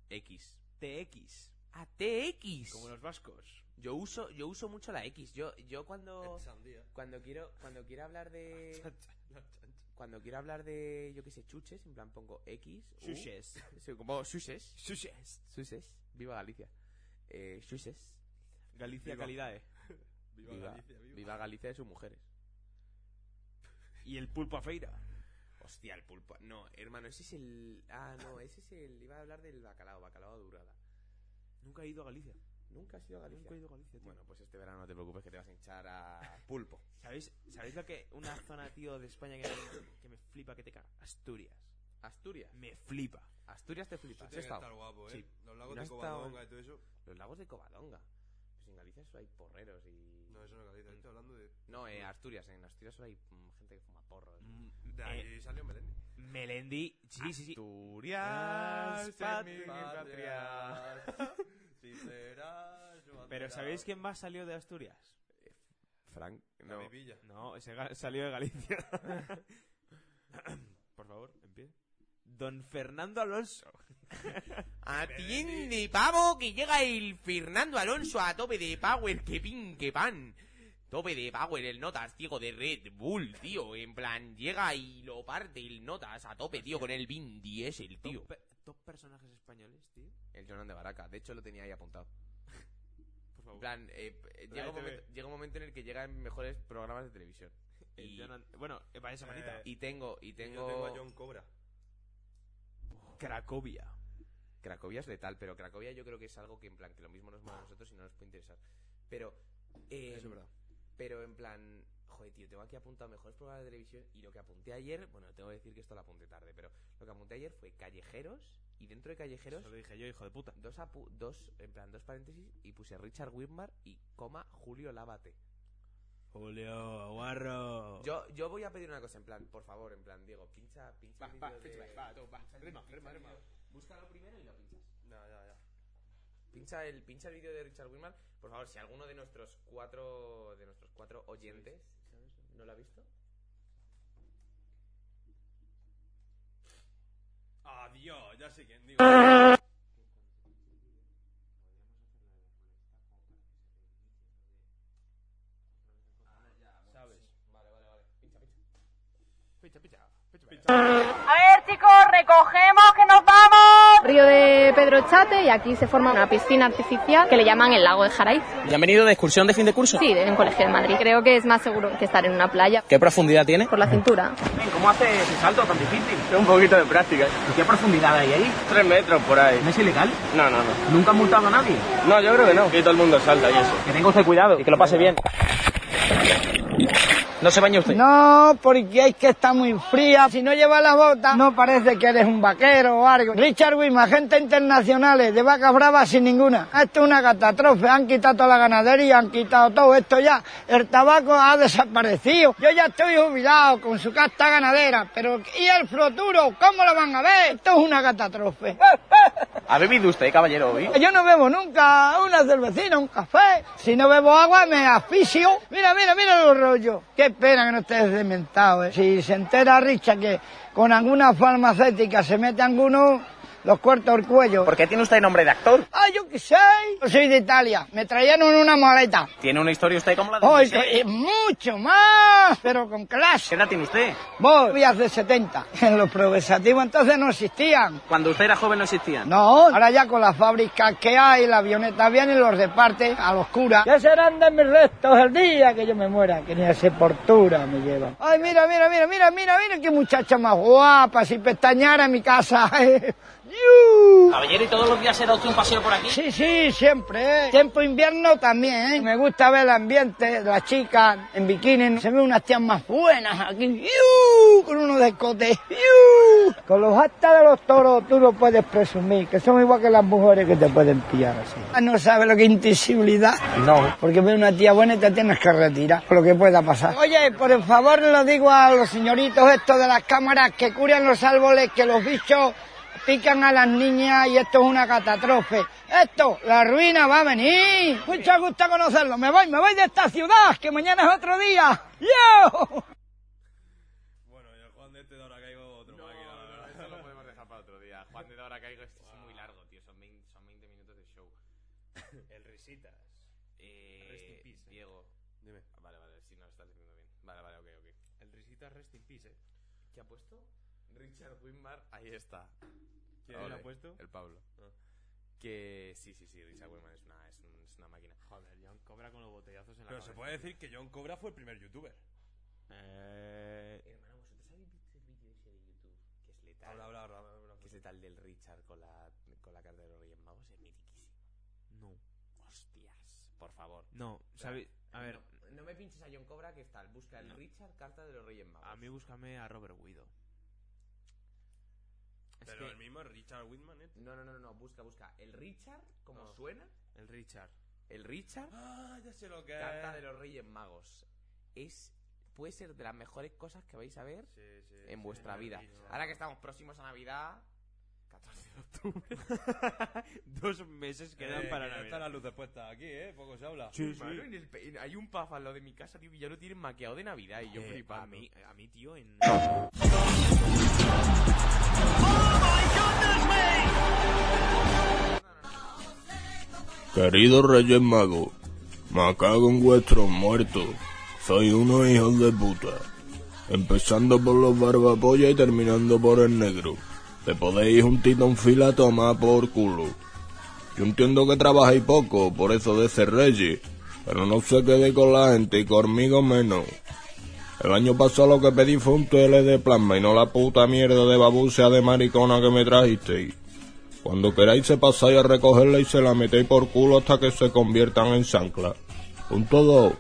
X.
TX,
Ah, TX.
como los vascos.
Yo uso, yo uso mucho la X. Yo, yo cuando,
Es [LAUGHS] sandía.
cuando quiero, cuando quiero
[LAUGHS]
hablar de,
Chancha, la chancha.
cuando quiero hablar de, yo qué sé, chuches, en plan pongo X. U,
Chuches.
[LAUGHS] sí, como chuches,
Chuches.
chuches. Viva Galicia. Eh, chuches.
Galicia
Viva.
calidad, eh.
Viva, Galicia, viva.
viva Galicia de sus mujeres.
Y el pulpo a feira.
Hostia, el pulpo. No, hermano, ese es el, ah, no, ese es el. Iba a hablar del bacalao, bacalao durada.
Nunca he ido a Galicia.
Nunca has ido a Galicia.
Nunca he ido a Galicia, tío.
Bueno, pues este verano no te preocupes que te vas a hinchar a pulpo.
¿Sabéis, ¿Sabéis lo que una zona, tío, de España que me, que me flipa que te caga? Asturias.
Asturias.
Me flipa.
Asturias te
Eso
flipas.
tiene
He
que
estado.
estar guapo, ¿eh?
Sí.
Los lagos
No
de
he estado
Covadonga y todo eso.
Los lagos de Covadonga. Pues en Galicia solo hay porreros y...
No, eso no es Galicia. Estoy hablando de...
No, en Asturias. En Asturias solo hay mm, gente que fuma porros.
De ahí
Eh,
salió Melendi.
Melendi. Sí, sí, sí.
Asturias,
es
patria.
mi patria.
Si serás su
Pero
bandera.
¿sabéis quién más salió de Asturias?
Frank,
La
no.
Vivilla.
No, ese ga- salió de Galicia. Por favor, en pie. Don Fernando Alonso.
Atiende, pavo, que llega el Fernando Alonso a tope de power, que pin, que pan. Tope de power el Notas, tío, de Red Bull, tío. En plan, llega y lo parte el Notas a tope, tío, con el Vin Diesel, tío.
Dos, pe- dos personajes españoles, tío.
El Jonan de Baraca, de hecho lo tenía ahí apuntado.
Por
En
favor.
plan, eh, eh,
La
llega, un
ETV.
momento, llega un momento en el que llegan mejores programas de televisión.
El
Y,
Jonan- Bueno, eh, para esa manita.
y tengo, y
Yo tengo a
tengo...
John Cobra.
Cracovia.
Cracovia es letal, pero Cracovia yo creo que es algo que en plan, que lo mismo nos mola a nosotros y no nos puede interesar. Pero... eh,
Eso es verdad.
Pero en plan, joder, tío, tengo aquí apuntado mejores programas de televisión y lo que apunté ayer, bueno, tengo que decir que esto lo apunté tarde, pero lo que apunté ayer fue callejeros y dentro de callejeros
Eso lo dije yo, hijo de puta.
dos apu- dos en plan dos paréntesis y puse Richard Widmar y coma Julio Lávate.
Julio, guarro.
Yo yo voy a pedir una cosa en plan, por favor, en plan, Diego, pincha pincha el vídeo de- pincha el- pincha el vídeo. Búscalo primero y lo pinchas.
No, ya, ya.
Pincha el pincha el vídeo de Richard Widmar, por favor, si alguno de nuestros cuatro de nuestros cuatro oyentes no lo ha visto.
Adiós, ya sé quién digo. ¿Sabes?
A ver, chicos, recogemos que nos vamos.
Río de Pedro Chate y aquí se forma una piscina artificial que le llaman el lago de Jaraíz.
¿Y han venido de excursión de fin de curso?
Sí, de un colegio de Madrid. Creo que es más seguro que estar en una playa
¿Qué profundidad tiene?
por la cintura.
¿Cómo hace ese salto tan difícil? Un poquito de práctica. ¿Qué profundidad hay ahí? Tres metros por ahí. ¿No es ilegal? No, no, no. ¿Nunca han multado a nadie? No, yo creo que no. Que todo el mundo salta y eso. Que tenga usted cuidado y que lo pase bien. ¿No se baña usted?
No, porque es que está muy fría. Si no llevas las botas, no parece que eres un vaquero o algo. Richard Wim, agentes internacionales de vacas bravas sin ninguna. Esto es una catástrofe. Han quitado toda la ganadería, han quitado todo esto ya. El tabaco ha desaparecido. Yo ya estoy jubilado con su casta ganadera. Pero ¿y el futuro? ¿Cómo lo van a ver? Esto es una catástrofe.
¿Ha bebido usted, caballero, hoy?
Yo no bebo nunca una cervecina, un café. Si no bebo agua, me asfixio. Mira, mira, mira los rollos. Qué pena que no estés dementado, eh. Si se entera Richa que con alguna farmacéutica se mete alguno, los corto el cuello.
¿Por qué tiene usted nombre de actor?
Ah, yo qué sé. Yo soy de Italia. Me trajeron una maleta.
¿Tiene una historia usted como la de...
Hoy
José?
mucho más, pero con
¿Qué
clase.
edad tiene usted?
Voy hace 70. En los progresativos entonces no existían.
Cuando usted era joven no existía.
No, ahora ya con las fábricas que hay, la avioneta viene y los reparte a los curas. Ya serán de mis restos el día que yo me muera, que ni a sepultura me llevan. Ay, mira, mira, mira, mira, mira, mira, qué muchacha más guapa, si pestañara en mi casa. [LAUGHS] ¡Yu!
Caballero, ¿y todos los días se da usted un paseo por aquí?
Sí, sí, siempre, ¿eh? Tiempo invierno también, ¿eh? Me gusta ver el ambiente, las chicas en bikini. Se ven unas tías más buenas aquí. ¡Iu! Con unos escotes. ¡Iu! Con los actas de los toros tú no puedes presumir, que son igual que las mujeres que te pueden pillar así. Ah, No sabes lo que es intisibilidad. No. Porque ver una tía buena y te tienes que retirar, por lo que pueda pasar. Oye, por el favor lo digo a los señoritos estos de las cámaras que curan los árboles, que los bichos pican a las niñas y esto es una catástrofe. Esto, la ruina va a venir. Mucho gusto conocerlo. Me voy, me voy de esta ciudad, que mañana es otro día. ¡Yo!
Bueno, yo Juan de este de ahora caigo otro máquina. la verdad.
Eso lo podemos dejar para otro día. Juan de ahora caigo, esto es muy largo, tío. Son 20, son 20 minutos de show.
[LAUGHS] El Risitas.
Eh,
Rest in peace, eh.
Diego.
Dime.
Ah, Vale, vale, sí, no lo estás diciendo bien. Vale, vale, ok, ok.
El Risitas Rest in Peace, eh.
¿Qué ha puesto? Richard Winmar, ahí está.
¿Quién
Ole,
lo ha puesto?
El Pablo. Que sí, sí, sí, Richard Winmar es una, es un- es una máquina.
Joder, John Cobra con los botellazos en la
Pero se
cabeza,
puede
tío.
decir que John Cobra fue el primer youtuber.
Eh,
Hermano, vosotros habéis visto el vídeo ese de YouTube que es letal.
Habla, habla, habla. habla, habla.
Que es letal del Richard con la con la carta de los Reyes Magos, es mitiquísimo.
no.
Hostias, por favor.
No, ¿sabéis? A ver,
No, no me pinches a John Cobra que es tal. Busca el
No.
Richard carta de los Reyes Magos.
a mí búscame a Robert Guido. Es
Pero
que
el mismo Richard Whitman, eh.
No, no, no, no, no, busca, busca. El Richard, como
No.
suena,
el Richard.
el Richard
Ah, ya sé lo que
Eh.
carta de
es.
los Reyes Magos. Es puede ser de las mejores cosas que vais a ver
Sí, sí,
en
sí,
vuestra
el
vida.
Richard.
Ahora que estamos próximos a Navidad, 14 de octubre.
[LAUGHS] Dos meses quedan
Eh,
para
que ya
Navidad.
Están las luces puestas aquí, eh. Poco se habla.
Sí, sí.
Mano, en el pe- en- hay un paf al lado de mi casa, tío, y ya lo tienen maqueado de Navidad y yo
Eh,
flipando.
A mí, a mí, tío, en...
Queridos Reyes Magos, me cago en vuestros muertos. Soy unos hijos de puta. Empezando por los barbapolla y terminando por el negro. Te podéis juntito en fila a tomar por culo. Yo entiendo que trabajáis poco, por eso de ser reyes, pero no se quede con la gente y conmigo menos. El año pasado lo que pedí fue un tele de plasma y no la puta mierda de babusa de maricona que me trajisteis. Cuando queráis se pasáis a recogerla y se la metéis por culo hasta que se conviertan en chancla. Punto 2.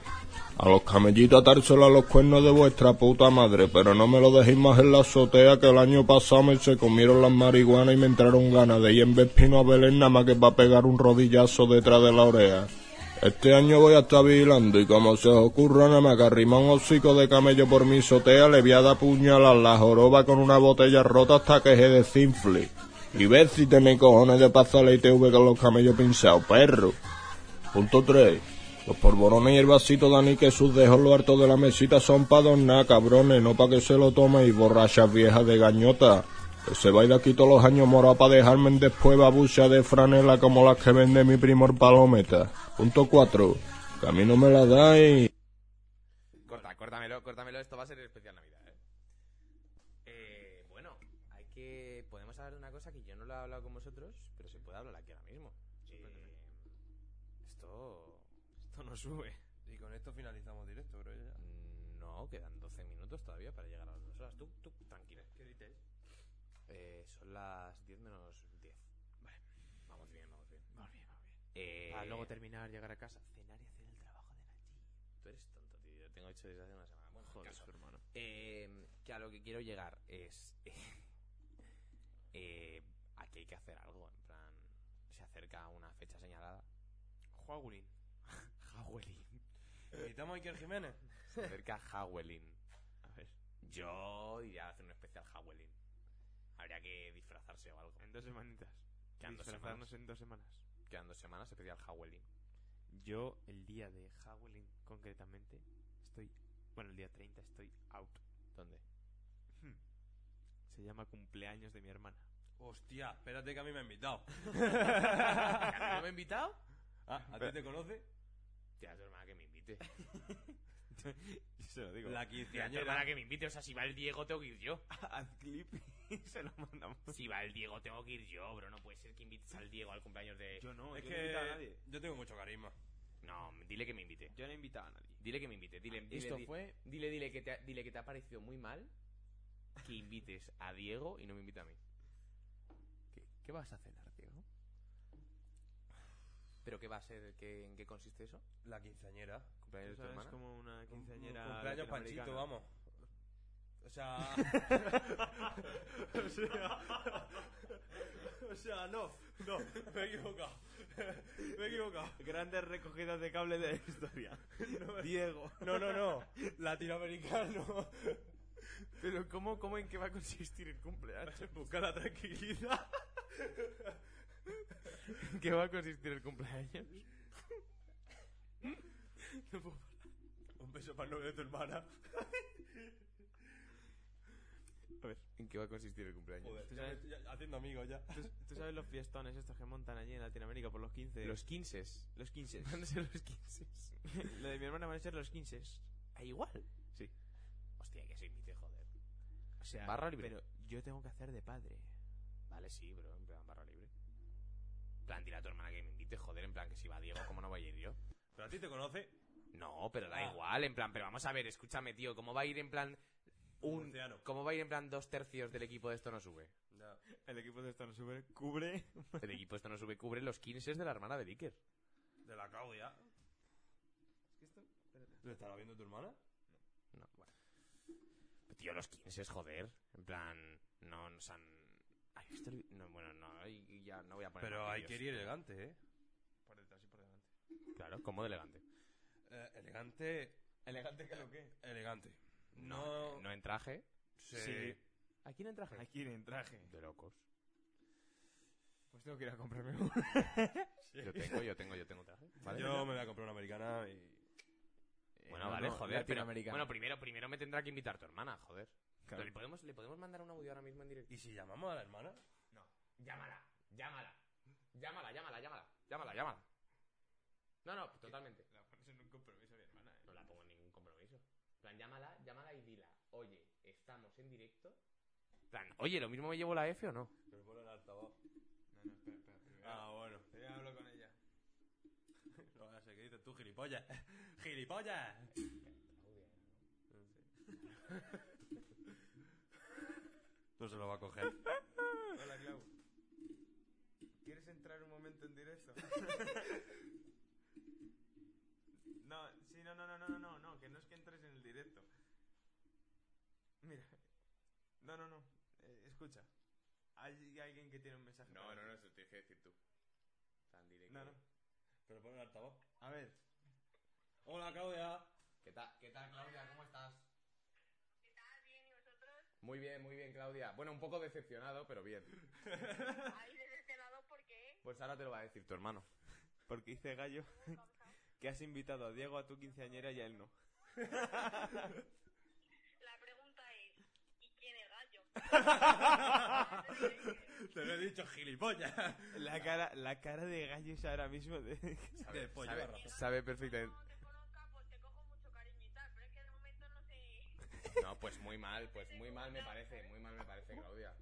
A los camellitos atárselo a los cuernos de vuestra puta madre, pero no me lo dejéis más en la azotea que el año pasado me se comieron las marihuanas y me entraron ganas de ir en Vespino a Belén nada más que para pegar un rodillazo detrás de la oreja. Este año voy a estar vigilando y como se os ocurra nada más que arrimar un hocico de camello por mi azotea le voy a dar puñalas la joroba con una botella rota hasta que se desinfle. Y ver si tenéis cojones de pasar la ITV con los camellos pinzados, perro. Punto 3. Los polvorones y el vasito de Aní que sus dejó lo harto de la mesita son pa' donar, cabrones, no pa' que se lo toméis, borrachas viejas de gañota. Que se vais de aquí todos los años mora pa' dejarme en después babucha de franela como las que vende mi primo el palometa. Punto 4. Que a mí no me la dais.
Corta, córtamelo, córtamelo, esto va a ser el especial Navidad. ¿eh? Eh, bueno, hay que... Podemos hablar de una cosa que yo no la he hablado con vosotros, pero se puede hablar aquí ahora mismo. Eh, esto... Esto no sube.
Y con esto finalizamos directo, creo yo.
No, quedan 12 minutos todavía para llegar a las dos horas. Tú, tú, tranquila. ¿Qué dices? Eh, son las 10 menos 10. Vale. Vamos bien, vamos bien.
Vamos bien, vamos bien.
Eh,
Para Ah, luego terminar, llegar a casa, cenar y hacer el trabajo de Nachi.
Tú eres tonto, tío. Yo tengo hecho desde hace una semana. Bueno,
Joder,
caso.
su hermano.
Eh, que a lo que quiero llegar es. [LAUGHS] eh, aquí hay que hacer algo. En plan, se acerca una fecha señalada.
Joaquín.
Halloween.
Invitamos a Iker Jiménez.
[LAUGHS]
Se acerca Halloween. A ver. Yo iría a hacer un especial Halloween. Habría que disfrazarse o algo.
En dos semanitas.
Quedan dos
Disfrazarnos
semanas.
en dos semanas.
Quedan dos semanas, especial Halloween.
Yo, el día de Halloween, concretamente, estoy. Bueno, el día 30 estoy out.
¿Dónde?
Hmm.
Se llama cumpleaños de mi hermana.
Hostia, espérate que a mí me ha invitado.
¿A mí me ha invitado?
Ah, ¿A ti te conoce?
Tía, tu hermana que me invite.
Yo se lo digo. [LAUGHS]
La
Tía, tu
quinceañera.
hermana que me invite. O sea, si va el Diego, tengo que ir yo.
Ah,
Haz clip y [LAUGHS] se lo mandamos.
pues
Si va el Diego, tengo que ir yo, bro. No puede ser que invites al Diego al cumpleaños de.
Yo no,
Es
yo no he invitado a nadie.
que yo tengo mucho carisma.
No, dile que me invite.
Yo no he invitado a nadie.
Dile que me invite.
Ah,
Dile, dile,
Esto
di-
fue.
Dile, dile que, te ha, dile que te ha parecido muy mal que invites a Diego y no me invita a mí.
¿Qué, qué vas a cenar, Diego?
¿Pero qué va a ser? ¿Qué- ¿En qué consiste eso?
Pues
La quinceañera.
¿Cumpleaños de tu
Es
hermana?
como una
Un- un
quinceañera.
Cumpleaños
latinoamericana.
Panchito, vamos. O sea... [LAUGHS] o sea... O sea, no, no,
[LAUGHS]
me he equivocado. Me he equivocado.
Grandes recogidas de cable de la [LAUGHS] historia. Diego.
No, no, no. [LAUGHS] Latinoamericano.
[LAUGHS] Pero ¿cómo, cómo en qué va a consistir el cumpleaños?
[LAUGHS] Busca la tranquilidad.
[LAUGHS] ¿En qué va a consistir el
[LAUGHS]
cumpleaños? No puedo parar.
Un beso para el novio de tu hermana.
[LAUGHS] A ver,
¿En qué va a consistir el cumpleaños?
Joder,
Tú
ya me
sabes-
estoy haciendo amigos ya.
¿tú, tú sabes los fiestones estos que montan allí en Latinoamérica por los 15?
Los 15.
los
[LAUGHS]
15.
Van a ser los 15.
[LAUGHS] Lo de mi hermana van a ser los 15.
¿Ah, igual?
Sí.
Hostia, que se invite, joder.
O sea,
Barra libre.
pero yo tengo que hacer de padre.
Vale, sí, bro. En plan, barra libre. En plan, dile a tu hermana que me invite, joder. En plan, que si va Diego, ¿cómo no voy a ir yo?
¿Pero a ti te conoce?
No, pero da
Ah.
igual, en plan, pero vamos a ver, escúchame, tío, ¿cómo va a ir en plan un...
Murciano.
¿Cómo va a ir en plan dos tercios del equipo de Esto No Sube?
Ya.
El equipo de Esto no sube, cubre.
El equipo de Esto No Sube cubre los 15 de la hermana de Iker.
De la Claudia. ¿Lo estará viendo tu hermana?
No, bueno. Tío, los 15, joder. En plan, no nos han... Ay, esto- no, bueno, no, y- ya no voy a poner...
Pero
más
hay que
vídeos.
ir elegante, ¿eh? Por detrás y por delante.
Claro, como de elegante.
Eh, elegante...
¿Elegante que lo que?
Elegante.
No,
No...
no en traje.
Sí.
Sí.
Aquí no en traje.
Aquí en traje.
De locos.
Pues tengo que ir a comprarme uno.
Yo tengo, yo tengo, yo tengo traje. [LAUGHS] ¿Vale?
Yo me voy a comprar una americana y...
Bueno,
Eh,
vale,
no,
joder. Pero,
latinoamericana.
bueno, primero, primero me tendrá que invitar tu hermana, joder.
Claro.
Pero ¿Le, podemos, ¿Le podemos mandar un audio ahora mismo en directo?
¿Y si llamamos a la hermana?
Llámala, llámala. Llámala, llámala, llámala. Llámala, llámala. No, no, totalmente.
La pones en un compromiso, mi hermana. ¿eh?
No la pongo en ningún compromiso. En plan, llámala, llámala y dila, oye, estamos en directo. En plan, oye, ¿lo mismo me llevo la F o no?
Pero por el altavoz.
No, no, espera, espera. Primero,
Ah, bueno.
Primero hablo con
[LAUGHS]
ella.
No vas a ser que dices tú, gilipollas. [LAUGHS] ¡Gilipollas! [LAUGHS] No se lo va a coger.
[LAUGHS] Hola, Clau. ¿Quieres entrar un momento en [LAUGHS] directo? no, sí, no, no, no, no, no, no, no, que no es que entres en el directo. Mira. No, no, no. eh, escucha. Hay alguien que tiene un mensaje.
No,
para
no,
ti.
no,
eso tienes que decir tú. Tan directo.
No, no. Pero pon el altavoz.
A ver.
Hola, Claudia.
¿Qué tal, qué tal Claudia? ¿Cómo estás? Muy bien, muy bien, Claudia. Bueno, un poco decepcionado, pero bien. Pues ahora te lo va a decir tu hermano.
Porque dice Gallo [LAUGHS] que has invitado a Diego a tu quinceañera y a él [LAUGHS] no.
[LAUGHS] Te lo he dicho, gilipollas.
La cara, la cara de Gallo es ahora mismo de... [LAUGHS]
De pollo
sabe,
barra.
sabe perfectamente.
No, pues muy mal, pues muy mal me parece, muy mal me parece, Claudia.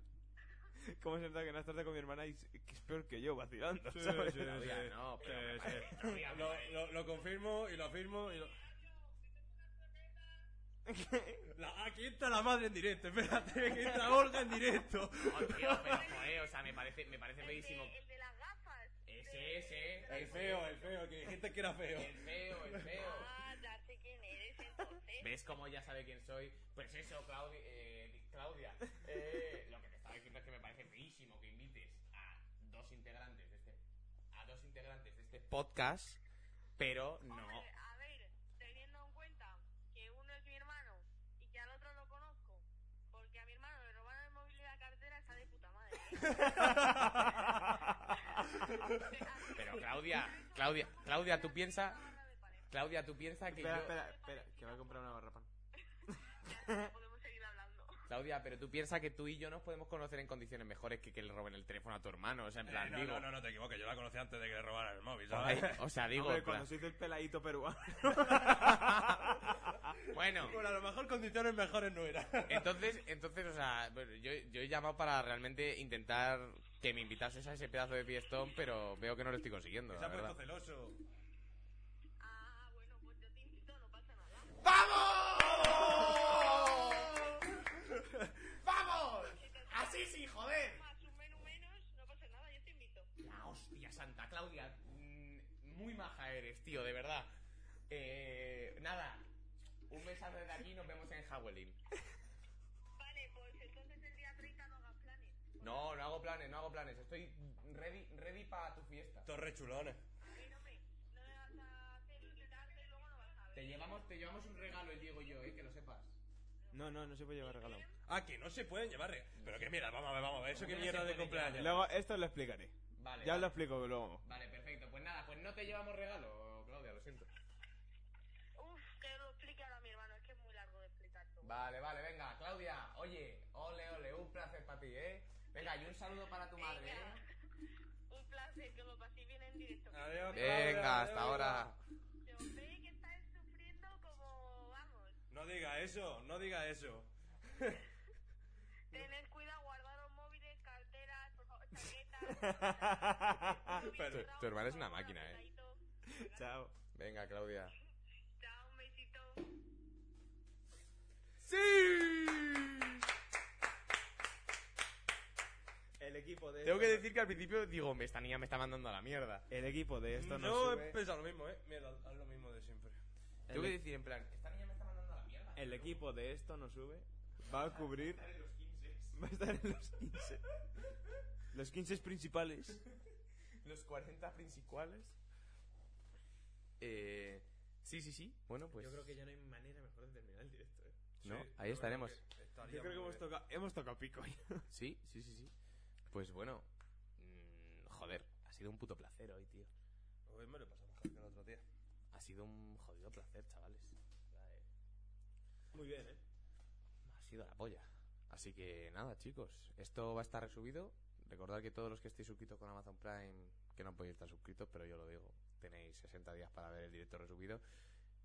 ¿Cómo se nota que no has tardado con mi hermana y s- que es peor que yo vacilando? ¿sabes? [LAUGHS]
sí, sí.
Claudia, no, pero
Sí, sí. Eh, Lo, lo- lo confirmo y lo afirmo. Y lo... La- aquí entra la madre en directo, espérate, que entra Olga en directo.
No, tío, pero joder, o sea, me parece, me parece feísimo. El de las gafas. Ese, ese.
El feo, el feo, que dijiste que era feo.
El feo, el feo. ¿Ves cómo ya sabe quién soy? Pues eso, Claudi eh, Claudia. eh, lo que te estaba diciendo es que me parece feísimo que invites a dos integrantes de este, a dos integrantes de este podcast, pero no.
A ver, teniendo en cuenta que uno es mi hermano y que al otro lo conozco, porque a mi hermano le robaron el móvil y la cartera, está de puta
[LAUGHS]
madre.
Pero Claudia, Claudia, Claudia, tú piensa, Claudia, tú piensa
[LAUGHS]
que
Espera,
yo,
espera, espera, que va a comprar una barra pan.
Claudia, pero tú piensa que tú y yo nos podemos conocer en condiciones mejores que que le roben el teléfono a tu hermano, o sea, en
Eh,
plan
no,
digo.
no, no, no te equivoques, yo la conocí antes de que le robaran el móvil,
Ay,
¿sabes?
o sea, digo,
Hombre,
en
cuando
plan-
se hizo el peladito peruano.
[LAUGHS]
bueno,
Bueno, a lo mejor condiciones mejores no era. [LAUGHS]
entonces, entonces, o sea, bueno, yo, yo he llamado para realmente intentar que me invitases a ese pedazo de fiestón, pero veo que no lo estoy consiguiendo,
Se
la
ha puesto
verdad.
celoso.
¡Vamos! ¡Así sí, joder! La hostia santa, Claudia. mm, Muy maja eres, tío, de verdad. Eh, nada. Un besazo desde aquí y nos vemos en Halloween. No, no hago planes, no hago planes. Estoy ready, ready para tu fiesta.
Torre chulones.
Te llevamos, te llevamos un regalo, el Diego y yo, eh, que lo sepas.
[LAUGHS] No, no, no se puede llevar regalo.
Ah, que no se pueden llevar. re- Pero que mira, vamos a ver, vamos a ver. Eso
¿Cómo
que
que no
mierda
se
de
pueden
cumpleaños.
Luego, esto lo explicaré.
Vale.
Ya os lo
vale.
explico luego.
Vale, perfecto. Pues nada, pues no te llevamos regalo, Claudia, lo siento.
Uf, que lo explique ahora mi hermano, es que es muy largo de explicar todo.
Vale, vale, venga, Claudia, oye, ole, ole, un placer para ti, ¿eh? Venga, y un saludo para tu madre, ¿eh?
Un placer, que lo paséis bien en directo.
Adiós,
Venga,
Claudia,
hasta
adiós.
ahora.
Yo ve que estáis sufriendo como, vamos,
No diga eso, no diga eso.
tened cuidado, guardaros móviles, carteras, por favor, chaquetas.
tu, tu hermana es [LAUGHS] una máquina, ¿eh?
Chao.
Venga, Claudia.
Chao, un besito.
El equipo de.
Tengo
esto
que
no-
decir que al principio digo, me esta niña me está mandando a la mierda.
El equipo de esto no,
Yo
sube.
he pensado lo mismo, ¿eh? Mira, haz lo mismo de siempre.
Tengo que
El-
decir en plan, esta niña me está mandando a la mierda.
El equipo de esto no sube. Va a cubrir. Va a estar en los 15. Los 15 principales.
Los 40 principales. Eh, sí, sí, sí. Bueno, pues...
Yo creo que ya no hay manera mejor de terminar el directo, eh.
No,
Sí,
ahí
yo creo
estaremos.
que estaría
Yo creo que
muy
hemos
bien.
tocado, hemos tocado pico ya.
Sí, sí, sí, sí. Pues bueno... mm, joder, ha sido un puto placer hoy, tío.
Hoy me lo he pasado mejor que el otro día.
Ha sido un jodido placer, chavales.
Muy bien, eh.
Ha sido la polla. Así que nada, chicos. Esto va a estar resubido. Recordad que todos los que estéis suscritos con Amazon Prime, que no podéis estar suscritos, pero yo lo digo, tenéis 60 días para ver el directo resubido.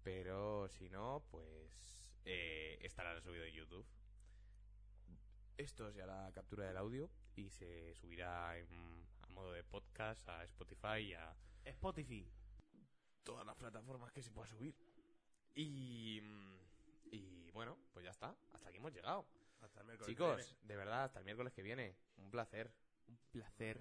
Pero si no, pues eh, estará resubido en YouTube. Esto será la captura del audio y se subirá en- a modo de podcast a Spotify y a
Spotify.
todas las plataformas que se pueda subir. Y, mm, y bueno, pues ya está. Hasta aquí hemos llegado.
Hasta el miércoles que
Chicos, de verdad, hasta el miércoles que viene. Un placer. Un
placer.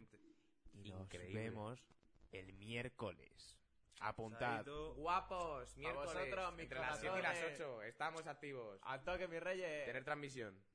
Y nos
Increíble.
vemos el miércoles. Apuntad.
Guapos, miércoles,
vosotros, mis
entre las 7 y las
corazones.
8. Estamos activos.
Al
toque, mis reyes.
Tener transmisión.